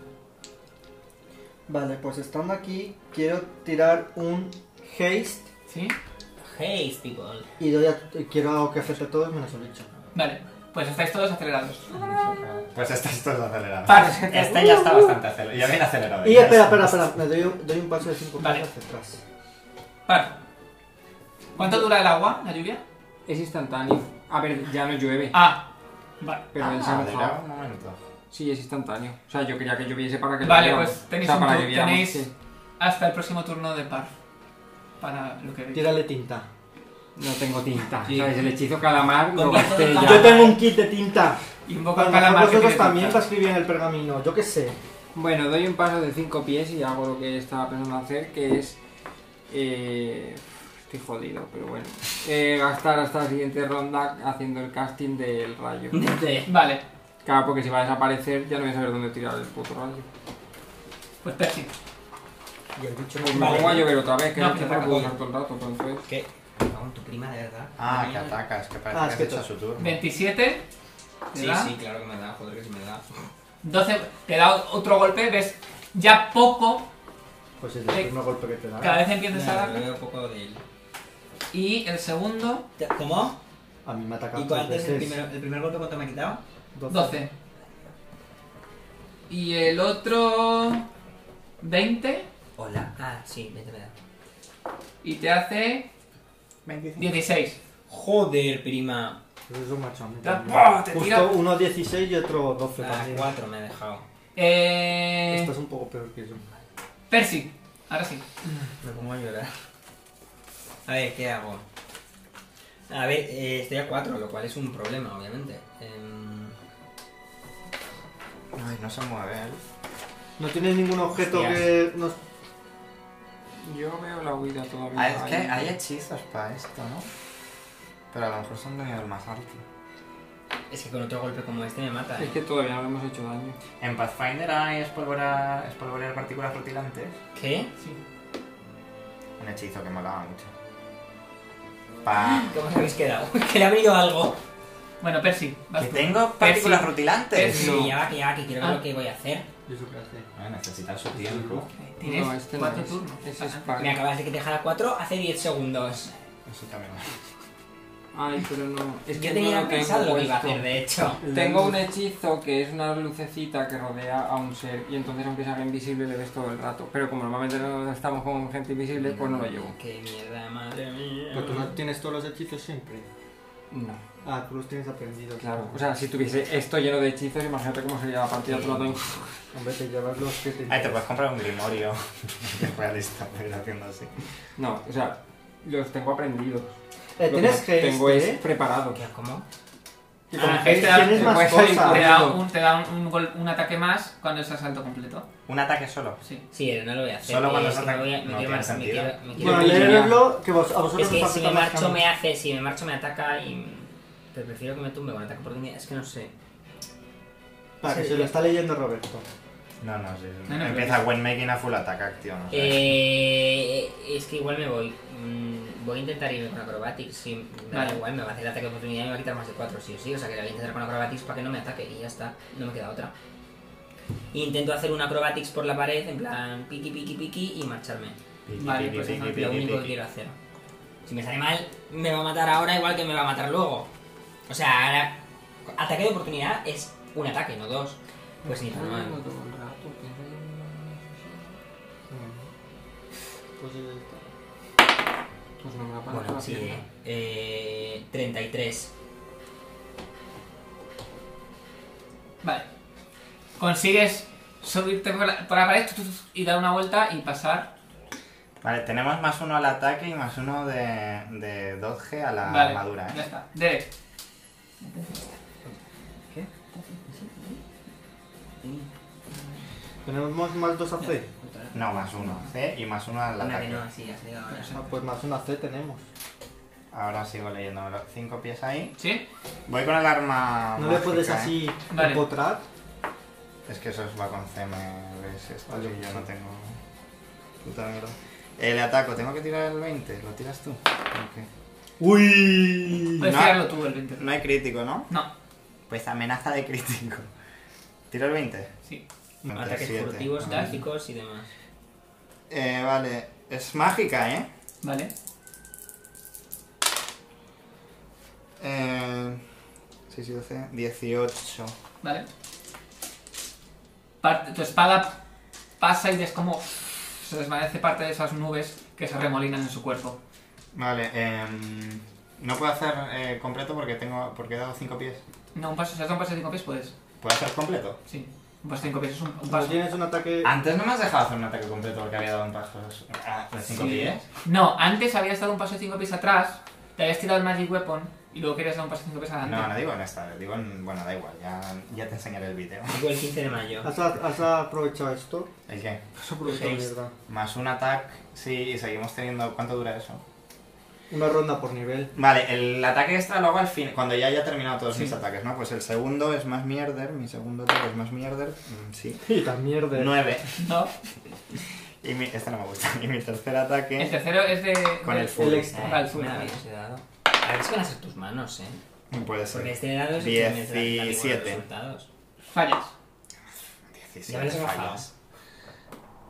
Vale, pues estando aquí, quiero tirar un Haste
¿Sí?
Hey, people.
y doy a- y quiero que afecte a todos menos al bicho.
Vale, pues estáis todos acelerados.
Pues está esto es acelerado.
Par.
Este ya está bastante acelerado. Ya viene acelerado.
Uh, Y
ya
espera,
está.
espera, espera, me doy un, doy un paso de 5
Vale.
pasos hacia atrás.
Par. ¿Cuánto dura el agua, la lluvia?
Es instantáneo. A ver, ya no llueve.
Ah, vale.
Pero él se ha
Ah, espera
mojado.
un momento.
Sí, es instantáneo. O sea, yo quería que lloviese para que
Vale,
lo viéramos.
pues tenéis
O sea,
un
para
tu-
que viéramos
tenéis-
que-
Hasta el próximo turno de par. Para lo que veis.
Tírale tinta.
No tengo tinta.
Sí.
¿Sabes? El hechizo calamar
Con
lo
razón
gasté
la-
ya.
Yo tengo un kit de tinta.
Invoca
A
al
lo mejor
calamar. que
vosotros
tiene
también
tinta.
para escribir en el pergamino, yo qué sé.
Bueno, doy un paso de 5 pies y hago lo que estaba pensando hacer, que es... eh, estoy jodido, pero bueno. Eh, gastar hasta la siguiente ronda haciendo el casting del rayo.
Desde-
Vale,
Claro, porque si va a desaparecer ya no voy a saber dónde tirar el puto rayo.
pues Percy.
Y el bicho
Pues me
Vale.
pongo a llover otra vez, que
No,
no,
pero
lo
para
puedo
coño.
usar todo el rato, pero entonces...
¿Qué? Aún tu prima, de verdad.
Ah, que
Mañana.
ataca, es que parece
Ah,
que
es
has
que
hecho
to-
su turno.
27. Te
Sí,
da.
sí, claro que me da, joder que sí me da.
12. Te da otro golpe. Ves, ya poco.
Pues es el primer golpe que te
Cada
da.
vez empiezas a
Nada, lo
dar.
veo poco de él.
Y el segundo.
Te- ¿Cómo?
A mí me ataca
¿Y
tres
cuánto es el
veces.
primer, el primer golpe? ¿Cuánto me ha quitado?
12. Y el otro. 20.
Hola. Ah, sí, 20 me da.
Y te hace 16.
Joder, prima.
Pues eso, macho, a mí
Te-
también.
¡buah! Te tira-
Justo uno 16 y otro 12
A
también.
4 me ha dejado.
Eh,
Esto es un poco peor que eso.
Percy, ahora sí.
Me pongo a llorar. A ver, ¿qué hago? A ver, eh, estoy a 4, lo cual es un problema, obviamente. Em,
Ay, no se mueve él.
No tienes ningún objeto
Hostias.
que nos
Yo veo la huida todavía.
Ah, es que
ahí.
hay hechizos para esto, ¿no? Pero a lo mejor son de nivel más alto.
es que con otro golpe como este me mata.
Es
¿eh?
que todavía no le hemos hecho daño.
En Pathfinder hay espolvorear, espolvorear partículas rutilantes.
¿Qué?
Un hechizo que molaba mucho. Pa.
¿Cómo os habéis quedado? [LAUGHS] que le ha venido algo.
Bueno, Percy, vas
¡Que
tú.
tengo partículas
Percy.
rutilantes!
Percy.
Sí, ya va, que ya va, que quiero
Ah.
ver lo que voy a hacer.
¿Y eso qué hace?
Ah, necesita su tiempo.
Eh, Tienes
No, este no
cuatro
es.
turnos.
Ese es
Ah,
para-
Me acabas de dejar a 4 hace 10 segundos.
Eso también.
Ay, pero no. Es que
Yo
no
tenía
lo
pensado
tengo
lo que iba a
puesto.
hacer, de hecho.
Tengo un hechizo que es una lucecita que rodea a un ser y entonces aunque se haga invisible le ves todo el rato. Pero como normalmente no estamos con gente invisible, pues no lo llevo.
Qué mierda, madre mía.
Pero tú no tienes todos los hechizos siempre.
No,
Ah, tú los tienes aprendidos.
claro. O sea, si tuviese esto lleno de hechizos, imagínate cómo sería la partida todo el rato.
Hombre, te llevas los que te.
Ahí te puedes comprar un grimorio. [LAUGHS] realista, pero ir haciendo así.
No, o sea, los tengo aprendidos.
Eh,
Lo que
tienes
no
que.
tengo es
Este,
preparado.
¿Qué? ¿Cómo?
Que
Ah,
como
este
tienes-
da-
tienes
te
más
puede salir
Te
cosas.
corriendo.
da, un, te da un, un gol- un ataque más cuando es asalto completo.
Un ataque solo.
Sí.
Sí, no lo voy a hacer.
Solo
eh,
cuando
es que
salta-
me voy a- me quiero
no tiene
mar- me
sentido.
quiero- me quiero
Bueno,
marchar.
leerlo, que vos- a vosotros
Es que
os
si
afecta
me
más que a
marcho
mí.
me hace, si me marcho me ataca y... Pero prefiero que me tumbe con ataque oportunidad, es que no sé.
Para que
Sí.
se lo está leyendo Roberto.
No, no, sí. sí.
No, no,
Empieza when making a full attack action. o sea,
Eh, es que igual me voy. Mm, Voy a intentar irme con Acrobatics. Si me da
Vale.
igual, me va a hacer ataque de oportunidad y me va a quitar más de 4, sí o sí. O sea que la voy a intentar con Acrobatics para que no me ataque y ya está. No me queda otra. Intento hacer un Acrobatics por la pared, en plan piqui, piqui, piqui y marcharme.
piqui,
vale,
piqui,
pues
piqui,
entonces
piqui,
Lo único que
piqui.
quiero hacer. Si me sale mal, me va a matar ahora igual que me va a matar luego. O sea, ahora. Ataque de oportunidad es un ataque, no dos. Pues ni tan mal.
eh,
Pues no me la
Bueno, sí. Eh, 33.
Vale. Consigues subirte por la, por la pared tu, tu, tu, y dar una vuelta y pasar.
Vale, tenemos más uno al ataque y más uno de, de 2G a la
vale.
armadura.
Ya
¿eh?
está. Derek.
Tenemos más dos AC.
No, más uno C y más uno al
Una que
ataque.
no, así, así ahora.
Ah, pues más una C tenemos.
Ahora sigo leyendo los cinco pies ahí.
¿Sí?
Voy con el arma.
¿No le
mágica,
puedes
¿eh?
así
Vale.
empotrar?
Es que eso es va con C, me ves esto
Vale,
y yo
sí.
no tengo. Puta mierda. El ataco, tengo que tirar el 20, lo tiras tú. Ok.
¡Uy!
Puedes
No.
tirarlo tú el 20.
No hay crítico, ¿no?
No.
Pues amenaza de crítico. Tiro el 20.
Sí.
Ataques
27.
furtivos,
Ah.
tácticos y demás.
Eh, vale. Es mágica, ¿eh?
Vale.
Eh. 6 y 12. 18.
Vale. Parte- tu espada pasa y ves como se desvanece parte de esas nubes que se remolinan en su cuerpo.
Vale, em, no puedo hacer eh, completo porque tengo porque he dado 5 pies.
No, un paso, si has dado un paso de 5 pies, puedes.
¿Puedo hacer completo?
Sí. Un paso de 5 pies es un, un
Cuando
paso.
tienes un ataque...
Antes no me has dejado hacer un ataque completo porque había dado un paso ah, de 5
Sí.
pies.
No, antes habías dado un paso de 5 pies atrás, te habías tirado el Magic Weapon y luego querías dar un paso de 5 pies adelante.
No, no digo en esta, digo en. Bueno, da igual, ya, ya te enseñaré el vídeo.
Digo el 15 de mayo.
¿Has, has aprovechado esto?
¿El qué?
Has aprovechado
Seis.
mierda.
Más un ataque, sí, y seguimos teniendo. ¿Cuánto dura eso?
Una ronda
[LAUGHS]
por nivel.
Vale, el ataque extra lo hago al fin, cuando ya haya terminado todos
Sí.
mis ataques, ¿no? Pues el segundo es más mierder, mi segundo ataque es más mierder, mm, sí.
Y tan mierda.
9.
No.
Y mi, este no me gusta. [LAUGHS] Y mi tercer
El
ataque.
tercero es de.
Con
de-
el full.
el ex-
Ah, el full.
me da miedo ese dado. A ver si van a ser tus manos, eh.
Mm, Puede
Porque
ser.
este dado es el que me da- da igual los
17.
resultados.
Fallas.
Ya me
17
las he bajado.
fallas.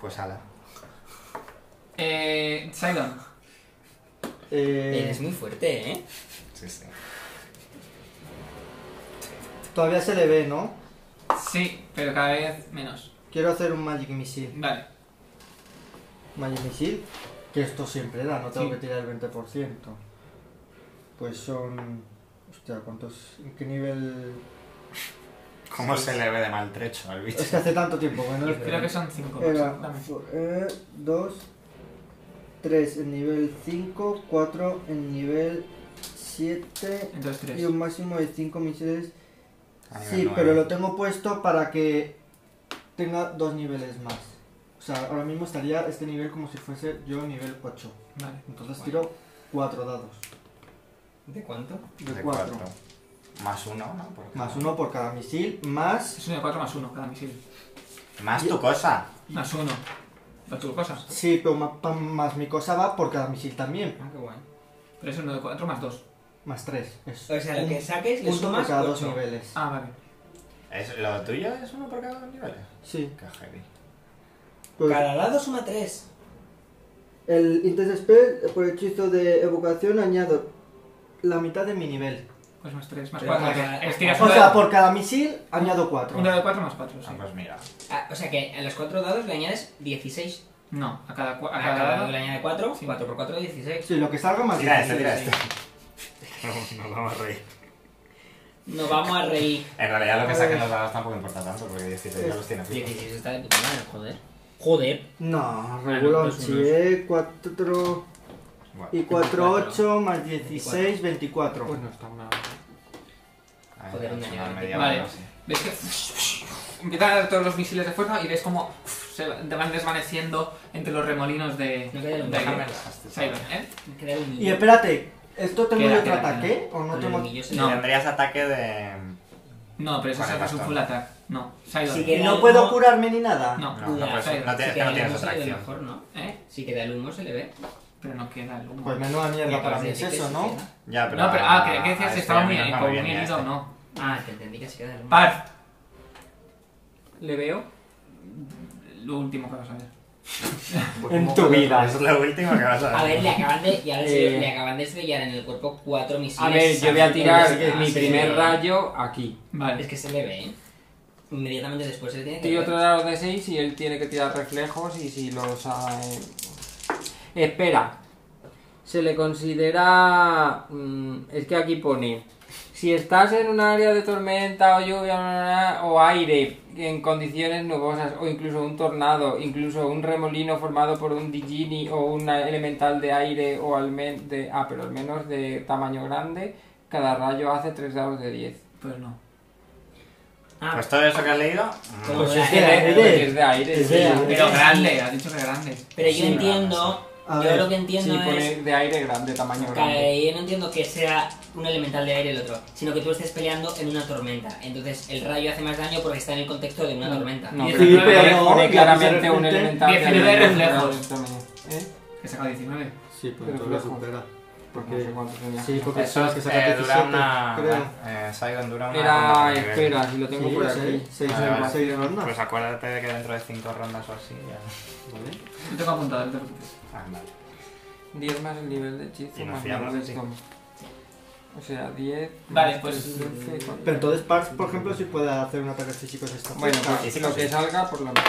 Pues ala.
Eh. Sidon.
Eh,
Eres muy fuerte, eh.
Sí, sí.
todavía se le ve, ¿no?
Sí, pero cada vez menos.
Quiero hacer un Magic Missile.
Vale.
Magic Missile, que esto siempre da, no tengo
Sí.
que tirar el 20%. Pues son... Hostia, ¿cuántos? ¿En qué nivel...?
¿Cómo se le ve de maltrecho al bicho?
Es que hace tanto tiempo eh, que no lo
Este Creo que son 5
Era
2
2, 3 eh, en nivel 5, 4 en nivel 7
Entonces
y
3.
un máximo de 5 misiles.
A nivel
Sí,
nueve.
pero lo tengo puesto para que tenga dos niveles más. O sea, ahora mismo estaría este nivel como si fuese yo nivel 8.
Vale.
Entonces
Guay.
tiro 4 dados.
¿De cuánto?
De
De
4.
cuatro. Más uno, ¿no? Porque-
Más uno por cada misil, más...
Es un de 4 más 1 cada misil.
Más tu cosa.
Más 1. Para tus cosas.
Sí, pero ma- pa- más mi cosa va por cada misil también.
Ah, qué guay.
Pero es uno de 4 más 2.
Más 3. Es
O sea, lo
un
que saques le
punto por
sumas
cada dos
8.
niveles.
Ah, vale.
¿Es, ¿Lo tuyo es uno por cada dos niveles?
Sí.
Qué heavy.
Pues-
Cada dado suma 3.
El Intense Spell, por hechizo de evocación, añado la mitad de mi nivel.
Pues más 3, más
Pero
4.
para-
Estiras
O
uno
sea,
de-
por cada misil, añado 4.
un dado de 4 más 4, sí.
Ah, pues mira.
o sea que a los 4 dados le añades 16.
No, a cada, cua-
A
a
cada
cada
dado
dado.
le añades 4.
Sí.
4 por 4, 16.
Sí, lo que salga más
Tira este,
difícil,
tira
sí.
este. No, [LAUGHS] nos vamos a reír.
Nos vamos a reír.
En realidad lo que
Pues-
saquen los dados tampoco importa tanto porque 17 ya los tiene fijos.
16 está de puta madre, joder. Joder.
No, regulón,
pues
sí,
unos-
eh, 4
Bueno,
y 4,
24.
8 más 16, 24.
Pues no está mal.
a
poder
sonar
dañarte.
media
Vale.
hora, sí.
Ves que empiezan a dar todos los misiles de fuerza y ves como se te van desvaneciendo entre los remolinos de.
No queda
de
ningún-
Sidon, ¿eh?
Queda el
Y
humillo.
espérate, ¿esto tengo
Queda,
yo otro
queda, queda.
ataque? ¿O no
Con el
tengo.?
humillo se
No.
le da-
Tendrías ataque de.
No, pero eso
Vale,
sacas un
basta.
full attack. No, Sidon.
Sí que-
¿Y
Queda
no puedo
uno-
curarme ni nada?
No,
No, no, puedes-
Sidon.
no
Si
te- es que
queda
no
el
tienes
humo se
otra
le ve
acción.
mejor, ¿no?
¿Eh?
Si queda el humo se le ve.
Pero no queda el humo.
Pues menuda
Y
mierda para
acabas
mí
de
es
decir
eso,
que
¿no?
se queda.
Ya, pero.
no, pero. Ah, que,
a-
que decías
a
que
este
estaba muy,
no está
como muy
bien,
herido,
este.
no.
Ah, te entendí que se queda el humo.
Par. Le veo. Lo último que vas a ver.
Pues
En
como
tu
que-
vida.
Es lo último que vas a
A ver,
ver.
le acaban de, ya le,
Eh.
le acaban de estrellar en el cuerpo cuatro misiles.
A ver, yo voy a
Sí,
tirar
sí,
mi
sí.
primer rayo aquí.
Es
Vale.
que se le ve, ¿eh? Inmediatamente después se le tiene que
Tiro
ver.
otro dado de 6 y él tiene que tirar reflejos y si los... ha- eh, Espera. Se le considera... mm, Es que aquí pone... Si estás en un área de tormenta o lluvia na, na, na, o aire, en condiciones nubosas o incluso un tornado, incluso un remolino formado por un Digini o un elemental de aire o al, men- de, ah, pero al menos de tamaño grande, cada rayo hace 3 dados de 10.
Pues no.
Ah,
Pues todo eso que has leído.
como
mm,
Pues
la-
es que-
era-
eh,
Porque Es de aire.
es
sí.
de aire.
Pero grande, has dicho que grande.
Pero
Sí,
yo
pero
entiendo,
A
yo
ver,
lo que entiendo
Sí, pone
es
de aire grande, tamaño grande.
que yo no entiendo que sea un elemental de aire el otro, sino que tú estés peleando en una tormenta. Entonces el rayo hace más daño porque está en el contexto de una tormenta.
No,
Sí,
pero, no
pero
pone-
no,
pone
y
claramente
de
un
repente-
elemental.
19
aire.
reflejos.
¿Eh?
Que saca 19.
Sí, pues
Pero
entonces
flojo.
supera.
No sé
Porque.
cuánto tenía.
Sí, porque
Eso
sabes
es
que
que
saca
eh, dura
17,
una.
creo.
Eh, Saigon dura una.
Era,
ronda por nivel.
espera, si lo tengo
Sí,
por
pues,
aquí.
eh, seis-
Vale, Ah, vale.
seis rondas.
Pues acuérdate de que dentro de 5 rondas o así ya.
Vale.
Lo tengo apuntado, no te preocupes.
Ah, vale.
10 más el nivel de hechizo
Y nos
más nivel
fiamos
de
de ti.
estómago. O sea, 10.
Vale,
más
pues-
13, cuatro.
Pero entonces Pars, por ejemplo, sí puede hacer un ataque físico si está
Bueno,
cerca.
pues lo que salga por lo menos.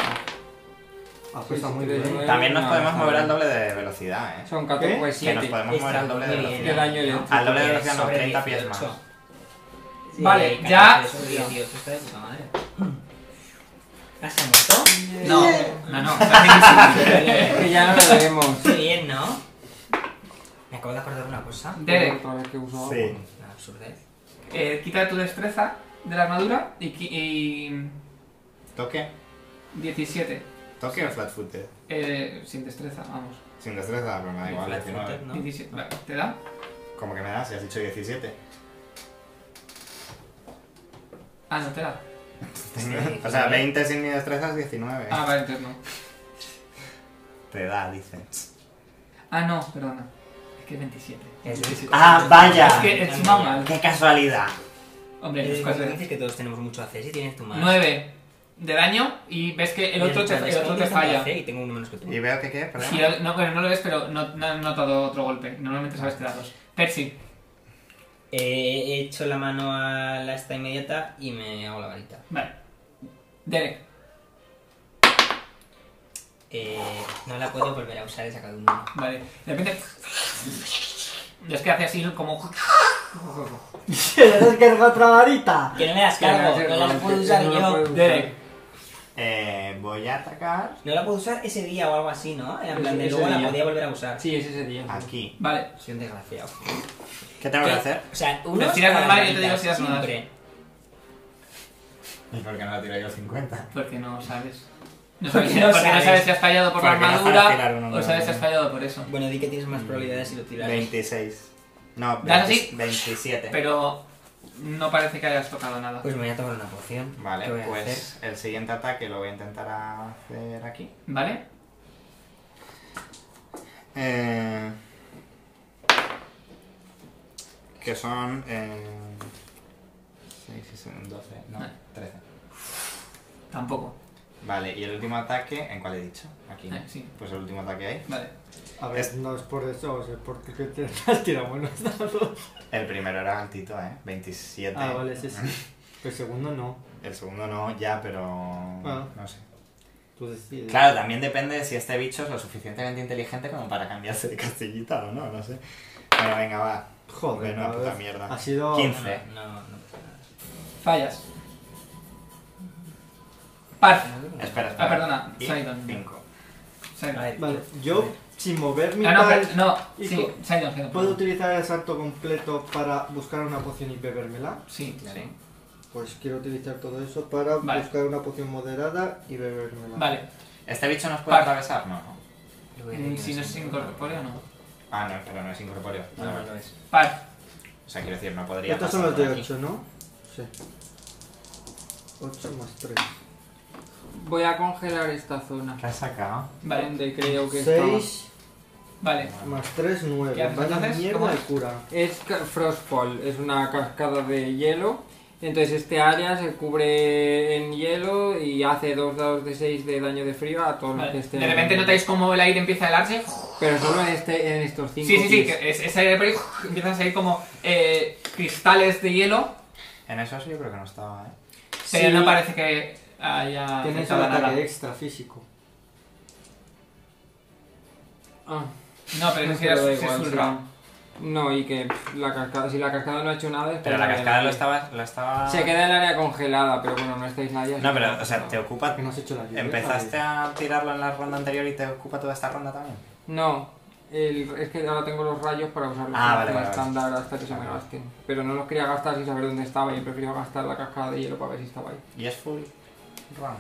Ah, pues está muy
sí, sí,
bien.
sí.
También nos
no,
podemos
no,
mover
no.
al doble de velocidad, eh.
Son 14,
¿Qué?
pues
Que nos
7.
podemos mover al doble de
muy bien.
De
velocidad.
daño eléctrico.
Al doble de
Porque
velocidad, no,
sobre
30 pies más.
18. Sí,
Vale,
14
ya-
sobre 18, está de puta madre. ¿Has muerto?
No, no, [LAUGHS] no. está finísimo.
Que ya no lo veremos.
Muy bien, ¿no? Me acabo de acordar de una cosa.
Derek,
Otra vez que uso agua.
Sí.
Una absurdez.
eh, quita tu destreza de la armadura y, qui- y
¿Toque?
17.
¿Toque o flat footed?
Eh, sin destreza, vamos.
Sin destreza, pero me da igual,
Flat footed,
19.
¿no?
17. Vale, ¿Te da?
Como que me das, si has dicho 17.
Ah, no te da.
[LAUGHS] o sea, 20 sin mi destreza es 19.
Ah, vale, entonces no.
Te da, dice.
Ah, no, perdona. Es que es 27.
Es decir,
Ah, vaya.
Es que es suma mal.
¡Qué casualidad!
Hombre,
Eh, Es
los cuatro.
decir, que todos tenemos mucho AC si tienes tu más.
9 de daño y ves que el otro te, el otro te falla.
Y tengo uno menos que tú. Eh,
¿Y veo que qué? Perdón.
Y el- no, bueno, no lo ves, pero no, no has notado otro golpe. Normalmente sabes te da dos. Percy,
Eh, He hecho la mano a la esta inmediata y me hago la varita.
vale. Derek,
Eh, no la puedo volver a usar, he sacado un uno.
vale. De repente. [LAUGHS] Es que hace así
[LAUGHS]
como.
[LAUGHS] ¿Quieres que haga otra varita?
Que no me las cargo,
Que
no
no
las
se-
puedo
que
usar
no la puedo
yo.
usar.
Derek,
Eh, voy a atacar
No la puedo usar ese día o algo así, ¿no? Era en plan de
Ese
luego la
día.
podía volver a usar.
Sí, es ese día.
aquí.
vale.
Soy un desgraciado.
¿Qué tengo que hacer?
O sea, uno
Pero
es
tiras
para
normal y yo
las
te digo si das
varitas,
malas.
siempre.
¿Y por qué no la tiro yo 50?
Porque no sabes. No
Porque
sabes, si-
no
porque no
sabes.
sabes si has fallado por la
Porque no sabes tirar
armadura
uno,
o
no,
sabes si
no.
has fallado por eso.
Bueno, di que tienes
Mm,
más probabilidades si lo tiras.
26. No,
¿Das
20
así?
27.
Pero no parece que hayas tocado nada.
Pues me voy a tomar una poción. ¿Qué voy
Vale,
a hacer?
pues el siguiente ataque lo voy a intentar hacer aquí.
¿Vale?
Eh, que son. Eh, 6, 12, no,
Ah.
13.
Tampoco.
Vale, y el último ataque, ¿en cuál he dicho? Aquí. ¿no?
Eh, sí.
Pues el último ataque ahí.
Vale.
A ver,
Es-
no es por eso, o sea, porque que te [LAUGHS] las tiramos los dados.
El primero era altito, ¿eh? 27.
Ah, vale, sí, sí. El segundo no,
El segundo no, ya, pero.
Ah.
No sé.
tú decides.
Claro, también depende de si este bicho es lo suficientemente inteligente como para cambiarse de castillita o no, no sé. Bueno, venga, va.
Joder,
Una
a
puta
ver,
mierda.
Ha sido...
15.
No, no, no pasa nada.
Fallas. Parf.
Espera, espera.
Ah, perdona,
Y
Sidon.
cinco.
Sidon.
A ver,
Vale,
tío.
yo sin mover mi
Ah, no,
tal,
pero- no,
y
sí,
co-
Sidon, Sidon.
¿Puedo
perdón.
utilizar el salto completo para buscar una poción y bebérmela?
Sí,
Claro.
sí.
Pues quiero utilizar todo eso para
Vale.
buscar una poción moderada y bebérmela.
Vale,
¿Este bicho nos puede
Par-
atravesar? No, no.
Lo voy a
mm,
decir,
si no
es
es
incorpóreo.
incorpóreo, no.
Ah, no, pero no es incorpóreo.
No, no, no es.
Par,
O sea, quiero decir, no podría
Estos son
pasar
los de
por aquí.
8, ¿no? Sí. 8 más 3.
Voy a congelar esta zona.
¿Qué has sacado?
vale,
Donde creo que está.
6
vale.
más 3, 9.
¿Qué haces
Vaya
entonces? ¿Cómo
mierda de
es?
cura.
Es ca- Frostfall, es una cascada de hielo. Entonces este área se cubre en hielo y hace dos dados de 6 de daño de frío a todos los que
Vale.
este
estén.
De repente notáis cómo el aire empieza a helarse.
Pero solo en, este, en estos 5
Sí, sí, sí, que es- ese aire por ahí, [LAUGHS] empiezan a salir como eh, cristales de hielo,
En eso sí, yo creo que no estaba, ¿eh?
pero
Sí.
no parece que haya
Tienes un
afectado a
ataque
nada.
extra físico.
Ah,
No, pero
no,
[LAUGHS]
eso sí era
pero da
es
igual,
un
sí.
round.
No, y que pff, la cascada, si la cascada no ha hecho nada es
Pero
porque
la cascada
nadie-
lo estaba... Lo estaba...
Se queda el área congelada, pero bueno, no estáis nadie. así
No,
que
pero, o sea, te ocupa...
Que no has hecho la lluvia.
¿Empezaste
¿vale?
a tirarlo en la ronda anterior y te ocupa toda esta ronda también?
No, el- es que ahora tengo los rayos para usarlos
Ah,
en acción
vale, vale, vale.
estándar hasta que se me gasten. Pero no los quería gastar sin saber dónde estaba y he preferido gastar la cascada de hielo para ver si estaba ahí.
Y es full round.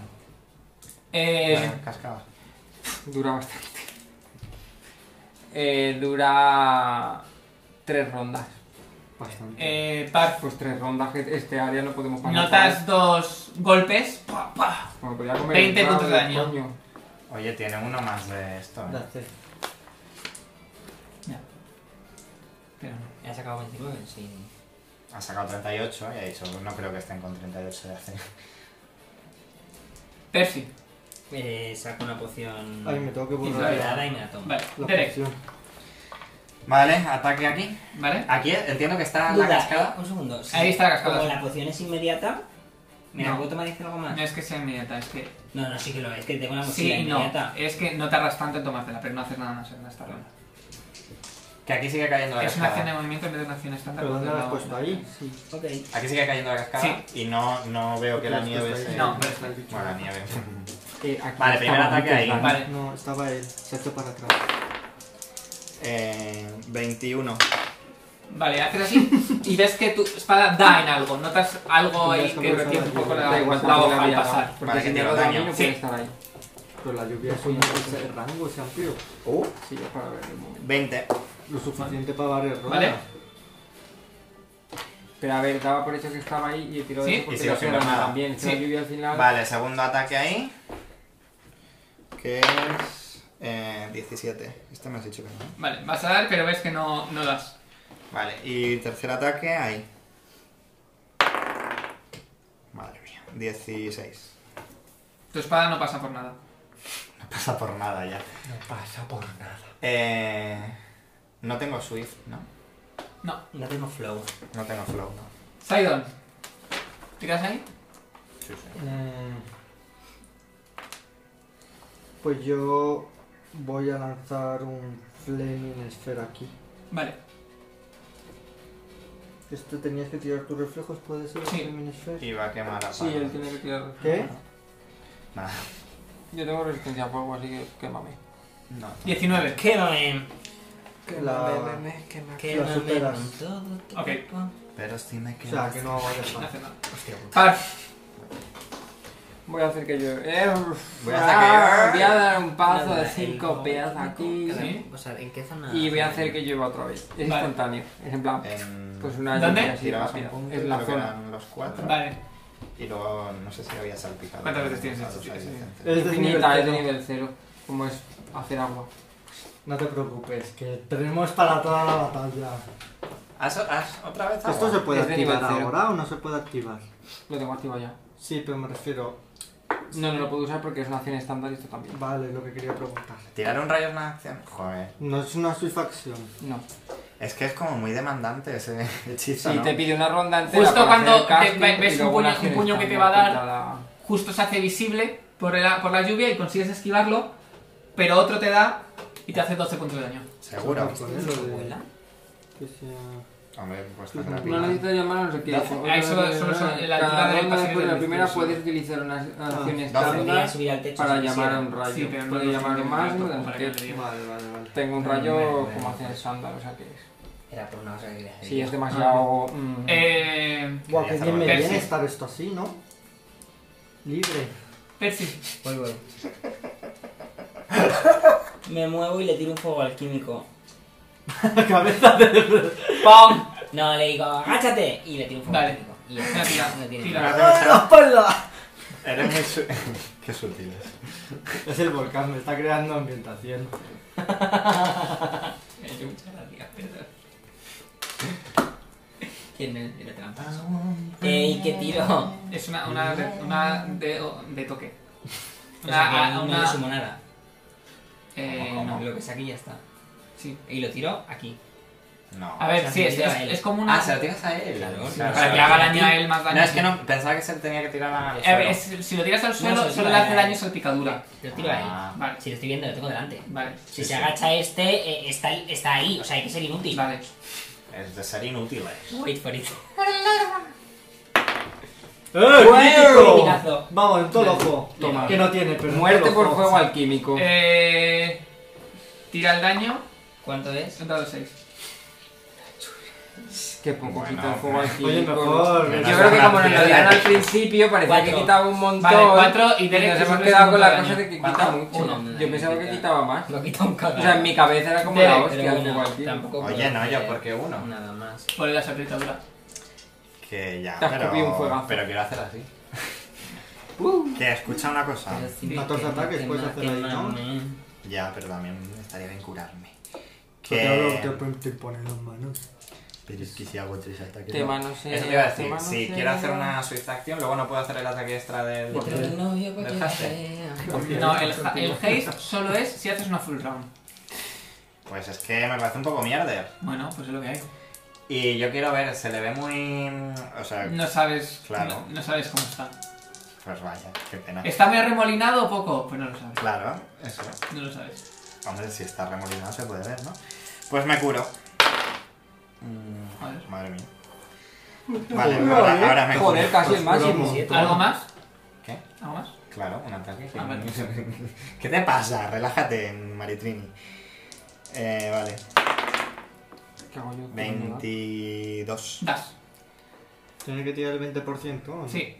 Eh,
La cascada.
Dura bastante. [LAUGHS] Eh, dura tres rondas.
Bastante.
eh, par,
Pues tres rondas, que este área no podemos pasar.
notas dos golpes, pa, pa.
Bueno, podría comer
20
un
puntos de
clavo,
daño.
coño.
Oye, tiene uno más de esto, ¿eh?
Date.
Ya. Pero no.
¿Has sacado 29? Sí.
Ha sacado 38 y ha dicho, no creo que estén con 38 de hacer.
Percy,
Eh, saco una poción
Ay, me tengo que borrar la,
dorada y me la tomo.
vale,
la
Derek,
poción.
Vale, ataque aquí.
¿vale?
Aquí entiendo que está
Duda,
la cascada.
eh, Un segundo.
Ahí está la cascada.
Como la poción es inmediata. Mira,
No.
¿puedo tomar este algo más?
No es que sea inmediata, es que
No, no, sí que lo es, que tengo una
sí
mochila
y no.
inmediata.
Es que no tardas tanto en tomártela, pero no haces nada más en esta ronda.
Que aquí sigue cayendo la
Es una acción de
cascada.
movimiento en vez de una acción estándar.
Ah, ¿Pero dónde la has
porque
puesto
no-
ahí?
Sí. Ok.
Aquí sigue cayendo la cascada y no, no veo que la
¿Tú has
nieve
puesto
se...
ahí?
No, pero
está el bicho.
Bueno, la nieve.
Eh, aquí
Vale,
estaba
primer ataque
antes,
ahí.
¿vale?
Vale,
No, estaba él. Se ha hecho para atrás.
[LAUGHS] Eh, 21.
vale, haces así y ves que tu espada da en algo. Notas algo
Ya
ahí
está
que
por
retiene
la
un poco la,
lluvia.
Da igual,
la
tampoco
hoja al
había-
pasar.
Porque
Vale,
si
que
me
tiro
hago daño
daño.
no
Sí.
puede estar ahí.
Pero la lluvia es un ese rango, ese amplio.
Oh.
Uh,
Sí, es para ver el momento.
20.
Lo suficiente para varias rondas.
¿Vale?
Pero a ver, daba por hecho que estaba ahí y he tirado
Sí.
eso porque
Y sigo
no se
sin
da
ver nada.
También, si
Sí.
la lluvia al final.
Vale, segundo ataque ahí. Que es... eh, 17. Este me has dicho que no.
Vale, vas a dar, pero ves que no, no das.
Vale, y tercer ataque ahí. Madre mía, 16.
Tu espada no pasa por nada.
No pasa por nada ya.
No pasa por nada.
Eh, no tengo Swift, ¿no?
No.
No tengo flow.
No tengo Flow, ¿no?
Sidon, ¿tiras ahí?
Sí, sí.
Mm. Pues yo voy a lanzar un Flaming Sphere aquí.
Vale,
Este tenías que tirar tus reflejos, ¿puede ser? el
Sí.
Flaming Sphere?
Y va a quemar a
Sí,
Pablo.
él tiene que tirar.
¿Qué?
Nada,
Yo tengo resistencia a fuego, así que quémame.
no.
19.
Quémame.
La-
Quémame
superas.
con todo tu
Ok.
cuerpo.
Pero si me
O
quema.
sea, que no hago
No
eso.
hace nada.
Hostia puta.
Par,
Voy a hacer que yo. Eh, uf.
Voy a
Ah,
sacar-
voy a dar un paso
Nada,
de
el
5
bombo,
peas aquí.
cada-
eh. Sí.
O sea, ¿en qué zona?
Y voy a hacer que llueva otra vez. Es
Vale.
instantáneo. Es en plan.
En...
Pues una
Ah. ¿Dónde?
lluvia así
Tirabas un
rápida.
punto,
Es la
creo que
zona.
eran los cuatro.
vale.
Y luego no sé si había salpicado.
¿Cuántas veces tienes
A
hecho?
los
Sí,
adolescentes.
Este
Es de nivel
Infinita, es de
cero.
nivel 0. Como es hacer agua.
No te preocupes, que tenemos para toda la batalla.
¿Has, has- ¿Otra vez?
¿Esto se
agua?
puede
Es de nivel
activar
cero.
ahora o no se puede activar?
Lo tengo activado ya.
Sí, pero me refiero...
No, no lo puedo usar porque es una acción estándar y esto también.
Vale, lo que quería preguntar.
¿Tirar un rayo es una acción? Joder.
No es una satisfacción.
No.
Es que es como muy demandante ese [LAUGHS] hechizo,
Si
¿no?
te pide una ronda entera.
Justo
para
cuando te-
hacer casting
ve- ves
y
un
luego una
puño- un
acción
puño que te va a
estándar
dar.
cada-
Justo se hace visible por la, por la lluvia y consigues esquivarlo, pero otro te da y te hace 12 puntos de daño.
Seguro.
Con
¿Esto
eso
es
de-
vuela?
que sea-
Hombre, pues está
No
No necesito llamar, no sé qué.
Doce. Ah, eso- eso- eso- la altura
Cada
del
ronda
pasillo
después de
del
la primera
discurso.
puedes utilizar una acción
doce.
Podría
estándar
subir al techo
para
si
llamar a
quisiera.
un rayo.
Sí, pero no
Puedo
lo
llamar
tiene
más,
tanto
no sé
para
qué.
que le dé.
Vale, vale, vale.
Tengo un
Vale,
rayo
vale.
como acción estándar, o sea que es.
Era por una cosa que quería hacer.
Sí, es demasiado. mm,
Ah, Eh.
Buah, que
Quería
bien me
hacerlo.
viene
Percy.
estar esto así, ¿no? [LAUGHS] Libre.
Percy.
Voy, voy. Me muevo y le tiro un fuego al químico.
Cabeza de...
¡Pam!
No, le digo, agáchate. Y le tiro un fuego
Vale.
al químico. Y
Venga, tira,
no tiene
tira.
nada.
¡La espalda!
Eres muy su- [LAUGHS] Qué sutiles.
Es el volcán, me está creando ambientación.
Me
Eh,
ha hecho muchas gracias, perdón. ¿Quién es? Era trampa. Eh, ¿Y qué tiro?
Es una, una, de,
Mm.
una de, de
[LAUGHS]
toque.
O sea, que
Una, ah,
no,
una,
le sumo nada.
eh,
Como
no.
Lo que saque y ya está.
Sí.
Y lo tiro aquí.
No.
A
O sea,
ver, sí,
se
es,
tira
es,
a él.
es como una.
Ah, se lo tiras a él.
Claro,
Sí,
claro.
se
para
lo
que haga
tiras a
daño a
ti.
él más daño.
No, es que no, pensaba que se tenía que tirar a.
A ver, es- si lo tiras al suelo,
se
solo le
tira
hace
a él.
daño salpicadura.
Lo tiro a
Ah.
él.
Vale,
Si lo estoy viendo, lo tengo delante.
vale,
Si
Sí,
se
sí.
agacha este, eh, está, está ahí. O sea, hay que ser inútil.
vale.
Es de ser inútiles.
Wait for it. [LAUGHS]
¡Eh,
crítico!
Vamos, en todo el ojo.
Toma.
Que no tiene, pero en todo
Muerte
el
por
ojo.
fuego alquímico.
Eh, tira el daño,
¿Cuánto es?
un dado 6.
Qué poco
Bueno,
quita el fuego alquímico.
Oye, mejor.
Yo
Yo creo que como nos lo dieron al
Cuatro.
principio, parecía que
Cuatro.
quitaba un montón.
Vale, cuatro y Derek,
nos
que
hemos
solo es
quedado
un
con la
daño.
cosa de que quita
Cuatro,
mucho.
uno.
Yo pensaba que quitaba más.
Lo quita un cagado.
O sea, en mi cabeza era como la
Derek,
hostia
Pero
el fuego
bueno,
alquímico.
tampoco
Oye,
puedo
no,
eh,
hacer
yo, ¿por qué uno?
Nada más.
Por la salpicadura.
Que ya,
Te has copiado un
pero.
fuegazo.
Pero quiero hacer así.
[LAUGHS] Uh.
Que escucha una cosa.
Pero sí,
14
que-
ataques,
que
puedes
ma-
hacer
que
ahí, ¿no?
mamen.
Ya, pero también estaría bien curarme.
Te hablo- Te,
Que.
te pones las manos.
Pero es que si hago tres ataques.
Te
no.
manosea,
Eso te iba a
te
decir. Si
manosea.
quiero hacer una Swift Action, luego no puedo hacer el ataque extra del.
Vete al novio para que la
Dejaste.
vea.
No, el, ja- el haste solo es si haces una full round.
Pues es que me parece un poco mierder.
Bueno, pues es lo que hay.
Y yo quiero ver, se le ve muy. O sea,
No sabes,
Claro.
no, no sabes cómo está.
pues vaya, qué pena.
¿Está muy arremolinado o poco? Pues no lo sabes.
Claro, eso.
No lo sabes.
Hombre, si está remolinado se puede ver, ¿no? Pues me curo.
Joder.
Mm, madre mía. Vale,
Joder,
ahora, ahora me
Joder,
curo.
casi el máximo.
¿Algo más?
¿Qué?
¿Algo más?
Claro, un ataque.
Ah, vale.
[LAUGHS] ¿Qué te pasa? Relájate, Maritrini. Eh, vale.
¿Qué hago yo?
22.
Das.
Tiene que tirar el 20%. ¿o no?
Sí.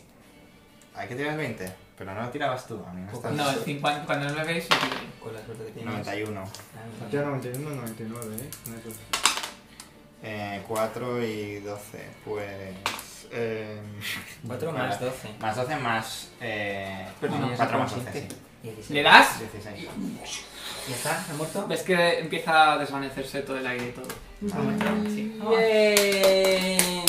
Hay que tirar el 20, pero no lo tirabas tú. A mí me estás...
No, el 50, cuando no lo veis, lo tiráis.
Con la suerte que tienes.
91.
Ah,
Tira 91, 99, ¿eh? No es-
Eh, 4 y 12. Pues. Eh... [LAUGHS]
4
Ah.
más 12.
Más 12 más. Eh...
Pero
no,
no,
4 más 11,
consciente.
sí.
16.
¿Le das?
16.
¿Ya está? ¿Ha muerto?
Ves que empieza a desvanecerse todo el aire y todo.
Vale.
Sí.
Bien.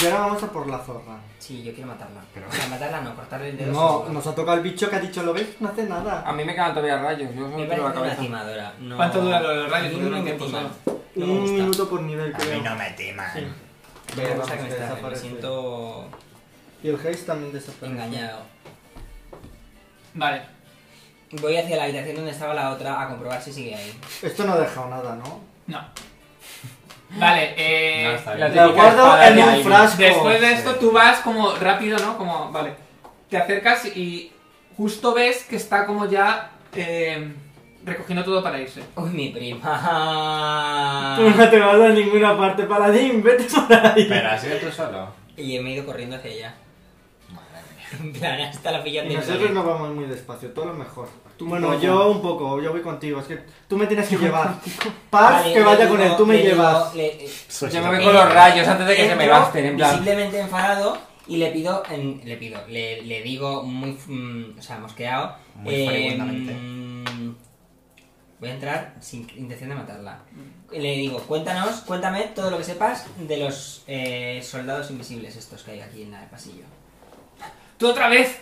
Y ahora vamos a por la zorra.
Sí, yo quiero matarla.
Pero-
O sea, matarla no, cortarle el dedo.
No,
seguro.
nos ha tocado el bicho que ha dicho, ¿lo ves? No hace
A
nada.
mí me quedan todavía rayos, yo
Me
solo tiro la
parece una
cabeza.
timadora. No...
¿Cuánto duran los rayos?
Ni
Porque duran
me
tiempo
timan.
solo.
No me
Un
gusta.
minuto por nivel,
A mí
creo.
no me timan.
Sí.
No me gusta que me
Vamos,
estás- Me
desaparece.
siento
Y el Haze también desaparece.
engañado.
Vale.
Voy hacia la habitación donde estaba la otra a comprobar si sigue ahí.
Esto no ha dejado nada, ¿no?
[LAUGHS]
No. Vale, eh.
No, está
La
bien.
La
típica
guardo
espada
en
de
un
aire.
frasco.
Después de esto tú vas como rápido, ¿no? Como, vale. Te acercas y justo ves que está como ya eh, recogiendo todo para irse.
Uy, mi prima.
Tú no te vas a ninguna parte, Paladín, vete por ahí.
Pero has sido tú solo.
Y me he ido corriendo hacia ella.
Madre mía.
En plan, hasta la pillan
Y
de
nosotros no vamos muy despacio, todo lo mejor. bueno, yo un poco, yo voy contigo, es que tú me tienes que llevar. Paz,
Vale,
que
le
vaya
digo-
con él, tú me
le digo-
llevas.
le-
Yo me voy con los rayos antes de que se me
Entro
gasten, en plan.
Visiblemente enfadado y le pido, en- le pido, le, le digo muy, mm, o sea, mosqueado.
Muy
eh,
furibundamente.
mm, voy a entrar sin intención de matarla. Y Le digo, cuéntanos, cuéntame todo lo que sepas de los eh, soldados invisibles estos que hay aquí en el pasillo.
¡Tú otra vez!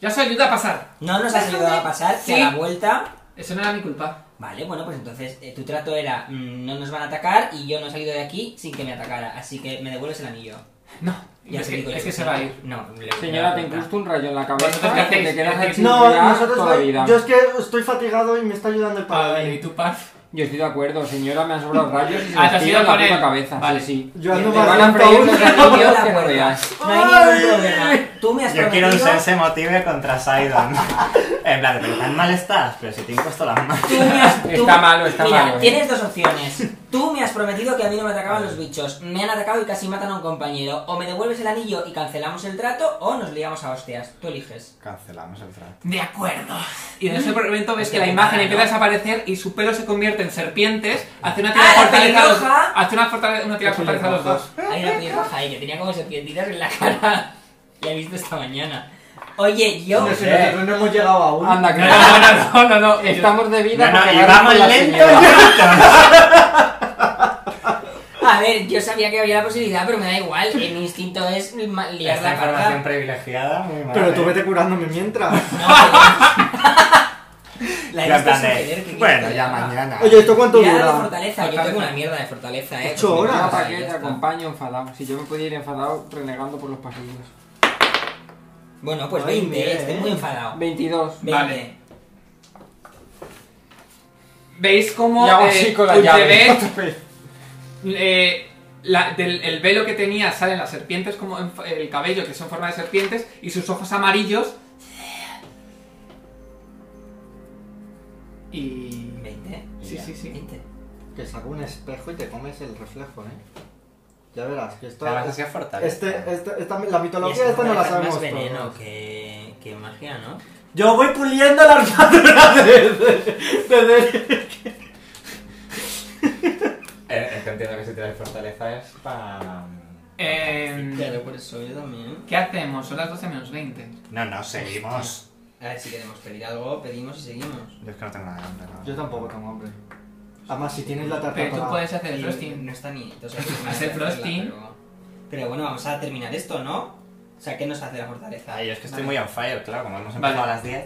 ¡Ya os ayuda a pasar!
No nos has ayudado a pasar,
Sí.
que a la vuelta
Eso no era mi culpa.
Vale, bueno, pues entonces eh, tu trato era mm, no nos van a atacar y yo no he salido de aquí sin que me atacara, así que me devuelves el anillo.
No.
Ya
es
te
que,
digo yo
es que
que
se
sí.
va a ir.
No, le-
Señora, te
le-
incrusto un rayo en la
¿Vosotros qué
cabeza que te
hacéis?
quedas
¿Qué
aquí
No, nosotros
toda la
voy-
vida.
Yo es que estoy fatigado y me está ayudando el
Vale, ¿y
Paladín.
tu paz?
Yo estoy de acuerdo, señora, me han sobrado rayos y se
Ah,
me
te has
tiran
ido con
la puta
él.
cabeza.
Vale.
Sí, sí.
Yo ando
Te van a
más
freír
lento
los
No
anillos que
la
no
puerta.
veas.
No hay ningún problema. Tú me has
Yo quiero un
prometido,
sense motive
[LAUGHS]
contra Sidon. en plan, pero tan mal estás, pero si te he impuesto las manos.
tú me has- tú-
Está malo, está
Mira,
malo, eh. [LAUGHS]
tienes dos opciones. Tú me has prometido que a mí no me atacaban los bichos. Me han atacado y casi matan a un compañero. O me devuelves el anillo y cancelamos el trato, o nos liamos a hostias. Tú eliges.
Cancelamos el trato.
De acuerdo. Y en ese momento ves que la imagen empieza a desaparecer y su pelo se convierte en serpientes. Hace una tirada
¡Ah, la
fortaleza a los-
pelirroja!
Hace una, fortale- una tirada
La
fortaleza a los
pelirroja.
dos.
Hay una pelirroja ahí que tenía como serpientitas en la cara. [LAUGHS] La he visto esta mañana. Oye, yo.
No sé, nosotros no hemos llegado aún.
Anda, que
No, no, no, no, no.
estamos de vida.
No, no,
porque
y
vamos
vamos
con la
lentos.
[LAUGHS]
[LAUGHS]
señora.
A ver, yo sabía que había la posibilidad, pero me da igual. Eh, Mi instinto es ma- liar
Esta
la
información
parda.
privilegiada, muy mal.
Pero tú
¿eh?
vete curándome mientras.
No, pero- La he visto
este
Ya en plan
sin
de,
querer, que
Bueno,
quiero
ya
que-
mañana.
[LAUGHS] Oye, ¿esto cuánto
Tirada de
dura?
fortaleza, yo
Fortaleza.
tengo una mierda de fortaleza, eh.
Ocho
Pues
horas.
mira,
Ah,
Ah,
¿Para
ya
qué te
está.
acompaño enfadado? Si yo me pudiera ir enfadado renegando por los pasillos.
Bueno, pues
Ay,
20,
mira,
eh, estoy
eh.
muy enfadado.
22.
20.
Vale. Veis cómo
Y hago así con la
Ultrebet,
llave.
eh, la- del- el velo que tenía salen las serpientes como en- el cabello que son forma de serpientes y sus ojos amarillos y
20.
Sí, sí, sí.
20.
Que saco un espejo y te comes el reflejo, ¿eh? Ya verás, que esto...
Además, así es fortaleza.
Este, este, esta, la
Y
mitología
es
esta no la sabemos
más veneno
todos.
que, que magia, ¿no?
Yo voy puliendo las naturales desde...
Eh, es que entiendo que si tienes fortaleza es mm, para.
eh,
por eso yo también.
¿qué hacemos? son las 12 menos 20
No, no, seguimos.
A ver, si queremos pedir algo, pedimos y seguimos.
Yo es que no tengo nada de hambre, ¿no?
Yo tampoco tengo hambre. Además, si tienes la tarta
pero tú
para-
puedes hacer el
Y
frosting
No está ni...
[LAUGHS]
Entonces,
Hacer
hacerla,
frosting.
Pero... pero bueno, vamos a terminar esto, ¿no? O sea, ¿qué nos hace la fortaleza?
Ay, es que estoy
Vale.
muy on fire, claro, como hemos
Vale.
empezado a las 10.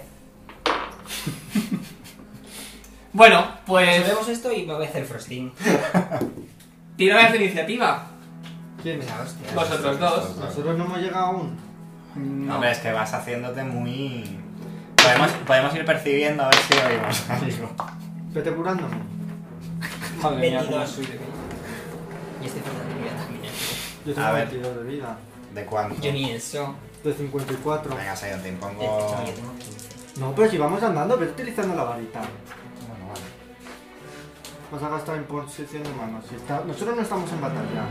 bueno pues
Resolvemos esto y me voy a hacer
[LAUGHS]
frosting.
tiradas de iniciativa
¿Quién es?
La hostia.
vosotros dos
Nosotros no hemos llegado aún.
No.
No, hombre, es que vas haciéndote muy. Podemos, podemos ir percibiendo a ver si oímos [LAUGHS] algo.
Vete curándome.
Madre mía, cómo
22.
soy de-
Y este fortaleza también.
Yo
A
tengo
ver.
22 de vida.
¿De cuánto?
Yo ni Este, eso.
De 54.
Venga, Sayon, te
He dicho
impongo.
que tengo 15.
No, pero si vamos andando, vete utilizando la varita.
Bueno, vale.
Vas a gastar en posición de manos. Si está- Nosotros no estamos en batalla.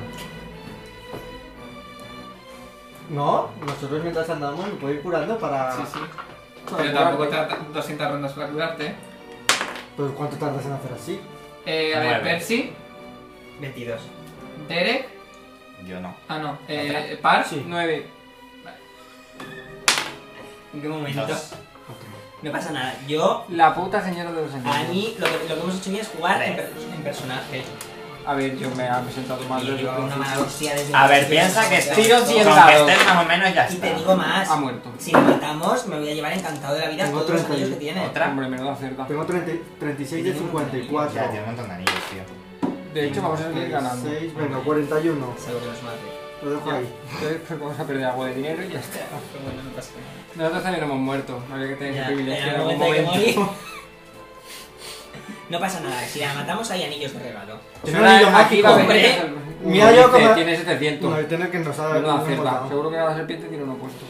No, nosotros mientras andamos me puedo ir curando para...
sí sí
Ah.
Para
pero tampoco te
curarte.
da 200 rondas para curarte
Pero Pues, ¿cuánto tardas en hacer así?
eh, a ver
Nueve.
Percy
22.
Derek
Yo no.
ah no eh, Par
Sí.
9.
¿En qué momento?
Dos.
No pasa nada. Yo,
La puta señora de los
a
anillos.
mí, lo que, lo que hemos hecho ya es jugar en, per- en personaje.
A ver, yo me he presentado mal
Y
desde
yo
el
una mala
principio.
hostia desde
A
el
ver,
principio
piensa
de
que
esta
estés,
Tiros
cosa.
y
con que
endados.
estés más o menos ya
Y
está.
te digo más.
Ha muerto.
Si lo matamos, me voy a llevar encantado de la vida
Tengo
todos los
30 y-
anillos que tiene.
otra.
Hombre, menuda cerda.
Tengo 30 36 de 54.
Ya, tiene un montón de anillos, tío.
De hecho, vamos a seguir ganando.
36, bueno, 41.
Seguro que nos mate.
Lo dejo ahí.
Entonces, pues, vamos a perder algo de dinero y ya está.
Pero bueno, no pasa nada.
Nosotros también hemos muerto. No había que tener
Ya,
ese
en
privilegio en
algún
algún
momento hay que
momento.
morir. [LAUGHS] No pasa nada. Si la matamos, hay anillos de regalo.
Tiene un anillo mágico.
va a venir.
Hombre.
Mira
Mira
yo
yo como-
Tiene
No,
700.
tiene que nos ha
Menuda
nos hemos
cerda.
dado.
Seguro que cada serpiente tiene uno puesto.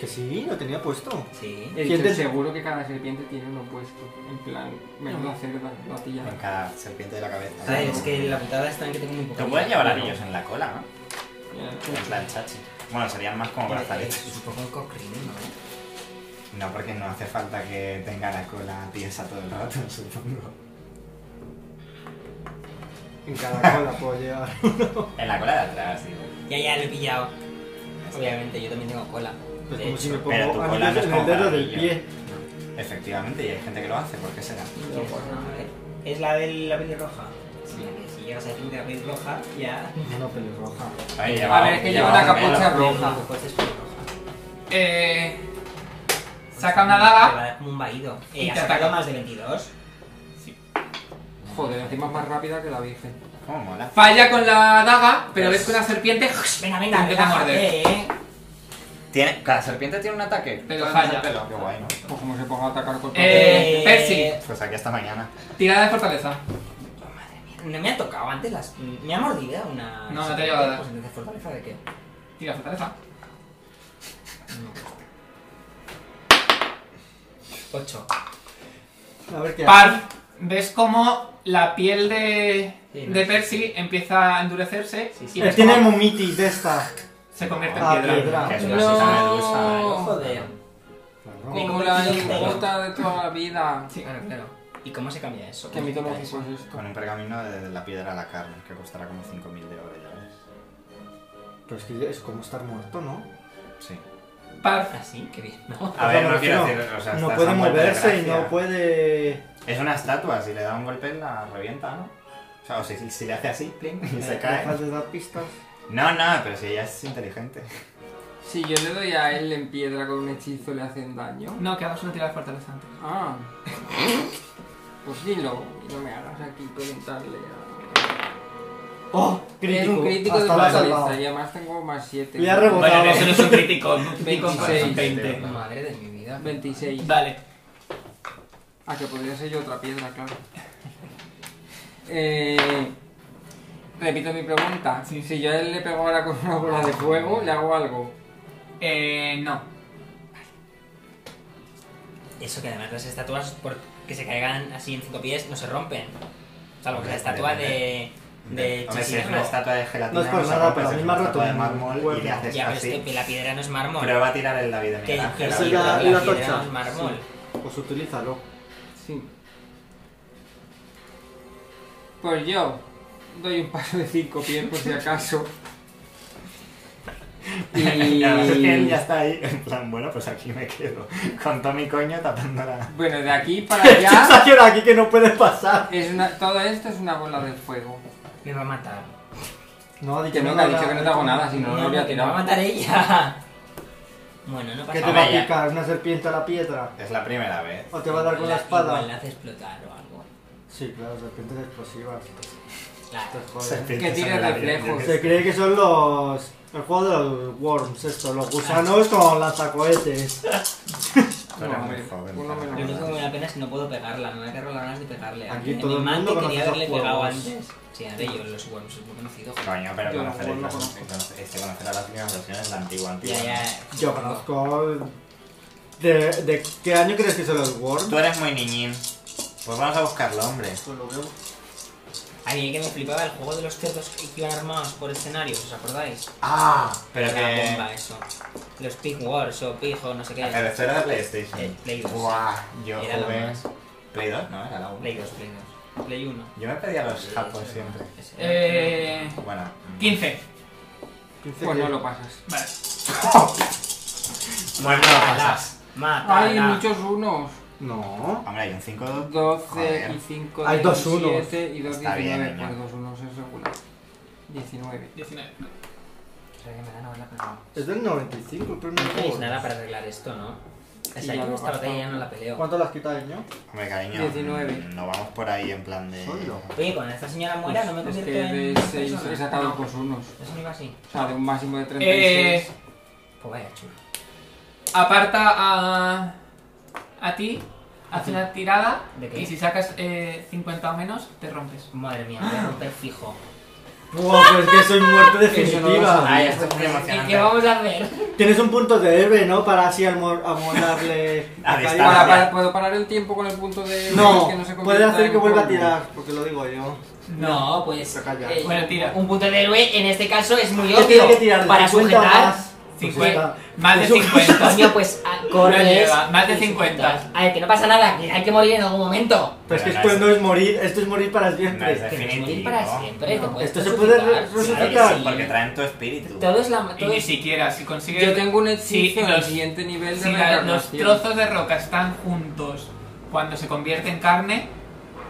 Que sí, lo tenía puesto.
Sí.
He
¿Quién
dicho,
te-
seguro que cada serpiente tiene uno puesto. En plan, menuda cerda, batilla.
Con cada serpiente de la cabeza.
Ay, Ah, es que la putada está en que tengo muy poco.
Te puedes llevar anillos en la cola, ¿no? En plan chachi. Bueno, serían más como brazaletes.
Es un poco un cocrino, ¿no?
No, porque no hace falta que tenga la cola tiesa todo el rato, [LAUGHS] supongo.
En cada cola puedo llevar.
En la cola de atrás, digo.
Ya, ya, lo he pillado. Obviamente, yo también tengo cola.
Es
De
Pues como si
hecho.
me
pero tu
pongo
cola no es
anillos en
como
el dedo
para
del
anillo.
pie.
Efectivamente, y hay gente que lo hace, ¿por qué será?
¿Quién es? No, a ver. ¿Es la de la pelirroja?
Sí.
Que Si llegas a decirme que la pelirroja, ya.
Una pelirroja.
Ahí
A ver, que lleva una
un velo.
capucha roja.
Roja, pues es pelirroja.
eh, saca una daga
Te va a dar como un vaído.
Y
Eh, ¿Has
te
sacado
ataca.
más de 22?
Joder, encima es más rápida que la Virgen.
¿Cómo mola?
Falla con la daga, pero ves que una serpiente
Venga, venga,
intenta morder.
relájate, eh.
¿Tiene... ¿Cada serpiente tiene un ataque?
Pero
Puedes
falla.
metértelo. Qué guay, ¿no?
Pues como se ponga a atacar con
Eh, Percy.
Pues aquí hasta mañana.
Tirada de fortaleza.
No me ha tocado antes las. Me ha mordido una.
No, no te ha llegado a dar.
Pues entonces, fortaleza de qué?
Tira fortaleza.
8.
A ver qué
Par, ves cómo la piel de,
Sí, no
de
sé.
Percy empieza a endurecerse
Sí, sí.
y
Eh,
es
Tiene
como-
mumitis de esta.
se convierte en
Ah,
piedra.
piedra.
Que es una
No.
sisa medusa. ¿eh?
Joder.
Como la ingota de toda la vida.
Sí.
Claro, claro. ¿Y cómo se cambia eso?
Qué mitológico es esto.
Con un pergamino de la piedra a la carne, que costará como 5.000 de oro, ya ves.
Pero es que es como estar muerto, ¿no?
Sí.
Parf,
Así, ¿eh? ¿Ah, qué bien, ¿no?
A
O sea,
ver,
me
no quiero
refiero,
decir, o sea,
Pues No
está-
puede
está muerta de
moverse y no
gracia.
puede.
Es una estatua, si le da un golpe la revienta, ¿no? O sea, o si, si le hace así, pling, y se cae.
eh, Dejas de dar pistas.
No, no, pero si ella es inteligente.
Si yo le doy a él en piedra con un hechizo, le hacen daño.
no, que hagas una tirada de fortaleza antes.
Ah. [LAUGHS] Pues dilo, y no me hagas aquí preguntarle a...
¡Oh!
Es un
Crítico.
crítico
Hasta
de
la he
fortaleza
salvado.
y además tengo más 7.
Le ha rebotado.
Bueno, eso no es un crítico,
[LAUGHS]
un crítico son
26.
20.
Madre de mi vida.
26.
Vale,
Ah, que podría ser yo otra piedra,
[LAUGHS]
claro. Eh, repito mi pregunta.
Sí.
Si yo a él le pego ahora con una bola de fuego, le hago algo.
eh, no.
Eso que además las estatuas por que se caigan así en cinco pies no se rompen. Salvo que la estatua de. de
Hombre, si es
Chichinabo.
una estatua de gelatina,
No es por
se
nada,
rompe,
pero a
si
mí
es
me ha
una
roto
estatua de
un
mármol y le
huevo.
haces
Ya, pero es
así.
que la piedra no es mármol.
Prueba a tirar el David de
que
Miguel Ángel.
que
Eso
sí,
ya-
la,
la
piedra
tocha.
no es mármol.
Pues utilízalo.
Sí. Pues yo doy un paso de 5 pies por si acaso. Y...
Y además es que él [LAUGHS] ya está ahí, [LAUGHS] en plan, bueno, pues aquí me quedo. Con todo mi coño tapando la...
Bueno, de aquí para
Ya
allá
saqué de aquí que no puede pasar.
es una... todo esto es una bola de fuego.
Me va a matar.
No, ha dicho
Que no, que ha dicho que no te hago nada, si no, no lo habría
que me va a
tirado.
matar ella. [LAUGHS] Bueno, no pasa
¿Qué te
nada.
va a
Hombre, ya.
picar? ¿Una serpiente a la piedra?
Es la primera vez.
¿O te va a dar con la
Igual- Igual
espada?
la hace explotar o algo.
Sí, claro, serpientes explosivas. Te
Claro.
joden.
Serpientes
Que tire
sobre la
reflejos.
vida, yo qué
Se
sé.
cree que son los. El juego de los worms, esto, los gusanos con lanzacohetes.
Tú eres muy
No,
joven.
uno me lo
para
Lo único que
nada.
me da pena es que no puedo pegarla, no me agarro las ganas de pegarle.
Aquí
En
todo el
Mante
mundo
quería
conoce
haberle
esos
pegado
juegos.
antes. Sí, a ver, yo los worms es muy conocido. joder.
Coño, pero
Yo no,
conoceréis
no
las-
conozco.
conoce- este conocerá las primeras versiones, la antigua, antigua.
Ya, ya.
Yo conozco. el- ¿De, de qué año crees que son los worms?
Tú eres muy niñín. Pues vamos a buscarlo, hombre.
Pues lo veo.
A mí que me flipaba el juego de los cerdos que iban armados por escenarios, ¿os acordáis?
Ah, pero
Era una
que...
bomba eso. Los Pig Wars o Pig o no sé qué.
El esto era de PlayStation.
Eh, Play dos.
Buah, yo
Era la
jugué...
más.
Play 2, ¿no? Era la 1.
Play 2, Play 2. Play 1.
Yo me pedía los japos siempre.
Ese era el
Eh,
Bueno.
15.
Pues no lo pasas.
Vale.
Bueno, pasas.
primero. Mata.
Ah,
Hay muchos unos.
No.
Hombre, hay un 5...
12
Joder.
y 5
Hay dos unos.
17 y 2
Está bien,
19.
niña.
Pues 2 unos es regular. 19.
19. vale.
Creo que me dan ahora, pero no.
Es del 95 el primer
No tenéis
juego.
nada para arreglar esto, ¿no? O sea,
ya
yo
lo
esta batalla ya no la peleo.
¿Cuánto las quita el niño?
Hombre, cariño.
19.
No vamos por ahí en plan de...
Solo.
Oye, cuando esta señora muera no me
Pues Es que
convierto en...
de 6
persona.
he sacado
No,
dos unos.
Eso no iba así.
O sea, de un máximo de 36.
Eh,
Pues vaya chulo.
aparta a, a ti, haz una tirada
¿De qué?
y si sacas eh, 50 o menos, te rompes.
Madre mía, voy a romper fijo.
Buah, pues que soy [LAUGHS] muerte
Eso no lo
definitiva.
sabía.
Ay, esto es muy
¿Y
emocionante.
qué vamos a hacer?
Tienes un punto de héroe, ¿no? Para así amor- amoldarle.
A
la
distancia.
caída.
Para, para- ¿Puedo parar el tiempo con el punto de.
Ah, No,
que se
puede
convierta
hacer que
en
vuelva a
polvo?
tirar, porque lo digo yo.
No, pues.
Pero calla.
eh,
Bueno, tira.
Un punto de héroe en este caso es muy
¿Qué tiene
obvio.
que tirar?
para
50
sujetar.
más. Pues
50,
está.
más de [LAUGHS]
Eso- [LAUGHS]
50.
Coño, pues a- corres.
Lo lleva, más de
y
50.
sujetas. A ver, que no pasa nada, que hay que morir en algún momento.
Pero pues es que
Pero
esto
no es-
no es morir, esto es morir para
No es
siempre.
Que no es morir
definitivo.
para siempre.
No,
te puedes
esto se puede
resucitar.
resucitar.
Claro que sí.
Porque traen tu espíritu.
Todo es la.
Y
todo
ni
es-
siquiera, si consigues...
Yo tengo un
si
hechizo en el
los,
siguiente nivel de
si la- los
reencarnación.
trozos de roca están juntos cuando se convierte en carne,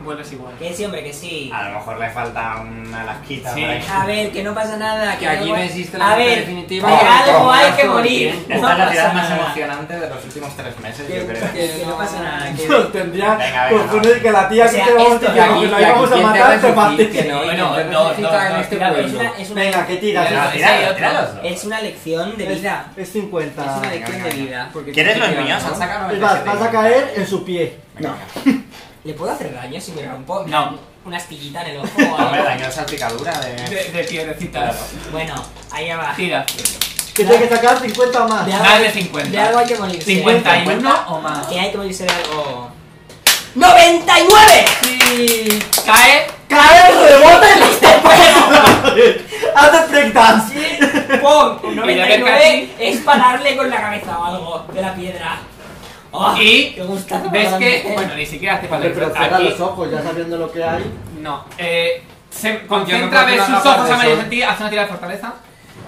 vuelves igual.
Que sí, hombre, que sí.
A lo mejor le falta una lasquita
Sí.
por ahí.
A ver, que no pasa nada.
Que
da
aquí
igual.
no existe
A
la muerte
ver,
definitiva.
Que algo
Coñazo,
hay que
¿eh?
morir. No
[LAUGHS] Esta es la
pasa
tirada más
nada.
emocionante de los últimos tres meses, yo creo.
que
Que no
no-
pasa nada. que-
[LAUGHS] Lo tendría
Venga, venga,
cojones
no.
de que la tía
O
que
sea,
te vamos
esto-
diciendo que
aquí-
la
aquí
íbamos a
quien te
matar, te
resucite,
maté.
¿no?
Bueno,
Quien te
no,
resucita
no,
en
no,
este
mira,
Claro, es
pueblo.
una, es una-
Venga, que
Tira,
No,
tiras.
tira.
tíralos, tíralos.
es una lección de vida.
Es
Es
50.
una lección de
venga.
vida. porque
¿Quieres
tú
los
tiras,
míos?
¿no?
Han sacado
Es
este.
más, vas a caer en su pie.
No.
¿Le puedo hacer daño si me rompo?
No.
Una astillita en el ojo o
Hombre,
algo.
dañó esa picadura de...
De, de piedrecitas.
Bueno, ahí va.
Gira.
Que tiene que sacar 50 más.
Ya.
Más de
De
50.
algo hay que morirse.
51 o más.
Que hay que morirse de algo. ¡99!
Sí. Cae.
¡Cae, rebota en las
Este,
[LAUGHS] ¡Hace breakdance!
¡Pum! Un
Mira que
99 es pararle con la cabeza o algo de la piedra. ¡Oh!
Y
¡Qué
Ah.
gustazo!
ves
me
que.
dan!
Bueno, ni siquiera hace falta.
Pero cierra
Aquí.
los ojos, ya sabiendo lo que hay.
No. Eh, se
Yo no
concentra,
puedo
ves
hacer
sus
nada más
ojos
de
a medio
eso.
de ti, hace una tira de fortaleza.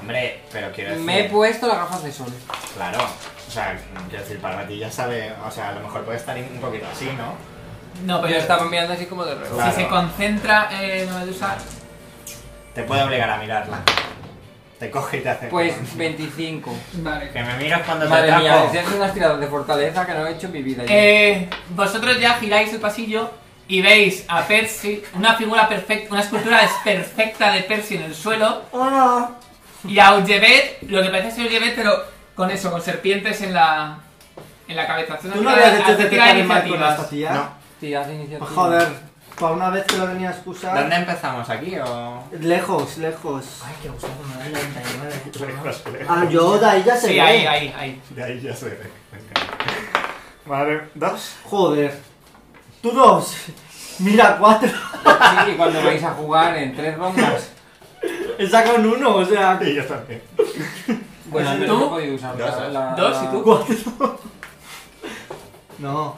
Hombre, pero quiero decir.
Me he puesto las gafas de sol.
Claro. O sea, quiero decir, para ti ya sabe. O sea, a lo mejor puede estar un poquito así, ¿no?
No, pero
Yo estaba mirando así como de reo.
Claro.
Si se concentra eh, la medusa,
Te puede obligar a mirarla. Te coge y te hace.
Pues 25.
Vale.
Que me miras cuando te
Madre mía,
atrapo.
decías unas tiradas de fortaleza que no he hecho en mi vida.
Eh, vosotros ya giráis el pasillo y veis a Percy, una figura perfecta, una escultura es- perfecta de Percy en el suelo,
Ah, ¡Hola!
y a Ullevet, lo que parece ser Ullevet, pero con eso, con serpientes en la, en la cabeza. Hace una
¿Tú no
tirada-
habías hecho
hace
este
tirada de
animal con
iniciativas.
esta tía?
No.
Tiras de iniciativa.
Pues, Joder, para una vez que lo venía a excusar.
¿Dónde empezamos? ¿Aquí o.?
Lejos, lejos.
¡Ay, qué gustazo! Me dan 99.
[LAUGHS] Lejos, lejos.
Ah, yo de ahí ya se
Sí,
ve.
ahí, ahí, ahí.
De ahí ya se ve. Vale, dos.
Joder. Tú dos. Mira, cuatro.
Sí, y cuando vais a jugar en tres rondas.
[LAUGHS] He sacado un uno, o sea.
Y yo también.
Bueno,
¿Pues ¿Tú?
no he podido usar
Dos,
la- la-
Dos, ¿y tú?
Cuatro. No.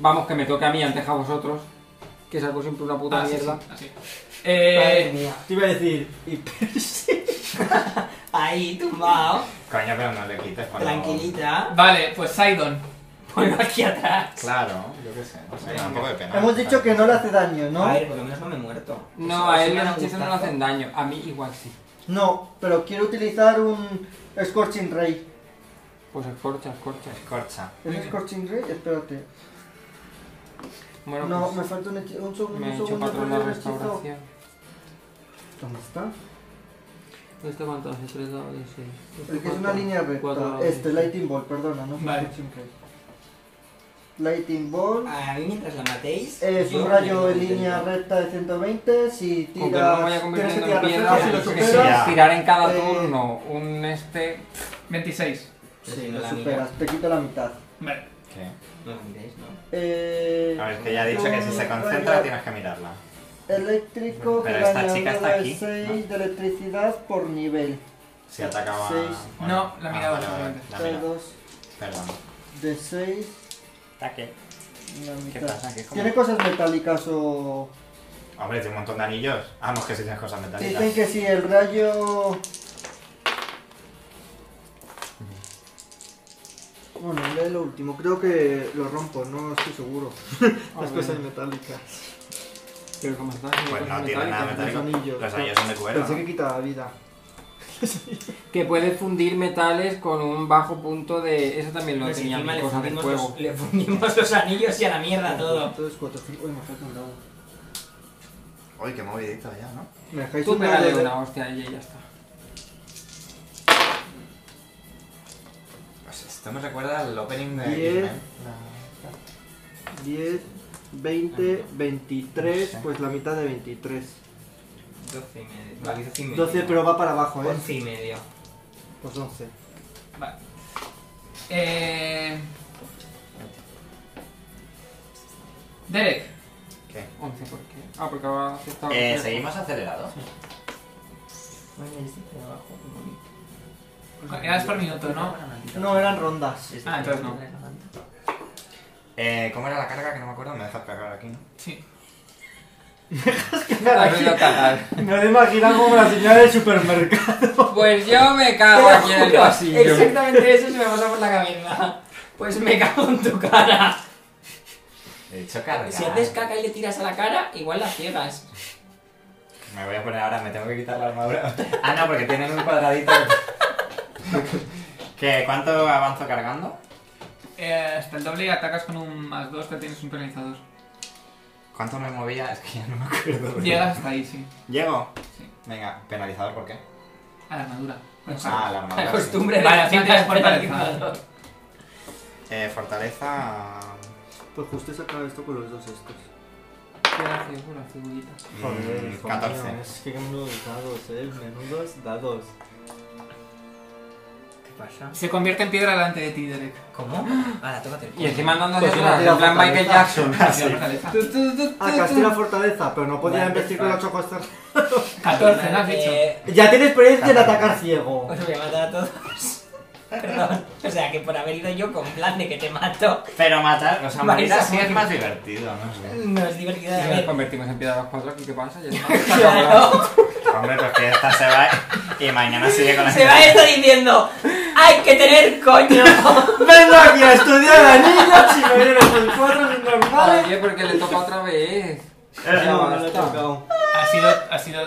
Vamos, que me toca a mí antes que a vosotros. Que saco siempre una puta
Ah, sí, sí,
mierda.
así.
Madre
Eh,
mía. Te iba a decir. Y Percy.
Ahí, tumbado,
Coño, pero no le quites. cuando-
tranquilita.
vale, pues Sidon.
Ponlo aquí atrás.
Claro, yo qué sé. No sé, me da un poco de pena.
Ah, Hemos dicho que no le hace daño,
A
¿no?
ver, por lo menos no me he muerto.
No, a él
me
los
han
hechizos no le hacen daño. A mí igual sí.
No, pero quiero utilizar un Scorching Ray.
Pues escorcha, escorcha.
Corcha.
¿Es Scorching Ray? Espérate.
Bueno,
no, me
pues,
falta un hechizo. Un segundo,
me,
un
he hecho
segundo.
patrón
para
de
el hechizo.
restauración.
¿Dónde está?
¿Esto cuánto hace? 3 dados de 6.
El que es una línea
Cuatro
recta.
dados
Este,
de seis.
Lighting Ball, perdona, no fue
Vale.
Scorching Ray. Lighting Ball.
A mí mientras la matéis.
Es
yo
un
me
rayo Eh, en
quedo
línea
contento.
recta de 120. Si
Con que no me vaya
tiras. Tienes que
convirtiendo en
tirar
piedra,
reflejos
si
y lo
porque
sí,
si
superas.
ya.
tirar en cada
eh,
turno un este.
26.
Sí,
No
lo
la
superas, te quito la mitad.
Vale.
¿Qué?
No la miréis, ¿no?
Eh,
A ver, que ya he dicho que si se concentra tienes que mirarla.
Eléctrico
Pero
que
esta
gana
chica está
uno de
aquí,
6
¿no?
de electricidad por nivel.
Si atacaba.
Seis.
No, la mirada solamente.
la
Trae
mira.
dos
Perdón.
de 6.
Ataque.
La mitad.
pasa? ¿Qué es como-
¿Tiene cosas metálicas o.?
Hombre, tiene un montón de anillos. Vamos, que si tienes cosas metálicas.
Dicen que si el rayo. Bueno, ya es lo último. Creo que lo rompo, no estoy seguro. [LAUGHS] Las cosas metálicas.
Pero como está, tiene
Pues
cosas
no tiene nada
metálicas.
metálico.
los anillos.
Los anillos son de cuero.
Pensé
¿no?
que quitaba vida.
Que puede fundir metales con un bajo punto de. Eso también lo
Pues
tenía
encima
mi
le
cosa de
fundimos,
juego.
los, le fundimos los anillos y a la mierda todo.
Entonces, 4, 5. Uy, me falta un dado.
Uy, qué movidito ya, ¿no?
Me dejáis
Tú
un dado.
pégale
de-
una hostia a ella y ya está.
Pues esto me recuerda al opening de.
Diez.
X-Men. La-
10, 20, 23, pues la mitad de 23.
12 y medio. Vale, 12 y medio.
12, pero va para abajo, ¿eh?
11 y medio.
Pues 11.
Vale. Eh... Derek.
11, ¿por qué? Ah, porque ahora ha aceptado.
Eh, ¿Seguimos acelerados?
este
Eras por minuto, ¿no?
No, eran rondas.
Este,
Ah, entonces no.
Eh, ¿Cómo era la carga? Que no me acuerdo. Me dejas pegar aquí, ¿no?
Sí.
Ha
[LAUGHS]
sido cagar.
Me lo he imaginado como la señora del supermercado.
Pues yo me cago aquí en el pasillo.
Exactamente eso se me pasa por la cabeza. Pues me cago en tu cara.
He dicho carga.
Si haces caca y le tiras a la cara, igual la ciegas.
Me voy a poner ahora, me tengo que quitar la armadura. [LAUGHS] Ah, no, porque tienen un cuadradito. [LAUGHS] ¿Qué? ¿Cuánto avanzo cargando?
Eh, hasta el doble y atacas con un más 2, pero tienes un penalizador.
¿Cuánto me movía? Es que ya no me acuerdo.
Llegas hasta ahí, sí.
¿Llego?
Sí.
Venga, penalizador, ¿por qué?
A la armadura.
Ah, la armadura.
La
sí.
costumbre de
Pues Vale,
las
así te
cacas
das cuenta
por
de
el
nada.
quemador.
Eh, fortaleza.
Pues justo he sacado esto con los dos estos.
Gracias, una figurita.
mm,
Joder, hijo
14.
mío, Es que menudos dados, eh. Menudos dados.
Qué pasa?
Se convierte en piedra delante de ti, Derek.
¿Cómo? Ah, Ahora, tócate el
Y
culo.
encima andando hacia
Pues
atrás,
tira
en plan
fortaleza.
Michael
[LAUGHS]
Jackson.
Ah,
Tira fortaleza.
Ah, Tu, tu, tu, tu,
Ah, que has tirado
tu.
fortaleza, pero no podía
Vale,
investir con
vale.
8 costas.
14, ¿no has dicho?
Eh,
Ya tiene experiencia en atacar ciego.
Os voy a matar a todos. Perdón. O sea, que por haber ido yo con plan de que te mato,
Pero matar, o sea, morir
Matar
así es
muy-
más divertido, no sé.
no es divertido de
Y nos
ver.
convertimos en piedra los cuatro aquí, ¿qué pasa? Ya está. Se acabó.
[LAUGHS] Claro.
Hombre, pues que esta se va y mañana sigue con la
Se va esto diciendo, hay que tener [LAUGHS] coño.
[LAUGHS] Vengo aquí a estudiar a niños y me vienen con cuatro sin normales.
Oye, porque le toca otra vez. Ah, Ya
No, no le he
basta.
tocado.
Ha sido, ha sido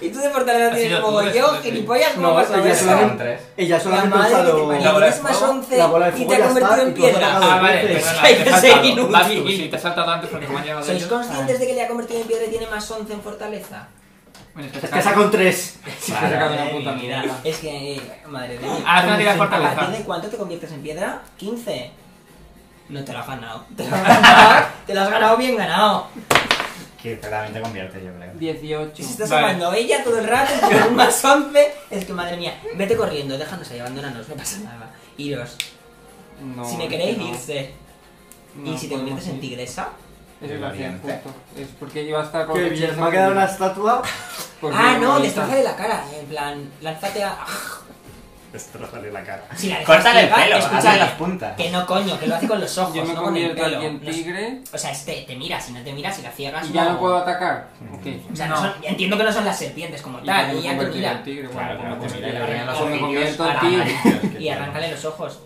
Y tú de fortaleza
Ha
tienes
sido
como
tú,
yo,
eso,
gilipollas,
No,
¿cómo vas a
ella
ver
se
eso?
la
Son
La
han-
tres.
Ella solamente ha
madre que te
usado.
parió,
La bola de
tienes más
fuego,
11
la bola de
y
fuego
te
ya
has convertido
está,
en
y tú has
piedra.
atacado.
Ah, vale,
Entonces,
[LAUGHS]
perdona,
hay
te
que
he
ser
saltado.
inútil.
Vas tú, sí, te he saltado antes porque como han llegado
¿Sois
ellos.
conscientes de que le ha convertido en piedra y tiene más 11 en fortaleza?
Bueno,
Es que saca un 3.
Sí,
Vale,
se acabó la
Madre
puta
de mi vida.
mierda.
Es que, eh, madre de mí.
Ah, es una tirada de
¿A
fortaleza.
partir de cuánto te conviertes en piedra? 15. No te lo has ganado. [LAUGHS] Te lo has ganado, te lo has ganado bien ganado.
Que también te convierte, yo creo.
18.
Si se está
Vale.
sumando ella todo el rato, con un más 11, es que madre mía, vete corriendo, déjanos ahí, abandónanos, no pasa nada. Iros.
No,
si me queréis,
no.
irse.
No,
y si te conviertes en
podemos ir.
tigresa.
Eso es lo que hacía,
Valiente.
justo. Es porque iba a estar con
Qué
los
bien,
hechizos
me ha quedado
y-
una estatua.
pues
ah,
bien,
no,
ahí
destroza
está.
de la cara. En plan, lánzate a.
Esto no sale la cara.
Si la dejas
Córtale el
ciega,
pelo,
escúchame,
hazle las puntas.
Que no, coño, que lo hace con los ojos,
[LAUGHS] Yo me
no con el
convierto
pelo.
aquí en
No es-
tigre
O sea, este, te miras, si no te miras, si la ciegas.
y ya no puedo atacar. Ok.
O sea, no
No.
son- entiendo que no son las serpientes como
Y
tal,
me
y ya te
convertiré
mira.
en tigre, bueno,
Claro, claro,
pues
te
me
mira y le
convertiré en
arranca los
tigre. Me
ojillos
convierto
a
en
la
tigre. [LAUGHS]
madre.
Y arráncale los ojos.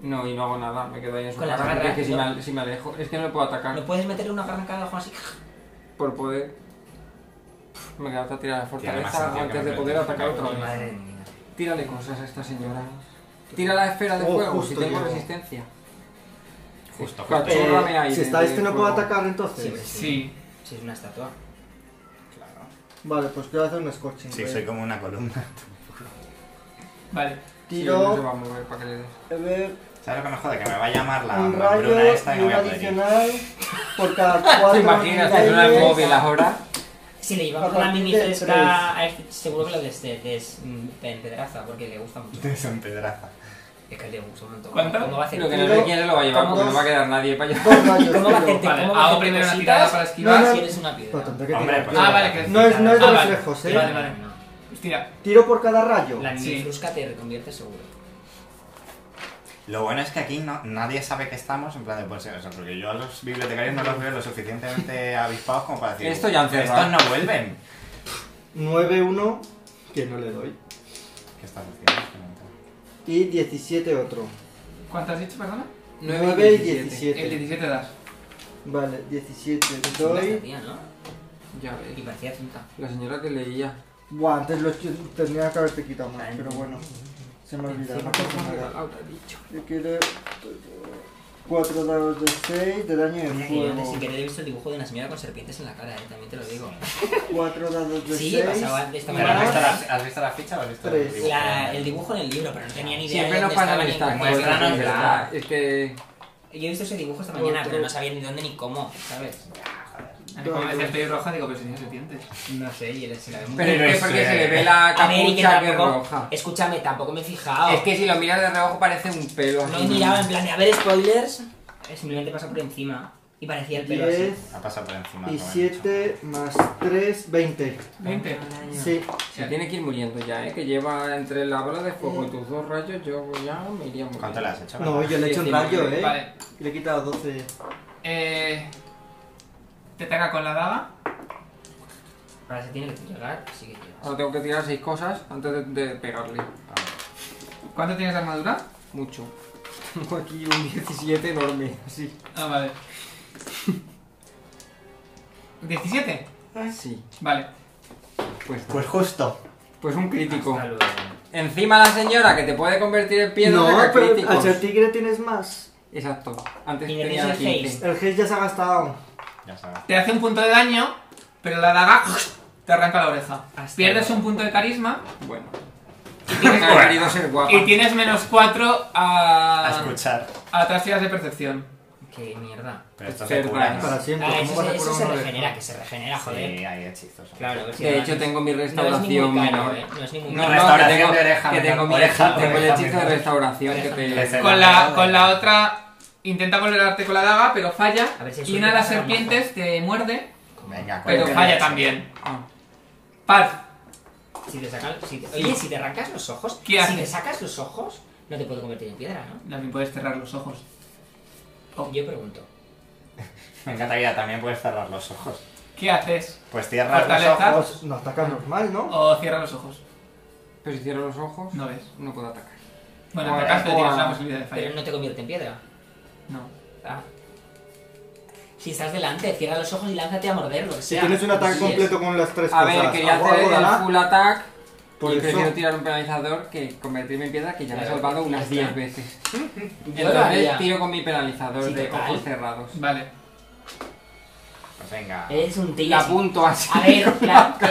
No, y no hago nada, me quedo ahí en su
Con la
cara.
garra,
porque es que si
¿no?
me, ale- si me alejo, es que no le puedo atacar
¿No puedes meterle una arrancada de ojo así?
por poder. Me queda hasta tirar la
más
fortaleza
sentido que
antes
me
de poder
metas.
atacar otra vez.
Madre mía.
Tírale cosas a esta señora. Tira la esfera de
Oh,
fuego si
justo
tengo
yo.
resistencia.
Justo,
Claro.
justo.
Chórrame
Eh,
aire
si está
de
este no
fuego.
puedo atacar entonces.
Sí.
Si es una estatua.
Claro.
Vale, pues quiero hacer un scorching.
Sí,
ray.
soy como una columna.
Vale.
Sí, no se
Tiro
va a mover para que le des.
a ver,
[LAUGHS] ¿Sabes lo que me jode? Que me va a llamar la
un
bruna
rayo
esta
y
que voy
un
a poder ir.
adicional por cada 4.
¿Te imaginas que suena el móvil ahora?
Si le llevamos
A
una
partir
mini
de
fresca, a este, seguro que lo des, des, des- mm, empedraza, porque le gusta
[LAUGHS]
mucho.
Es un pedraza.
Es que le gusta un montón.
¿Cuánto?
¿Cómo va a hacer?
Lo que
¿Cómo
no
Tiro
sé quién lo va a llevar
con
porque no
dos.
va a quedar nadie para [LAUGHS] allá.
Dos rayos,
va a
tiro.
hacerte?
Vale,
¿Cómo va a
hago
hacerte
primero una
cositas?
tirada para esquivar.
No, no.
Si eres una piedra.
No, tendré que
Hombre,
tirar
pues-
yo.
Ah, vale, que
No es- no es de
ah, vale.
reflejos, ¿eh?
Vale, vale.
No, no.
Tira.
Tiro por cada rayo.
La
Sí.
minifrusca te reconvierte seguro.
Lo bueno es que aquí no, nadie sabe que estamos, en plan de pues eso, porque yo a los bibliotecarios no los veo lo suficientemente avispados como para decir.
Esto ya han cerrado".
Estos no vuelven.
9-1, que no le doy.
¿Qué estás haciendo?
Y 17 otro.
¿Cuánto has dicho, perdona?
9 y
El
17.
17 das.
Vale, 17 le
Una
doy.
estatua, ¿no?
Ya
Y
ves.
parecía tonta.
La señora que leía.
Buah, antes lo tenía que haberte quitado más, pero bueno. Se me olvidaba.
Habrá dicho.
Yo quiero 4 dados de 6 de daño de
Mira que yo antes
fuego.
sin querer he visto el dibujo de una señora con serpientes en la cara, eh, también te lo digo.
4 dados de 6.
Sí, pasaba esta
Pero, ¿Has visto,
mañana.
la, ¿Has visto la ficha o has visto
Tres.
el dibujo?
La- el dibujo en el libro, pero no tenía ni idea
Siempre
de dónde
nos pasa
estaba
que
ni
está
cómo
muestra,
estaba.
no
es
está.
Es que.
Yo he visto ese dibujo esta mañana,
Otro.
pero no sabía ni dónde ni cómo, ¿sabes?
A mí Como me decía estoy roja, digo, pero si tienes dientes.
No sé, y él se la ve muy
Pero
bien.
es que porque se le ve la
A ver, y que
capucha que es
tampoco...
roja.
Escúchame, tampoco me he fijado.
Es que si lo miras de reojo parece un pelo
No
así.
he mirado en plan de, a ver, spoilers. Eh, Simplemente pasa por encima. Y parecía el pelo así.
10
Ha pasado por encima.
y
como han
7 más 3, 20.
20.
Sí.
Se tiene que ir muriendo ya, ¿eh? Que lleva entre la bola de fuego y tus dos rayos, yo ya me iría
dicho.
muriendo.
¿Cuánto le has hecho?
No, yo le he hecho un rayo, eh.
Vale.
Le he quitado 12.
Eh, te ataca con la daga.
Ahora se tiene que tirar, así que tira.
Ahora tengo que tirar seis cosas antes de, de pegarle.
¿Cuánto tienes de armadura?
Mucho. [LAUGHS] Tengo aquí un 17 enorme, así.
Ah, vale. [LAUGHS] 17.
Sí.
Vale.
Pues,
Pues justo.
pues un crítico.
Hasta luego.
Encima la señora que te puede convertir en piedra
No,
saca
pero
críticos.
al ser tigre tienes más.
Exacto. Antes
Y le
tenía
tienes el
15.
haste.
El haste ya se ha gastado.
Ya sabes.
Te hace un punto de daño, pero la daga te arranca la oreja.
Hasta
Pierdes
luego.
un punto de carisma
Bueno.
y
Porque ha
tienes,
querido ser guapa.
y tienes menos 4
A
a,
escuchar.
a otras tiras de percepción.
Qué mierda.
Pero esto se
Cerdas.
cura, ¿no?
Para siempre.
Ah,
¿Cómo
eso,
vas a
se, eso
curar
se
uno de
regenera,
estos?
que se regenera, joder.
Sí, hay hechizos.
Claro, que sí,
De
no
hecho,
es-
tengo mi
no es ni muy
restauración
caro,
menor.
eh, No es ni muy
No,
caro.
no, que
Restauración
tengo,
de oreja,
que
menor.
tengo mi
Oreja,
hechizo- tengo el
oreja,
hechizo de
menor.
restauración que te...
Regenera.
Con la, con la otra intenta volverte con la daga, pero falla.
A ver si hay
y
suerte
una de las
para hacer la
serpientes te muerde,
Venga,
pero
coño.
falla también.
Ah,
Paz,
Si te sacan- si te- oye, si te arrancas los ojos,
¿Qué
si
haces?
te sacas los ojos, no te puedo convertir en piedra, ¿no?
también puedes cerrar los ojos. Oh.
Yo pregunto.
Me encantaría, también puedes cerrar los ojos.
¿Qué haces?
Pues cierras los
Fortaleza.
ojos.
Nos, nos ataca normal, ¿no?
O cierra los ojos.
Pero si cierro los ojos,
No ves.
no puedo atacar.
Bueno,
Ahora,
atacaste, tienes
ahora.
la posibilidad de
Pero
fallar.
no te convierte en piedra.
No.
Ah. Si estás delante, cierra los ojos y lánzate a morder, lo que
Si
sea.
tienes un ataque
Sí,
completo con las tres
A
cosas.
ver, quería
¿algo-
hacer
algo
el
dará?
full attack
Por
y
eso.
prefiero tirar un penalizador que convertirme en piedra que ya me he
Claro,
salvado
ya
unas
está.
10 veces.
es. Yo lo haría.
Entonces tiro con mi penalizador
Sí,
de
total.
ojos cerrados.
Vale.
Pues venga.
Eres un tigre.
La
sí.
apunto así.
A
[LAUGHS]
ver, plan, eh,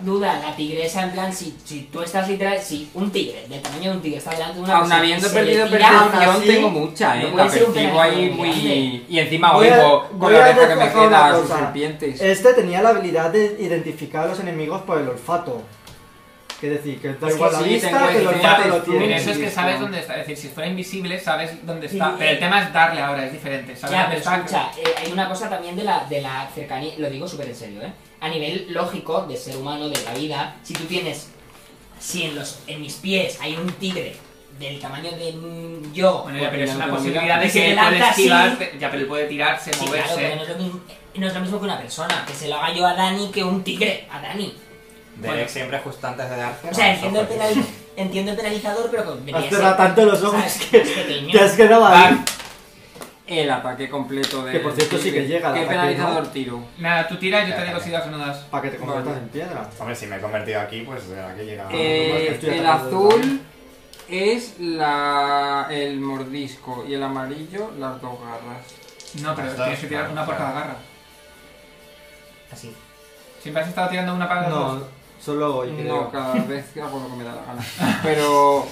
duda, la tigresa, en plan, si, si tú estás literal, si un tigre, del tamaño de un tigre, está delante de una
Aún
persona y
habiendo
se
perdido
le tira-
percepción,
así,
tengo mucha,
no
eh.
puede
La
ser un
percibo ahí
penalizador
muy.
grande.
Y encima
Voy a-
oigo con
voy
la
a
oreja que me
destacar una
queda a sus
cosa.
serpientes.
Este tenía la habilidad de identificar a los enemigos por el olfato. Que decir, que da
Es que
igual la
sí, tengo
vista, que el
idea,
olfato lo
es-
Pero
tiene.
eso es que
listo.
sabes dónde está. Es decir, si fuera invisible, sabes dónde
Sí.
está. Pero el tema es darle ahora, es diferente. ¿Sabes
Ya,
dónde
pero
está?
escucha, eh, hay una cosa también de la, de la cercanía, lo digo súper en serio, ¿eh? A nivel lógico, de ser humano, de la vida, si tú tienes, si en, los, en mis pies hay un tigre del tamaño de mm, yo,
Bueno, ya, pero es una
Porque ya no tengo
posibilidad de
mirada. Si
que
te
puede
lanza así-
esquivarse. Ya, pero él puede tirarse,
sí, claro, pero no
moverse.
es, lo mismo, no es lo mismo que una persona, que se lo haga yo a Dani que un tigre, a Dani.
Derek
Bueno.
siempre justo antes de darte.
O sea,
los
entiendo el,
ojos.
penaliz- entiendo el penalizador, pero con
Ah, Has cerrado tanto los ojos que-
Este
Te has
que...
quedado ahí.
Vale.
El ataque completo de.
Que por cierto sí que llega el
¿Qué
ataque,
penalizador tiro?
Nada, tú tiras, yo te digo si das o no das.
Para que te conviertas
Vale.
en piedra.
Hombre, si me he convertido aquí, pues eh, aquí
Ah,
llega.
Eh,
estoy
el
atacando
azul es la, el mordisco y el amarillo las dos garras.
No, pero
Las dos,
tienes que tirar
claro,
una por
claro.
cada garra.
Así.
Siempre has estado tirando una para las dos.
No, solo hoy
No,
creo. [LAUGHS]
cada vez hago lo que me da la gana. Pero,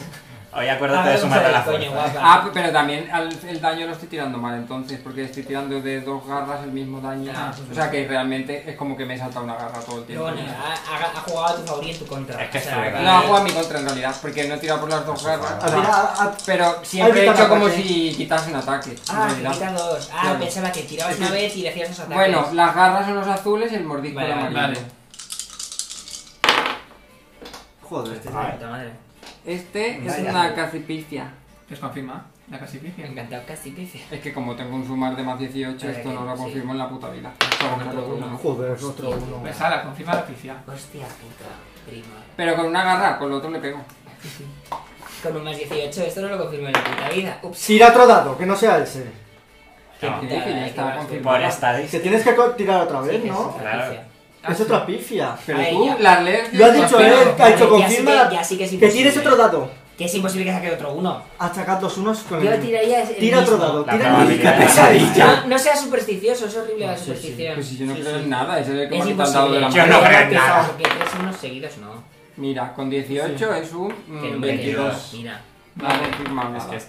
Hoy
Ah,
acuérdate de
vamos
sumar
a
a
ver,
la
coño,
fuerza.
guapa.
ah, pero también al- el daño lo estoy tirando mal entonces, porque estoy tirando de dos garras el mismo daño.
Ah, pues
o sea que realmente es como que me he saltado una garra todo el
Pero
tiempo.
bueno, ha, ha- ha jugado a tu favor y en tu contra.
Es que
O sea,
es verdad. ¿eh?
No, hago a mi contra en realidad, porque no he tirado por las dos garras.
Ah, mira, ah, ah,
Pero siempre he
Evita
hecho
el
como
ataque.
si quitasen ataque. en
Ah, te
realidad.
quita dos. Ah,
Claro.
pensaba que tirabas una vez y decías los ataques.
Bueno, las garras son los azules y el mordisco
Vale,
el
vale,
amarillo.
vale.
Joder.
Este es de
Vale.
puta madre.
Este es
Vaya.
una cacipicia.
¿Les Pues confirma? La
Me ha
clasificación.
encantado casi dice.
Es que como tengo un sumar de más 18,
Vale,
esto no lo
sí.
confirmo en la puta vida.
Vamos a otro uno.
Joder, es otro uno.
Pues ala, confirma la oficial.
Hostia puta, prima.
Pero con una garra, con lo otro le pego.
Con un más 18, esto no lo confirmo en la puta vida. Ups.
Tira otro dado, que no sea ese.
Qué
No,
Sí,
putada,
que ya
eh,
estaba
qué
confirmado.
Por
basura.
Que
estadística.
tienes que co- tirar otra
Sí,
vez,
que
¿no?
es
Claro.
rapicia.
Es otra pifia.
Pero
Ay,
tú,
ya.
las lees.
Lo ha
las
dicho
pegas.
él, ha dicho
Ya sí
confirma
que- ya sí que es
que tienes
imposible.
otro dado.
Que es imposible que saque otro uno.
Atacar dos unos con
Yo
el...
tiraría el
Tira otro
mismo.
dado,
La
tira
probabilidad
Qué
de la
pesadilla.
No, no seas supersticioso, es horrible la
No, sí, sí.
superstición.
Pues si yo no
Sí,
creo
sí.
en nada, es el que me ha
Es
quitado el dado de la
imposible.
Yo no
mano.
creo en nada.
Porque tres unos seguidos no.
Mira, con 18 es un mm,
Que no me
22.
quedo. Mira.
No he confirmado
Es
nada.
que
Es,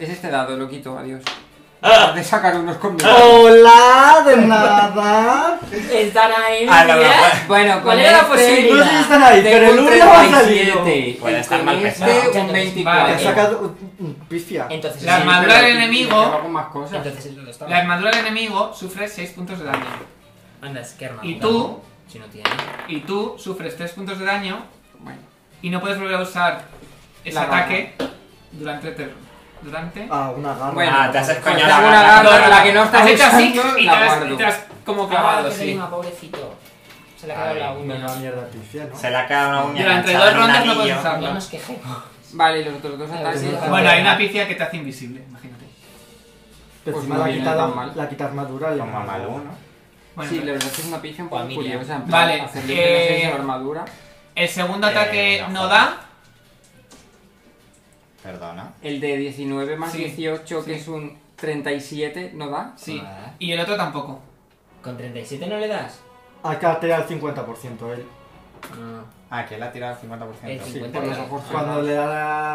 es-
este dado, lo quito, adiós. Dejar De sacar unos
Ah.
conmigo.
Hola,
[LAUGHS]
de nada.
Están ahí.
Ah, no, no,
mira.
puede-
Bueno, con
¿Cuál era la
este-
No
posibilidad?
sé si están ahí,
Tengo
pero el
un
uno va a salir.
37.
Puede
y
estar
con
mal
este,
pensado.
un
Entonces,
24.
vale,
Ha sacado un- un pifia.
Entonces,
La
sí,
armadura
pero
del
aquí
enemigo-
yo hago más cosas.
entonces ¿dónde estaba?
La armadura del enemigo sufre 6 puntos de daño.
Anda, es que armadura.
¿Y tú?
Si no tiene.
Y tú sufres 3 puntos de daño
Bueno,
y no puedes volver a usar ese
La garra.
ataque durante ter- durante
Ah, una garra.
Bueno,
Ah, te haces
pues
coño
tengo
la
una
garra.
garra, la que no está
Has hecho así
usando,
y te
la
has,
guardo.
te has como
Ah,
clavado,
que
sí.
tenía, pobrecito. Se le ha
Ay,
quedado la
Una
uña.
mierda pifia, ¿no?
pues, Se le ha quedado una uña.
Durante
enganchada
dos
en un
rondas no puedes
anillo.
usar.
No nos quejemos.
Vale, y los otros dos
Vale,
ataques.
sí,
Ah, Bueno, hay una picia que te hace invisible, imagínate.
Pero
Pues
encima
no
la
viene
quita
tan mal.
la quita armadura. le-
Como a Malú, ¿no?
Bueno,
Sí, la verdad es que es una pieza un poco
Familia.
curiosa. en plan,
Vale,
Hacerle
eh,
que no se hizo la armadura.
el segundo
Eh,
ataque
no,
no
joder.
da.
Perdona.
El de 19 más
Sí,
18, que es un 37, ¿no da?
Sí.
Vale.
Y el otro tampoco.
¿Con 37 no le das?
Acá te da el 50% él.
No.
Ah, que él ha tirado el 50%.
El
Sí,
50
por los
grados.
ojos.
Ah.
Cuando le da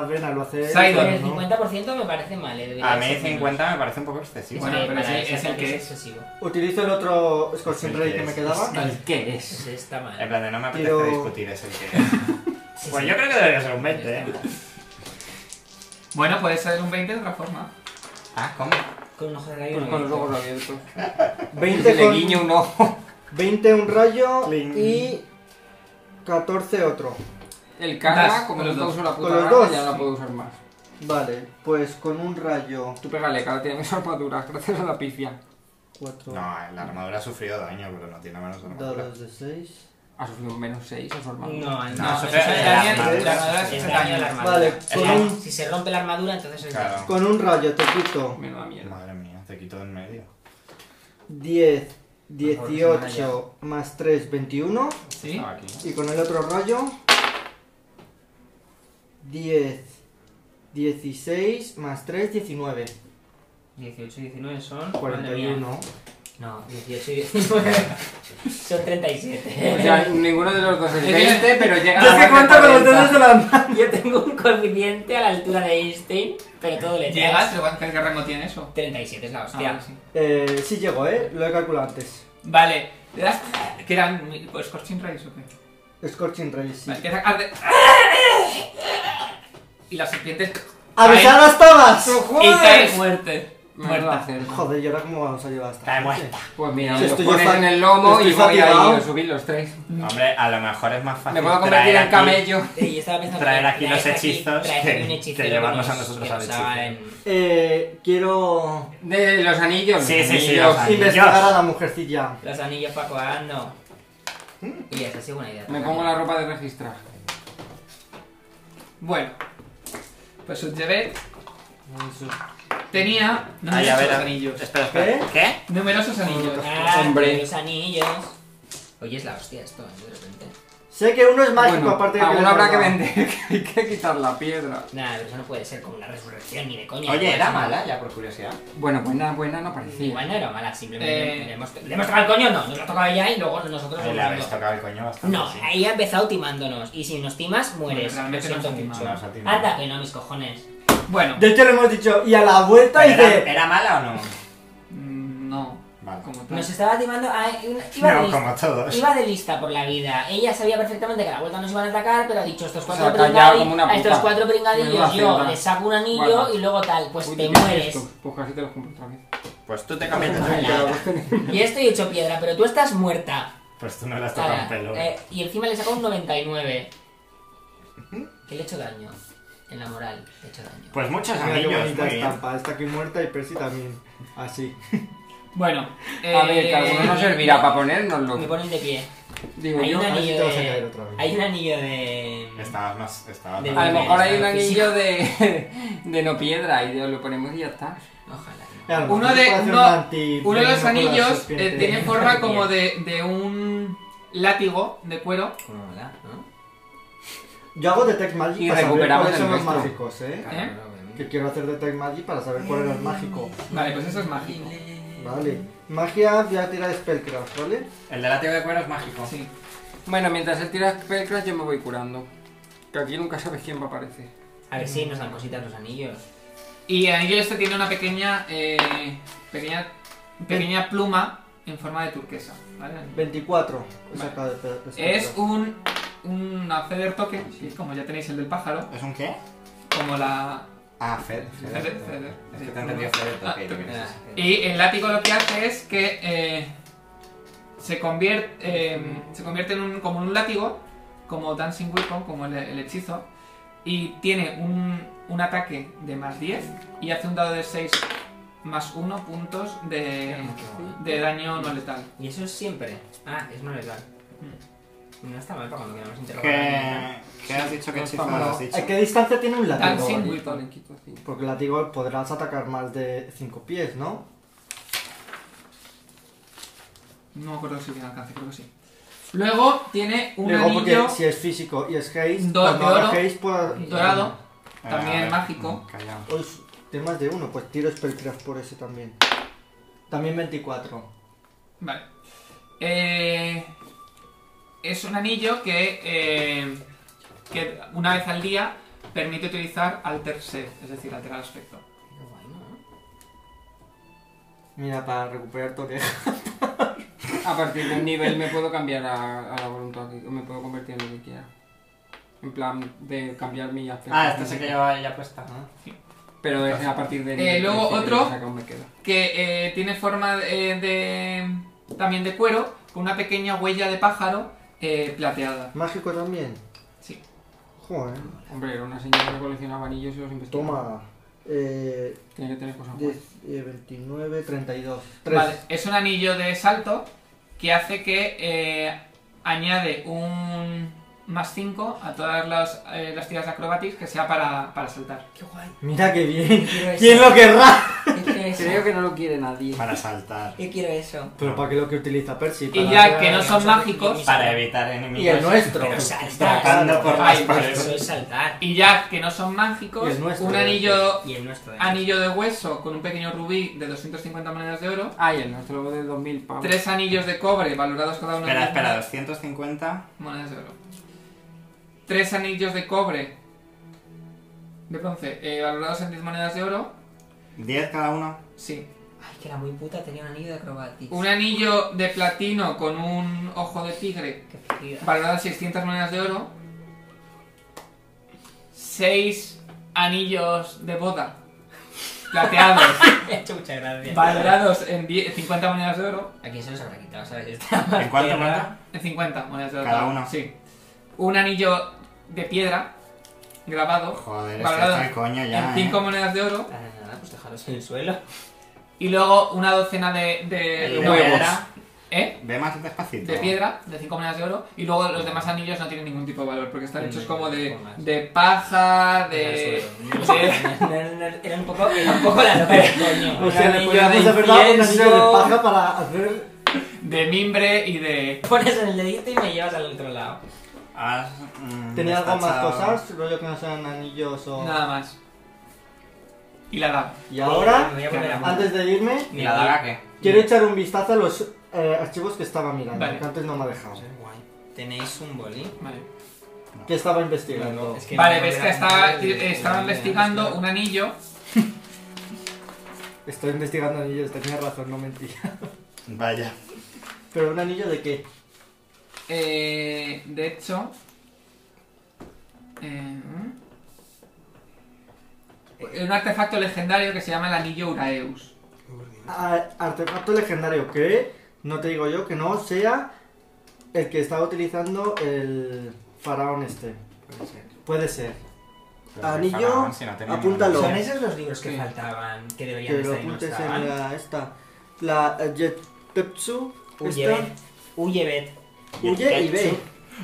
la vena lo hace.
Sidon.
pero
El
no.
50% me parece mal, eh, debería
A mí
ser menos.
50 me parece un poco
Es
excesivo.
Bueno,
que
pero
para
ese-
ese
es el
ataque
que
es
es.
excesivo.
Utilizo el otro Scorching
Sí,
Ray que
es-
me quedaba.
¿El qué es?
Ese está mal.
En plan, de no me apetece
Tiro-
discutir, es el que es. Eh, Pues yo creo que debería ser un 20, ¿eh?
Bueno, puede ser un 20 de otra forma.
Ah, ¿cómo?
Con un ojo de rayo.
Pues con los ojos abiertos. Y
20
le
Este con-
guiño un ojo.
20 un rayo
Cling.
y 14 otro.
El karma,
Das,
como
con
no
los
puedo
dos.
usar la
Con
puta
los
garra,
dos.
ya no la puedo usar más.
Vale, pues con un rayo.
Tú pégale, cara, tiene mis [LAUGHS] armaduras, gracias a la pifia.
4
No, la armadura ha sufrido daño, pero no tiene manos de armadura.
dados de 6.
Ha sufrido un menos 6 a su
No,
armadura.
no,
No,
no.
eso
eso es
es-
de la
la
armadura,
armadura,
eso es
es daño de la
daño.
armadura.
Vale,
Es
con
la-
un-
Si se rompe la armadura, entonces es
Claro.
daño.
Con un rayo te quito
Menuda mierda.
Madre mía, te quito de en medio.
10,
favor, que se me
18 más 3, 21.
¿Sí?
Estaba aquí.
Y con el otro rayo 10, 16 más 3, 19.
18 y 19 son. madre mía.
41.
No, 18 y 19 [LAUGHS] son 37.
O sea, ninguno de los dos es
Es
20, pero llega
[LAUGHS]
Yo
a
sé
más de
cuánto con los
40.
dedos de la mano.
Yo tengo un coeficiente a la altura de Einstein, pero todo le
Llegas, lo que pasa es que ¿qué rango tiene eso?
37 es la
Ah,
hostia.
vale, sí.
Eh, sí llegó, ¿eh? Lo he calculado antes.
Vale, le das. ¿Qué eran? mi- pues, ¿Scorching Rays o qué?
Scorching Ray, sí.
Vale, empieza a- arde. Y las serpientes.
¡Avisar las tabas!
caen- Y cae muerte.
Menuda
Muerta.
cerda.
Joder, ¿y ahora cómo vamos a llevar esta?
Está
gente?
muerta.
Pues mira,
Si
me los
estoy
pones
fa-
en el lomo
estoy
y voy
fatigado.
ahí a subir los tres.
Hombre, a lo mejor es más fácil.
Me puedo convertir
traer
en
aquí-
camello.
Sí, yo estaba pensando
Traer
que
aquí los
traes aquí-
hechizos
traes
que-
aquí un
que
hechicero
llevarnos
nos-
a nosotros
que
al
nos usaba
hechicero.
en-
Eh, quiero
De los anillos.
Sí,
los
sí, sí,
anillos.
los anillos.
investigar a la mujercilla.
Los anillos para coando.
Mm.
Y esa sí es una idea.
Me pongo la ropa de registrar.
Bueno, pues Sudjevet tenía
Ay, a
numerosos
ver, a-
anillos.
Espera,
¿eh?
espera. ¿Qué?
Numerosos anillos.
Ah,
Hombre.
Los anillos. Oye, es la hostia esto, ¿eh? de repente.
Sé que uno es mágico,
Bueno,
aparte de que
aún
le
habrá que
roba.
vender, [LAUGHS] que hay que quitar la piedra.
Nada, pero eso no puede ser como una resurrección ni de coña.
Oye,
Pues,
era
no.
mala, ya por curiosidad.
Bueno, buena, buena no parecía.
Igual no era mala, simplemente
Eh.
le, hemos, le hemos tocado el coño, no, nos lo ha tocado ella y luego nosotros
Ahí
hemos
le habéis
tocado.
tocado el coño bastante.
No,
sí.
ahí ha empezado timándonos. Y si nos timas, mueres.
Bueno, realmente
lo
no
siento
nos ha
mucho.
timado,
nos ha timado.
Anda que no, mis cojones.
Bueno,
De hecho, le hemos dicho, y a la vuelta
Pero ¿Era,
dice.
¿Era mala o no?
mm, no.
Vale.
Como tal.
Nos estaba timando. a- iba, de
No,
lista,
como todos.
Pues iba de lista por la vida. Ella sabía perfectamente que a la vuelta nos iban a atacar, pero ha dicho estos cuatro
Se ha callado
pringadi-
como una
a estos
puta.
cuatro
Menuda
pringadillos, yo
cerda.
les saco un anillo
Guarda.
y luego tal, pues
Uy,
te
¿qué es
mueres.
esto? Pues casi te los compro otra vez.
Pues tú te cambias de
Ojalá. Y estoy hecho piedra, pero tú estás muerta.
Pues tú no le has tocado
Ah,
un
Ahora,
pelo.
eh, y encima le sacó un 99. Que le he hecho daño. En la moral, le he hecho daño.
Pues muchos
Mira qué
anillos,
bonita
muy bien.
estampa. Está aquí muerta y Percy también. Así.
Bueno,
A ver, cada uno
Eh,
nos servirá para
Me
ponérnoslo.
ponen de pie.
Digo
Hay
yo.
un
a ver si
anillo
te vas a caer
de.
otra vez.
Hay un anillo de.
Estabas más. Estabas
De-
A
más
lo mejor hay un
Física.
anillo de, [LAUGHS] de no piedra y lo ponemos y ya está.
Ojalá.
A lo
Uno
mejor
de,
puede hacer
uno-
un anti-
uno de los
veneno con la
anillos eh,
serpiente. [LAUGHS]
tiene forma como de, de un látigo de cuero.
Como mola, ¿no?
Yo hago Detect Magic
Y
para saber
recuperamos
cuáles
el
son los
nuestro.
mágicos, ¿eh?
¿Eh?
Claro, obviamente.
Que quiero hacer Detect Magic para saber cuál era el mágico.
Vale, pues eso es mágico.
Vale. Magia, voy a tirar Spellcraft, ¿vale?
El del látigo de cuero es mágico.
Sí.
Bueno, mientras él tira spellcraft yo me voy curando. Que aquí nunca sabes quién va a aparecer.
A ver si nos dan cositas los anillos.
Y el anillo este tiene una pequeña, eh, pequeña, pequeña pluma en forma de turquesa. ¿vale?
24. He
Vale.
sacado de pe- de
Es
Spellcraft.
un, una feather token, que como ya tenéis el del pájaro,
¿Es un qué?
como la...
Ah, Fed. Fed.
Fed, Fed.
Es que te he entendido Fed.
Ah,
ok,
tú
bien.
Ah,
Y el látigo lo que hace es que eh, se, convierte, eh, se convierte en un, como en un látigo, como Dancing Weapon, como el, el hechizo, y tiene un, un ataque de más 10 y hace un dado de 6 más 1 puntos de, de daño no letal.
Y eso es siempre. Ah, es no legal. No está mal para cuando queramos interrogar. a alguien,
¿Qué, ¿Qué has dicho? ¿Qué
No
hechizo
está mal.
has dicho?
¿A qué distancia tiene un
Ah,
látigo?
sí.
Vale.
Listo, le quito cinco.
Porque el látigo podrás atacar más de 5 pies, ¿no?
No me acuerdo si tiene alcance, creo que sí. Luego tiene un
Luego,
anillo
porque si es físico y es haste,
Un dor-
cuando haga
de oro.
haste pueda...
dorado,
Ah,
también
a ver,
mágico.
callao.
Uy, tiene más de uno, pues tiro Spellcraft por ese también. También 24.
Vale. Eh, es un anillo que, eh, que una vez al día permite utilizar alter set, es decir, alterar aspecto.
Qué guay, ¿no?
Mira, para recuperar toque.
A partir de un nivel me puedo cambiar a, a la voluntad, que- me puedo convertir en lo que quiera. En plan de cambiar mi aspecto.
Ah, este se que lleva ya puesta.
Pero es a partir de...
Eh,
nivel
luego
13 que
otro.
saca un me queda.
que eh, tiene forma eh, de también de cuero con una pequeña huella de pájaro eh, plateada.
[LAUGHS] Mágico también.
Sí.
Joder.
Hombre, era una señora que coleccionaba anillos y los investigaba.
Toma. Eh,
Tiene que tener cosas buenas.
10, eh, 29, 32.
Vale,
3.
es un anillo de salto que hace que eh, añade un más 5 a todas las, eh, las tiras de acrobatis que sea para, para saltar.
Qué guay.
Mira qué bien.
Quiero eso.
¿Quién lo querrá?
Yo quiero eso.
Creo que no lo quiere nadie.
Para saltar.
Yo quiero eso.
Pero ¿para qué lo que utiliza Percy?
Y
Para
ya
hacer-
que no son mágicos,
Para evitar enemigos.
Y el nuestro. [LAUGHS]
Pero saltar.
Tratando por las
Ay,
paredes.
Eso es saltar.
y ya que no son
Y
mágicos,
el nuestro, eh,
un
el
anillo
Y el nuestro. ¿eh?
anillo de hueso con un pequeño rubí de 250 monedas de oro,
Ah, y el nuestro de 2000 pavos.
tres anillos de cobre valorados cada uno en
Espera,
10
espera, 250.
Monedas de oro. Tres anillos de cobre. De bronce. eh, valorados en 10 monedas de oro.
10 cada uno.
Sí.
Ay, que era muy puta, tenía un anillo de acrobatics.
Un anillo de platino con un ojo de tigre.
Qué [LAUGHS] felicidad.
Valorado en 600 monedas de oro. Seis anillos de boda.
[LAUGHS]
Plateados.
He hecho muchas gracias.
valorados en 10 50 monedas de oro.
¿A quién se los habrá quitado, sabes? Está
Ah,
¿En cuánto
tierra.
manda?
En 50 monedas de oro.
Cada uno.
Sí. Un anillo de piedra. Grabado.
Joder, es que
Valorado
está el coño ya.
en 5
eh.
monedas de oro.
Nada, nada, pues dejaros en el suelo.
Y luego una docena de, de,
El de
no,
piedra.
¿eh?
Ve más despacito.
De piedra, de 5 monedas de oro. Y luego los demás anillos no tienen ningún tipo de valor, porque están
Mm,
hechos como de,
pongas.
de paja,
En el
de...
suelo.
de-
No, no, no, Era un poco, era un poco la loca del
O
coño.
sea,
Una
le
anilla
ponemos
de
de verdad un
incienso.
anillo de paja para hacer.
de mimbre y de...
Pones en el dedito y me llevas al otro lado.
Has, mm,
Tenía algo más
destachado.
cosas, rollo que no sean anillos o.
nada más. Y la daga.
Y ahora,
Me voy a poner a-
antes de irme,
¿Y la daga qué?
Quiero echar un vistazo a los eh, archivos que estaba mirando,
Vale.
que antes no me ha dejado.
Eso es guay. ¿Tenéis un bolín?
Vale,
Que estaba investigando.
Es que
vale
no
ves
era
que estaba,
nada de-
estaba
de-
investigando un anillo.
Estoy investigando anillos, tenía razón, no mentía.
Vaya.
[LAUGHS] Pero un anillo de qué?
eh, de hecho... eh, un artefacto legendario que se llama el anillo Uraeus.
Ah, artefacto legendario, que no te digo yo que no sea el que estaba utilizando el faraón este.
Puede ser.
Puede ser.
Pero
Anillo,
el faraón, si no tenía
apúntalo.
ninguna-
Son esos los libros que
Sí.
faltaban, que deberían
Que lo
estar y no
apuntes en
estaban.
la esta. La eh, Jetpetsu.
Uyebet,
esta.
Uyebet,
Huye y ve.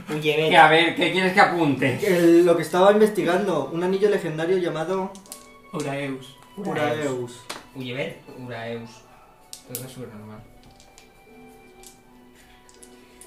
Que
Uyebet.
a ver, ¿qué quieres que apunte?
El- lo que estaba investigando, un anillo legendario llamado
Uraeus.
Uraeus.
Uyebet, Uraeus. Todo es normal.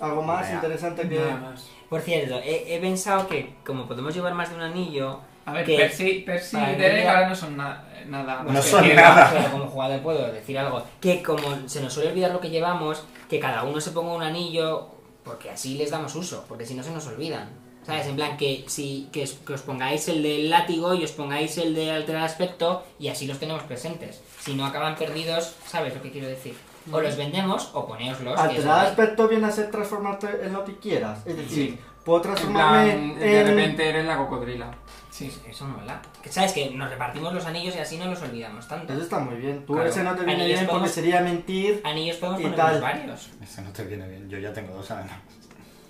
Algo más
Vaya.
interesante que.
Nada más.
Por cierto, he, he pensado que como podemos llevar más de un anillo,
A ver,
¿Qué?
Percy, Percy
Vale,
y Derek
ya.
ahora no son na- eh, nada.
No
más que-
son
Ah, pues que-
nada.
pero como jugador puedo decir algo. Que como se nos suele olvidar lo que llevamos, que cada uno se ponga un anillo, porque así les damos uso, porque si no se nos olvidan. ¿Sabes? En plan, que, si, que, os, que os pongáis el del látigo y os pongáis el de alterar aspecto y así los tenemos presentes. Si no acaban perdidos, ¿sabes lo que quiero decir? O los vendemos o ponéoslos. que es lo
Alterar
que-
aspecto viene a ser transformarte en lo que quieras. Es decir,
Sí.
puedo
En
transformarme
plan,
en.
de repente eres la cocodrila.
Sí.
Eso mola. Que, ¿Sabes? Que nos repartimos los anillos y así no los olvidamos tanto.
Eso está muy bien. Tú
Claro.
ese no te
Anillos
viene bien porque
podemos-
sería mentir.
Anillos podemos
Y
ponernos
tal.
varios.
Ese no te viene bien. Yo ya tengo dos además.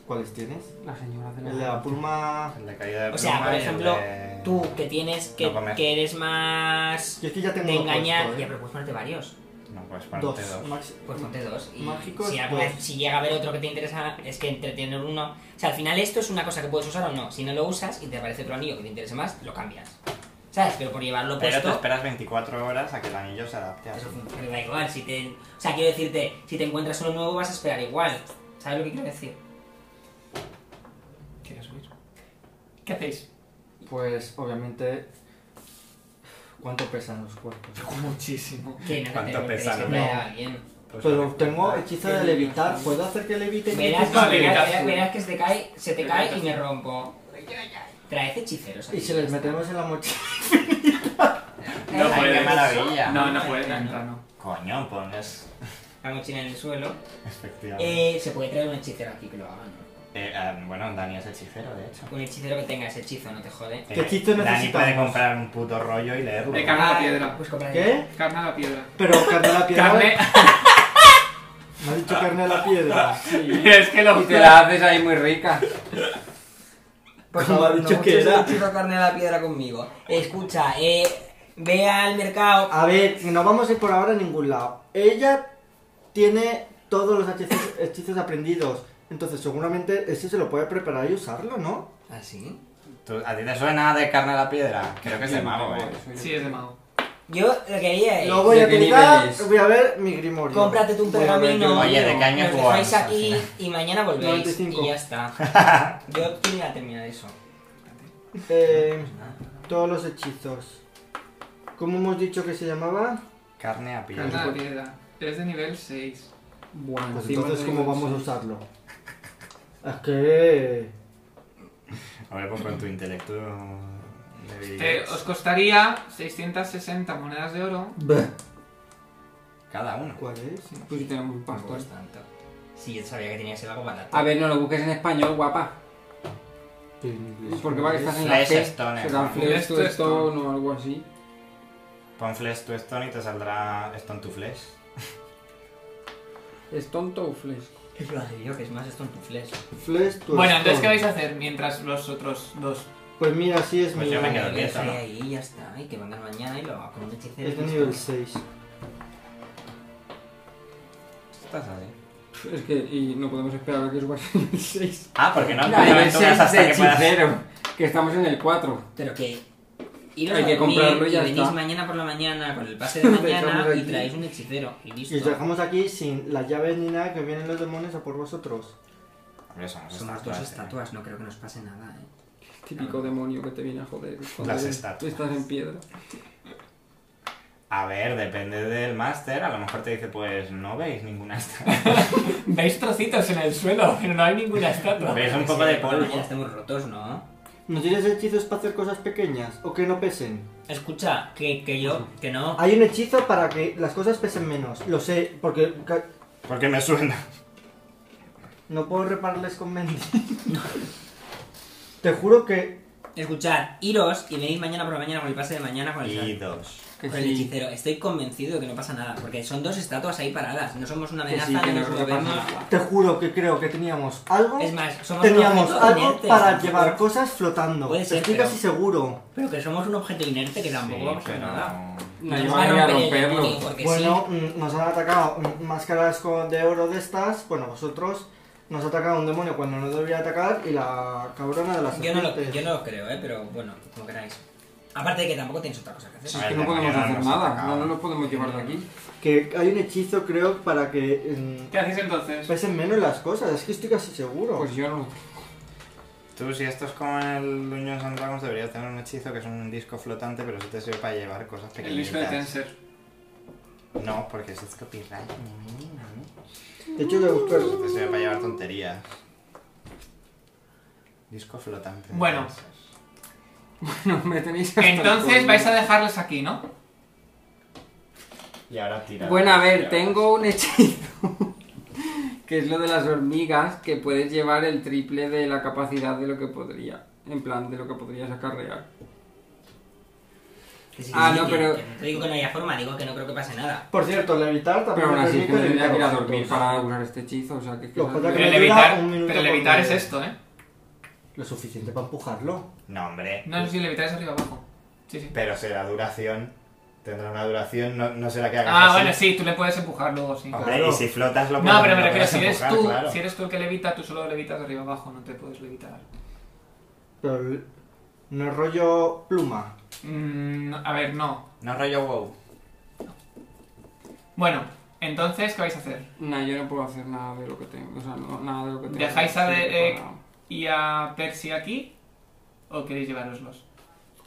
¿Cuáles tienes?
La señora de la...
El de la pluma.
El de caída de
O sea,
pluma
por
y el
ejemplo,
de-
tú que tienes que,
No comer.
que eres más
Yo es que ya tengo
de
uno
engañar,
puesto,
ya
¿eh?
pero puedes ponerte varios.
No, pues para
Dos.
dos.
Max-
Pues ponte dos. Y
Mágicos,
si, alguna-
dos.
si llega a haber otro que te interesa, es que entretener uno. O sea, al final esto es una cosa que puedes usar o no. Si no lo usas y te aparece otro anillo que te interese más, lo cambias. ¿Sabes? Pero por llevarlo
Pero te
puesto.
esperas 24 horas a que el anillo se adapte a
Eso
ti.
pero da igual. Si te, o sea, quiero decirte, si te encuentras uno nuevo vas a esperar igual. ¿Sabes lo que quiero decir?
¿Quieres huir? ¿Qué hacéis?
Pues obviamente. ¿Cuánto pesan los cuerpos?
Muchísimo.
Que no, que
¿Cuánto
te- tenéis
pesa,
que
no?
traer a alguien.
Pues
Pero tengo hechizo de
Sí.
levitar. ¿Puedo hacer que levite?
Verás,
No,
verás-
levitas
verás-
tú.
verás que se te cae, se te
Levitas
cae y
tú.
me rompo. Traed hechiceros aquí.
Y si les metemos en la mochila.
No
Ay,
puedes.
qué maravilla.
No, no puede entrar, no.
Coño, pones. [LAUGHS]
La mochila en el suelo.
Efectivamente.
Eh, se puede traer un hechicero aquí que lo haga, ¿no?
Eh, ah, bueno, Dani es hechicero, de hecho.
Un hechicero que tenga ese hechizo, no te jode.
¿Qué
Eh,
hechizo
Dani
necesitamos?
puede comprar un puto rollo y leerlo.
De carne a
Ah,
piedra.
Pues compra
¿Qué?
Carne a la piedra.
Pero carne a la piedra. [LAUGHS]
Carne.
Me ha dicho carne a la piedra. Sí.
es que lo.
Y te la haces ahí muy rica.
Por
Como
favor,
ha
Pues no
dicho que
muchos
era.
hechizos carne a la piedra conmigo. Escucha, eh, ve al mercado.
A ver, no vamos a ir por ahora a ningún lado. Ella tiene todos los hechizos, hechizos aprendidos. Entonces, seguramente ese se lo puede preparar y usarlo, ¿no?
¿Ah, sí?
¿Tú- ¿A ti te suena de carne a la piedra? Creo que es de mago, eh.
Sí, es de mago.
Yo lo que haría es...
Lo voy
¿de
a
qué
utilizar.
niveles?
Voy a ver mi grimorio.
Cómprate tú un
Voy a ver
pergamino.
qué-
Oye, ¿de qué año
Nos
es
dejáis
Worms, al
aquí
final?
y mañana volvéis
95.
y ya está. Yo tenía terminado eso.
Eh, todos los hechizos. ¿Cómo hemos dicho que se llamaba?
Carne a
Carne a la
piedra.
piedra. Es de nivel 6.
Bueno,
Pues entonces, ¿cómo vamos a usarlo? Es que...
A ver, pues con tu intelecto. débil.
Te- Este, os costaría 660 monedas de oro.
Cada uno.
¿Cuál es?
Pues tenemos un
Tampoco
pastor.
es tanto. Sí, yo sabía que tenía que ser algo barato.
A ver, no lo busques en español, guapa. Porque va que estás en la
Flesh
C.
Stone,
Será
¿no?
Flesh
Flesh Stone.
Stone o algo así.
Pon flesh to stone y te saldrá stone to flesh.
¿Es tonto o Flesh?
Es lo de yo, que es más esto en tu flesh.
Flesh to
Bueno, entonces,
stone.
¿qué vais a hacer mientras los otros dos?
Pues mira, así es
Pues
mi...
yo me quedo
Yo
quieto,
dejaré
¿no?
ahí y ya está. Y que vengan mañana y lo hago con un hechicero.
Es de Este nivel 6.
Estás así.
Es que y no podemos esperar a que subas el nivel [LAUGHS] 6.
Ah, porque no
El
te
nivel 6
aventuras hasta
de
que puedas.
hechicero. Que estamos en el 4.
Pero que. Iros
Hay
a
que
dormir
comprarlo y ya
y venís
está.
mañana por la mañana con el
[LAUGHS]
pase de mañana
Empezamos
y
aquí.
traéis un hechicero. Y
Y os
listo.
dejamos aquí sin las llaves ni nada que vienen los demonios a por vosotros.
Hombre, somos
Somos dos
estatuas. eh.
estatuas, no creo que nos pase nada, eh.
Típico demonio que te viene a joder. cuando
Las
eres-
estatuas.
Estás en piedra.
A ver, depende del máster. A lo mejor te dice, pues no veis ninguna estatua.
Veis trocitos en el suelo, [LAUGHS] pero no hay ninguna estatua.
Veis un
Sí,
poco de
por la mañana
polvo.
estamos rotos, ¿no?
¿No tienes hechizos para hacer cosas pequeñas? ¿O que no pesen?
Escucha, que, que yo, que no.
Hay un hechizo para que las cosas pesen menos. Lo sé, porque ca-
[LAUGHS] Porque me suena.
no puedo repararles con Mendy. [LAUGHS] Te juro que...
Escuchad, iros y venís mañana por la mañana con el pase de mañana con el,
Y dos.
Que
con el
sí.
hechicero. Estoy convencido de que no pasa nada, porque son dos estatuas ahí paradas. No somos una
Que
amenaza,
sí, que
no
no
nos
creo que pase
movemos.
nada.
Te juro que creo que teníamos algo...
Es más, somos
Teníamos
un objeto
algo
inerte,
para
tampoco-
llevar cosas flotando.
Puede ser,
Estoy
pero-
casi seguro.
Pero que somos un objeto inerte que tampoco
Sí,
va a pasar
pero-
nada.
No
Nos
yo
va
voy
romper
a
el
romperlo.
demonio, porque
Bueno, mm, nos han atacado mm, máscaras con- de oro de estas. Bueno, vosotros nos ha atacado un demonio cuando no debía atacar y la cabrona de las
sí, yo, no lo,
serpientes.
yo no lo creo, ¿eh? pero bueno, como queráis. Aparte de que tampoco tenéis otra cosa que hacer.
Si
A
es que
ver,
no podemos
mañana
hacer
nos
nada.
atacaba.
No, no nos podemos llevar de aquí.
Que hay un hechizo, creo, para que mm,
¿Qué hacéis entonces?
pesen menos las cosas. Es que estoy casi seguro.
Pues yo no.
Tú, si esto es como el Dungeons and Dragons, deberías tener un hechizo que es un disco flotante, pero eso te sirve para llevar cosas
el disco de
pequeñitas.
Tensor.
No, porque eso es copyright.
De hecho, voy a buscar.
Eso te sirve para llevar tonterías. Disco flotante.
Bueno.
[LAUGHS] No me tenéis hasta el
Entonces
coño.
vais a dejarlos aquí, ¿no?
Y ahora tira.
Bueno, a ver,
Tira.
tengo un hechizo. [LAUGHS] que es lo de las hormigas, que puedes llevar el triple de la capacidad de lo que podría. En plan, de lo que podrías acarrear.
Que sí, que
Ah,
sí,
no,
que-
pero-
que no te digo que no haya forma, digo que no creo que pase nada.
Por cierto, levitar también.
Pero aún
me
así, es que
permite
me tendría que ir a
levitar
dormir
objetos.
para usar este hechizo. O sea, que
Lo
quizás-
falta que
Pero el
me dura
levitar,
un minuto
pero el
por
levitar es
medio.
esto, ¿eh?
Lo suficiente para empujarlo.
No, hombre. pues,
No, no sé si el levitar es arriba o abajo. Sí, sí.
Pero será duración. Tendrá una duración, no, no será que Ah, hagas
Ah,
así.
bueno, sí, tú le puedes empujar luego, sí.
Hombre,
Claro.
y si flotas lo puedes
No, pero me
lo
refiero,
puedes
si eres
empujar,
tú,
claro.
si eres tú el que levita, tú solo levitas arriba abajo, no te puedes levitar.
Pero el- no es rollo pluma.
Mm, a ver, no.
No rollo wow.
Bueno, entonces, ¿qué vais a hacer?
Nah, yo no puedo hacer nada de lo que tengo. O sea, no, nada de lo que tengo.
¿Dejáis a
Sí,
de- eh,
para-
¿Y a Percy aquí? ¿O queréis llevaroslos?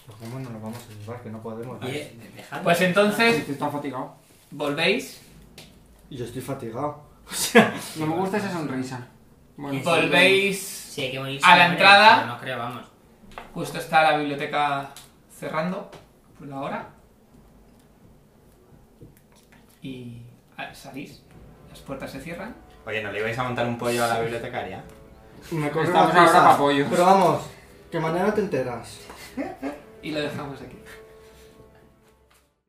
Pues, ¿Cómo no lo vamos a llevar? Que no podemos.
Oye, dejadme.
Pues entonces,
Sí, que está fatigado.
volvéis
Y yo estoy fatigado. [LAUGHS] O sea,
No me gusta esa sonrisa. Bueno,
Volvéis.
Sí, hay que morirse.
A la
hombre,
entrada.
pero No creo, vamos.
Justo está la biblioteca cerrando por la hora. Y ah, salís. Las puertas se cierran.
Oye, ¿no le ibais a montar un pollo a la bibliotecaria?
me corren
Estamos
las
ahora
prisas.
pa' pollos.
Pero vamos, que mañana te enteras.
Y lo dejamos aquí.